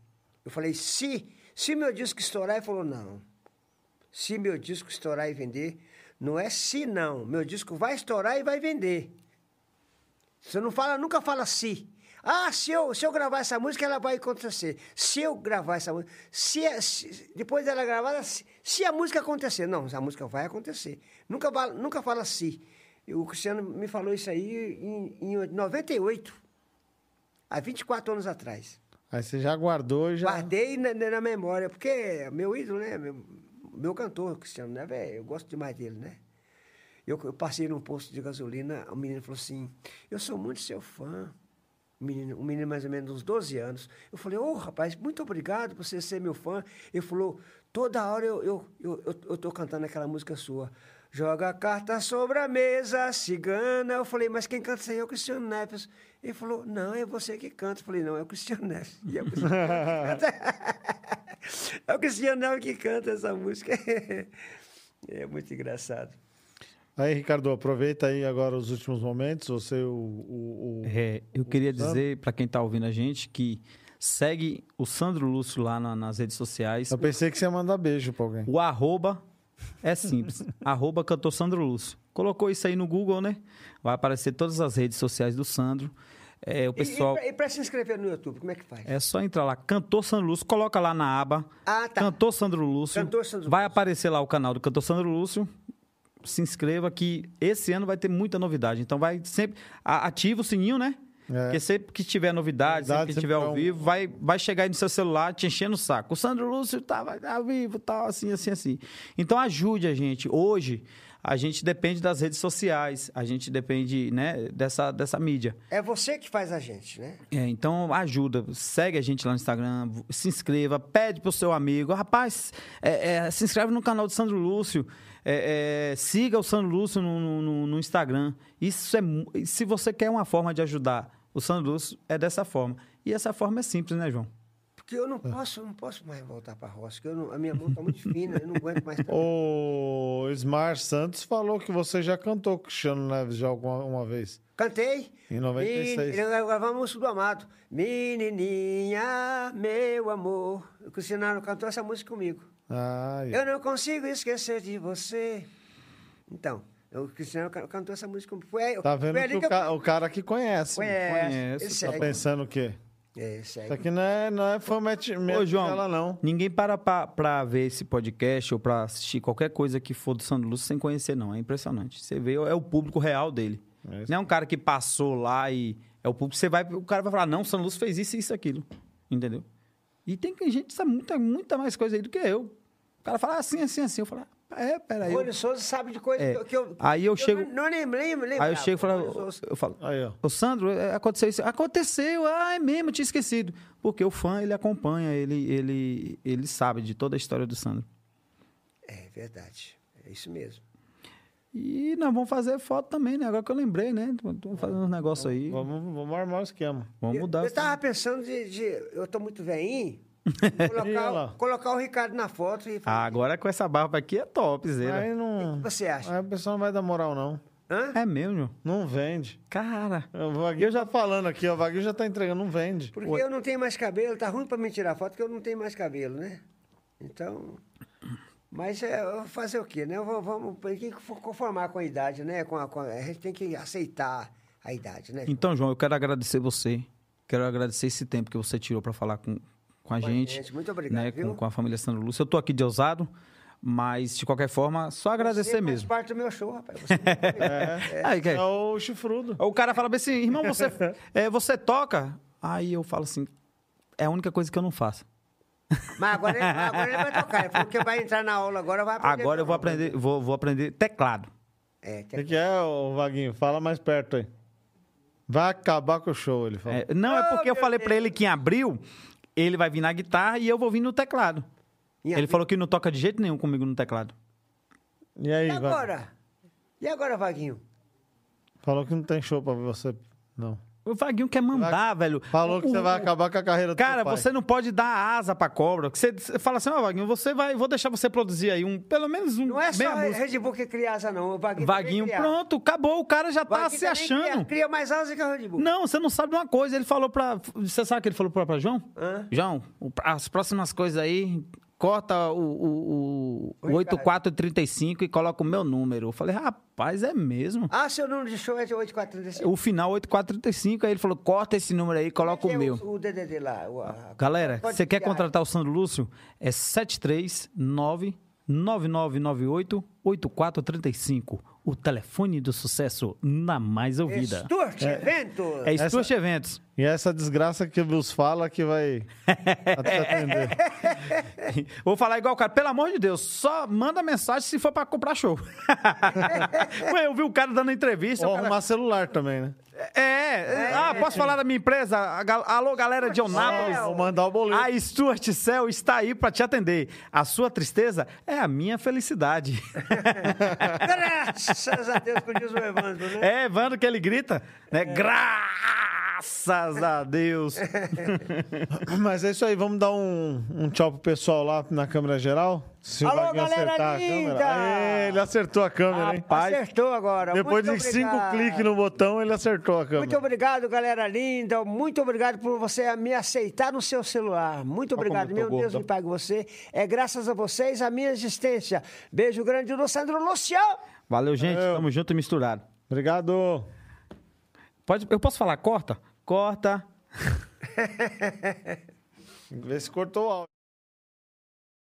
S2: Eu falei, se, se meu disco estourar, ele falou, não. Se meu disco estourar e vender, não é se não. Meu disco vai estourar e vai vender. Você não fala, nunca fala se. Ah, se eu, se eu gravar essa música, ela vai acontecer. Se eu gravar essa música. Se, a- se- depois dela gravada, se, se a música acontecer. Não, a música vai acontecer. Nunca, va- nunca fala se. E O Cristiano me falou isso aí em, em 98, há 24 anos atrás.
S1: Aí você já guardou e já.
S2: Guardei na, na- na memória, porque é meu ídolo, né? Meu, meu cantor, Cristiano, né, velho? Eu gosto demais dele, né? Eu, eu passei num posto de gasolina, o menino falou assim: Eu sou muito seu fã. Um menino, um menino mais ou menos uns 12 anos. Eu falei: Ô rapaz, muito obrigado por você ser meu fã. Ele falou: Toda hora eu, eu, eu, eu, eu tô cantando aquela música sua. Joga a carta sobre a mesa, cigana. Eu falei, mas quem canta isso aí é o Cristiano Neves. Ele falou, não, é você que canta. Eu falei, não, é o Cristiano Neves. E é o Cristiano Neves que canta. é o Cristiano Neves que canta essa música. é muito engraçado.
S1: Aí, Ricardo, aproveita aí agora os últimos momentos. Você, o. o- o-
S3: É, eu queria dizer pra quem tá ouvindo a gente que segue o Sandro Lúcio lá na- nas redes sociais.
S1: Eu pensei que você ia mandar beijo pra alguém.
S3: O arroba é simples. arroba cantor Sandro Lúcio. Colocou isso aí no Google, né? Vai aparecer todas as redes sociais do Sandro. É, o
S2: E-
S3: pessoal.
S2: E, pra- e para se inscrever no YouTube, como é que faz?
S3: É só entrar lá, Cantor Sandro Lúcio, coloca lá na aba.
S2: Ah, tá.
S3: Cantor Sandro Lúcio.
S2: Cantor Sandro
S3: vai aparecer lá o canal do Cantor Sandro Lúcio. Se inscreva que esse ano vai ter muita novidade. Então vai sempre. a- Ativa o sininho, né?
S1: É.
S3: Porque sempre que tiver novidade, sempre
S1: Novidade,
S3: que
S1: sempre
S3: tiver
S1: dá
S3: ao
S1: um-
S3: vivo, vai, vai chegar aí no seu celular te enchendo o tá saco. O Sandro Lúcio tava ao vivo, tal, assim, assim, assim. Então ajude a gente. Hoje, a gente depende das redes sociais, a gente depende, né, dessa, dessa mídia.
S2: É você que faz a gente, né?
S3: É, então ajuda, segue a gente lá no Instagram, se inscreva, pede pro seu amigo, rapaz, é, é, se inscreve no canal do Sandro Lúcio, é, é, siga o Sandro Lúcio no, no- no- no Instagram. Isso é, mu- se você quer uma forma de ajudar o Sandro Lúcio, é dessa forma. E essa forma é simples, né, João?
S2: Porque eu não posso, não posso mais voltar para roça, porque eu não- a minha mão tá muito fina, eu não aguento mais.
S1: Oh. O Smar Santos falou que você já cantou com o Cristiano Neves já alguma uma vez.
S2: Cantei.
S1: Em 96.
S2: E nós gravamos a música do Amado. Menininha, meu amor. O Cristiano cantou essa música comigo.
S1: Ah,
S2: Eu não consigo esquecer de você. Então, o Cristiano can- cantou essa música comigo. Foi, aí-
S1: tá vendo
S2: foi ali
S1: que o,
S2: eu
S1: ca- o cara que conhece.
S2: Conhece.
S3: conheço,
S2: Ele
S3: tá
S1: Tá
S2: segue.
S1: pensando o quê?
S2: É, ele
S1: Isso
S2: segue.
S1: aqui não é, não é fometimento
S3: Ô, João.
S1: dela, não.
S3: Ninguém para pra, pra ver esse podcast ou pra assistir qualquer coisa que for do Sandro Lúcio sem conhecer, não. É impressionante. Você vê, é o público real dele.
S1: É isso.
S3: não é um cara que passou lá e é o público. Você vai, o cara vai falar, não, o Sandro Lúcio fez isso, isso, aquilo. Entendeu? E tem que- gente que sabe muita, muita mais coisa aí do que eu. O cara fala assim, assim, assim. Eu falo, ah, é, peraí.
S2: Rony Souza sabe de coisa
S3: É.
S2: que eu- que eu.
S3: Aí eu chego-
S2: Não, não lembro, lembro, lembro.
S3: Aí eu chego e
S2: Rony
S3: falo,
S2: Souza.
S3: eu falo,
S1: Aí, ó.
S3: Ô, Sandro, é, aconteceu isso. Aconteceu, ah, é mesmo, eu tinha esquecido. Porque o fã, ele acompanha, ele, ele, ele sabe de toda a história do Sandro.
S2: É verdade. É isso mesmo.
S3: E nós vamos fazer foto também, né? Agora que eu lembrei, né? Vamos fazer uns negócios aí. Vamos,
S1: Vamos, vamos armar o esquema.
S3: mudar.
S2: Eu, eu tava pensando de, de- Eu tô muito veinho.
S1: E olha
S2: Colocar,
S1: lá.
S2: o- colocar o Ricardo na foto e
S3: Ah,
S2: falar.
S3: agora com essa barba aqui é top, Zera.
S1: Aí não.
S2: o que você acha?
S1: Aí o pessoal não vai dar moral, não.
S2: Hã?
S3: Ah, É mesmo,
S1: Não vende.
S3: cara.
S1: O Vaguinho já falando aqui, ó. O Vaguinho já tá entregando, não vende.
S2: Porque eu não tenho mais cabelo, tá ruim pra me tirar foto porque eu não tenho mais cabelo, né? Então. Mas é, eu vou fazer o quê, né? Eu vou- Vamos tem que conformar com a idade, né? Com a, com a- a gente tem que aceitar a idade, né?
S3: Então, João, eu quero agradecer você. Quero agradecer esse tempo que você tirou pra falar com, com a
S2: Com a
S3: gente.
S2: gente, muito é, obrigado,
S3: né? Com,
S2: viu?
S3: com a família Sandro Lúcio. Eu tô aqui de ousado, mas de qualquer forma, só agradecer
S2: Você
S3: mesmo.
S2: Faz parte do meu show, rapaz. Você não tá vendo?
S3: Aí, que-
S1: É o chifrudo.
S3: O cara fala bem assim, irmão, você, é, você toca? Aí eu falo assim, é a única coisa que eu não faço.
S2: Mas agora ele, agora ele vai tocar, porque vai entrar na aula agora, vai aprender. né?
S3: Agora eu vou aprender, vou, vou aprender teclado.
S2: É,
S1: O que,
S2: tem...
S1: que é, ô Vaguinho? Fala mais perto aí. Vai acabar com o show, ele falou.
S3: É, não, é
S2: Oh,
S3: porque eu
S2: meu
S3: falei pra ele que em abril ele vai vir na guitarra e eu vou vir no teclado.
S2: Em
S3: ele
S2: abril?
S3: falou que não toca de jeito nenhum comigo no teclado.
S1: E
S2: E
S1: aí, Vaguinho?
S2: agora? E agora, Vaguinho?
S1: Falou que não tem show pra você. Não.
S3: O Vaguinho quer mandar, velho.
S1: Falou que
S3: O-
S1: você vai
S3: o-
S1: acabar com a carreira do
S3: Cara,
S1: seu pai.
S3: você não pode dar asa pra cobra. Que Você você fala assim, ó, Vaguinho, você vai. Vou deixar você produzir aí um. Pelo menos um.
S2: Não é só
S3: meia música.
S2: Red Bull que cria asa, não. O Vaguinho, também
S1: é
S3: Vaguinho,
S2: cria.
S3: pronto, acabou. O cara já tá
S2: Vaguinho
S3: se
S2: também
S3: achando.
S2: Cria, cria mais asa que o Red Bull.
S3: Não, você não sabe de uma coisa. Ele falou pra. Você sabe o que ele falou pra, pra João?
S2: Hã?
S3: João, o- as próximas coisas aí, corta o, o, o
S2: Oi,
S3: 8435 e coloca o meu número. Eu falei, rapaz, é mesmo.
S2: Ah, seu número de show é de 8435.
S3: O final 8435, aí ele falou, corta esse número aí e coloca o
S2: Tem
S3: meu.
S2: é O DDD lá. o- a-
S3: Galera,
S2: pode
S3: você quer
S2: criar.
S3: contratar o Sandro Lúcio? É 739 9998 8435. O telefone do sucesso na mais ouvida.
S2: Stuart Eventos.
S3: É Stuart Eventos.
S1: E é essa desgraça que vos fala que vai até atender.
S3: Vou falar igual o cara, pelo amor de Deus, só manda mensagem se for pra comprar show. Ué, eu vi o cara dando entrevista.
S1: Ou
S3: o cara-
S1: arrumar celular também, né?
S3: É, é, ah, posso falar da minha empresa? A gal- Alô, galera de
S2: Ah,
S3: Onápolis.
S1: Vou mandar o boleto.
S3: A Stuart Cell está aí pra te atender. A sua tristeza é a minha felicidade.
S2: Graças a Deus, como diz o Evandro, né?
S3: É, Evandro, que ele grita, né? Graças a Deus.
S1: Mas é isso aí, vamos dar um, um tchau pro pessoal lá na câmera geral. Se
S2: Alô,
S1: o Vaguinho
S2: galera
S1: acertar
S2: linda!
S1: a câmera. Aê, ele acertou a câmera, hein?
S3: É, Rapaz,
S2: Acertou agora.
S1: Depois
S2: Muito
S1: de cinco
S2: obrigado.
S1: cliques no botão, ele acertou a
S2: Muito
S1: câmera.
S2: obrigado, galera linda. Muito obrigado por você me aceitar no seu celular. Muito obrigado.
S3: como eu
S2: Meu
S3: tô
S2: Deus
S3: gordo.
S2: me pague você. É graças a vocês a minha existência. Beijo grande do Sandro Lucião.
S3: valeu, gente.
S1: Valeu.
S3: Tamo junto e misturado.
S1: Obrigado.
S3: Pode, eu posso falar corta? Corta.
S1: Vê se cortou o áudio.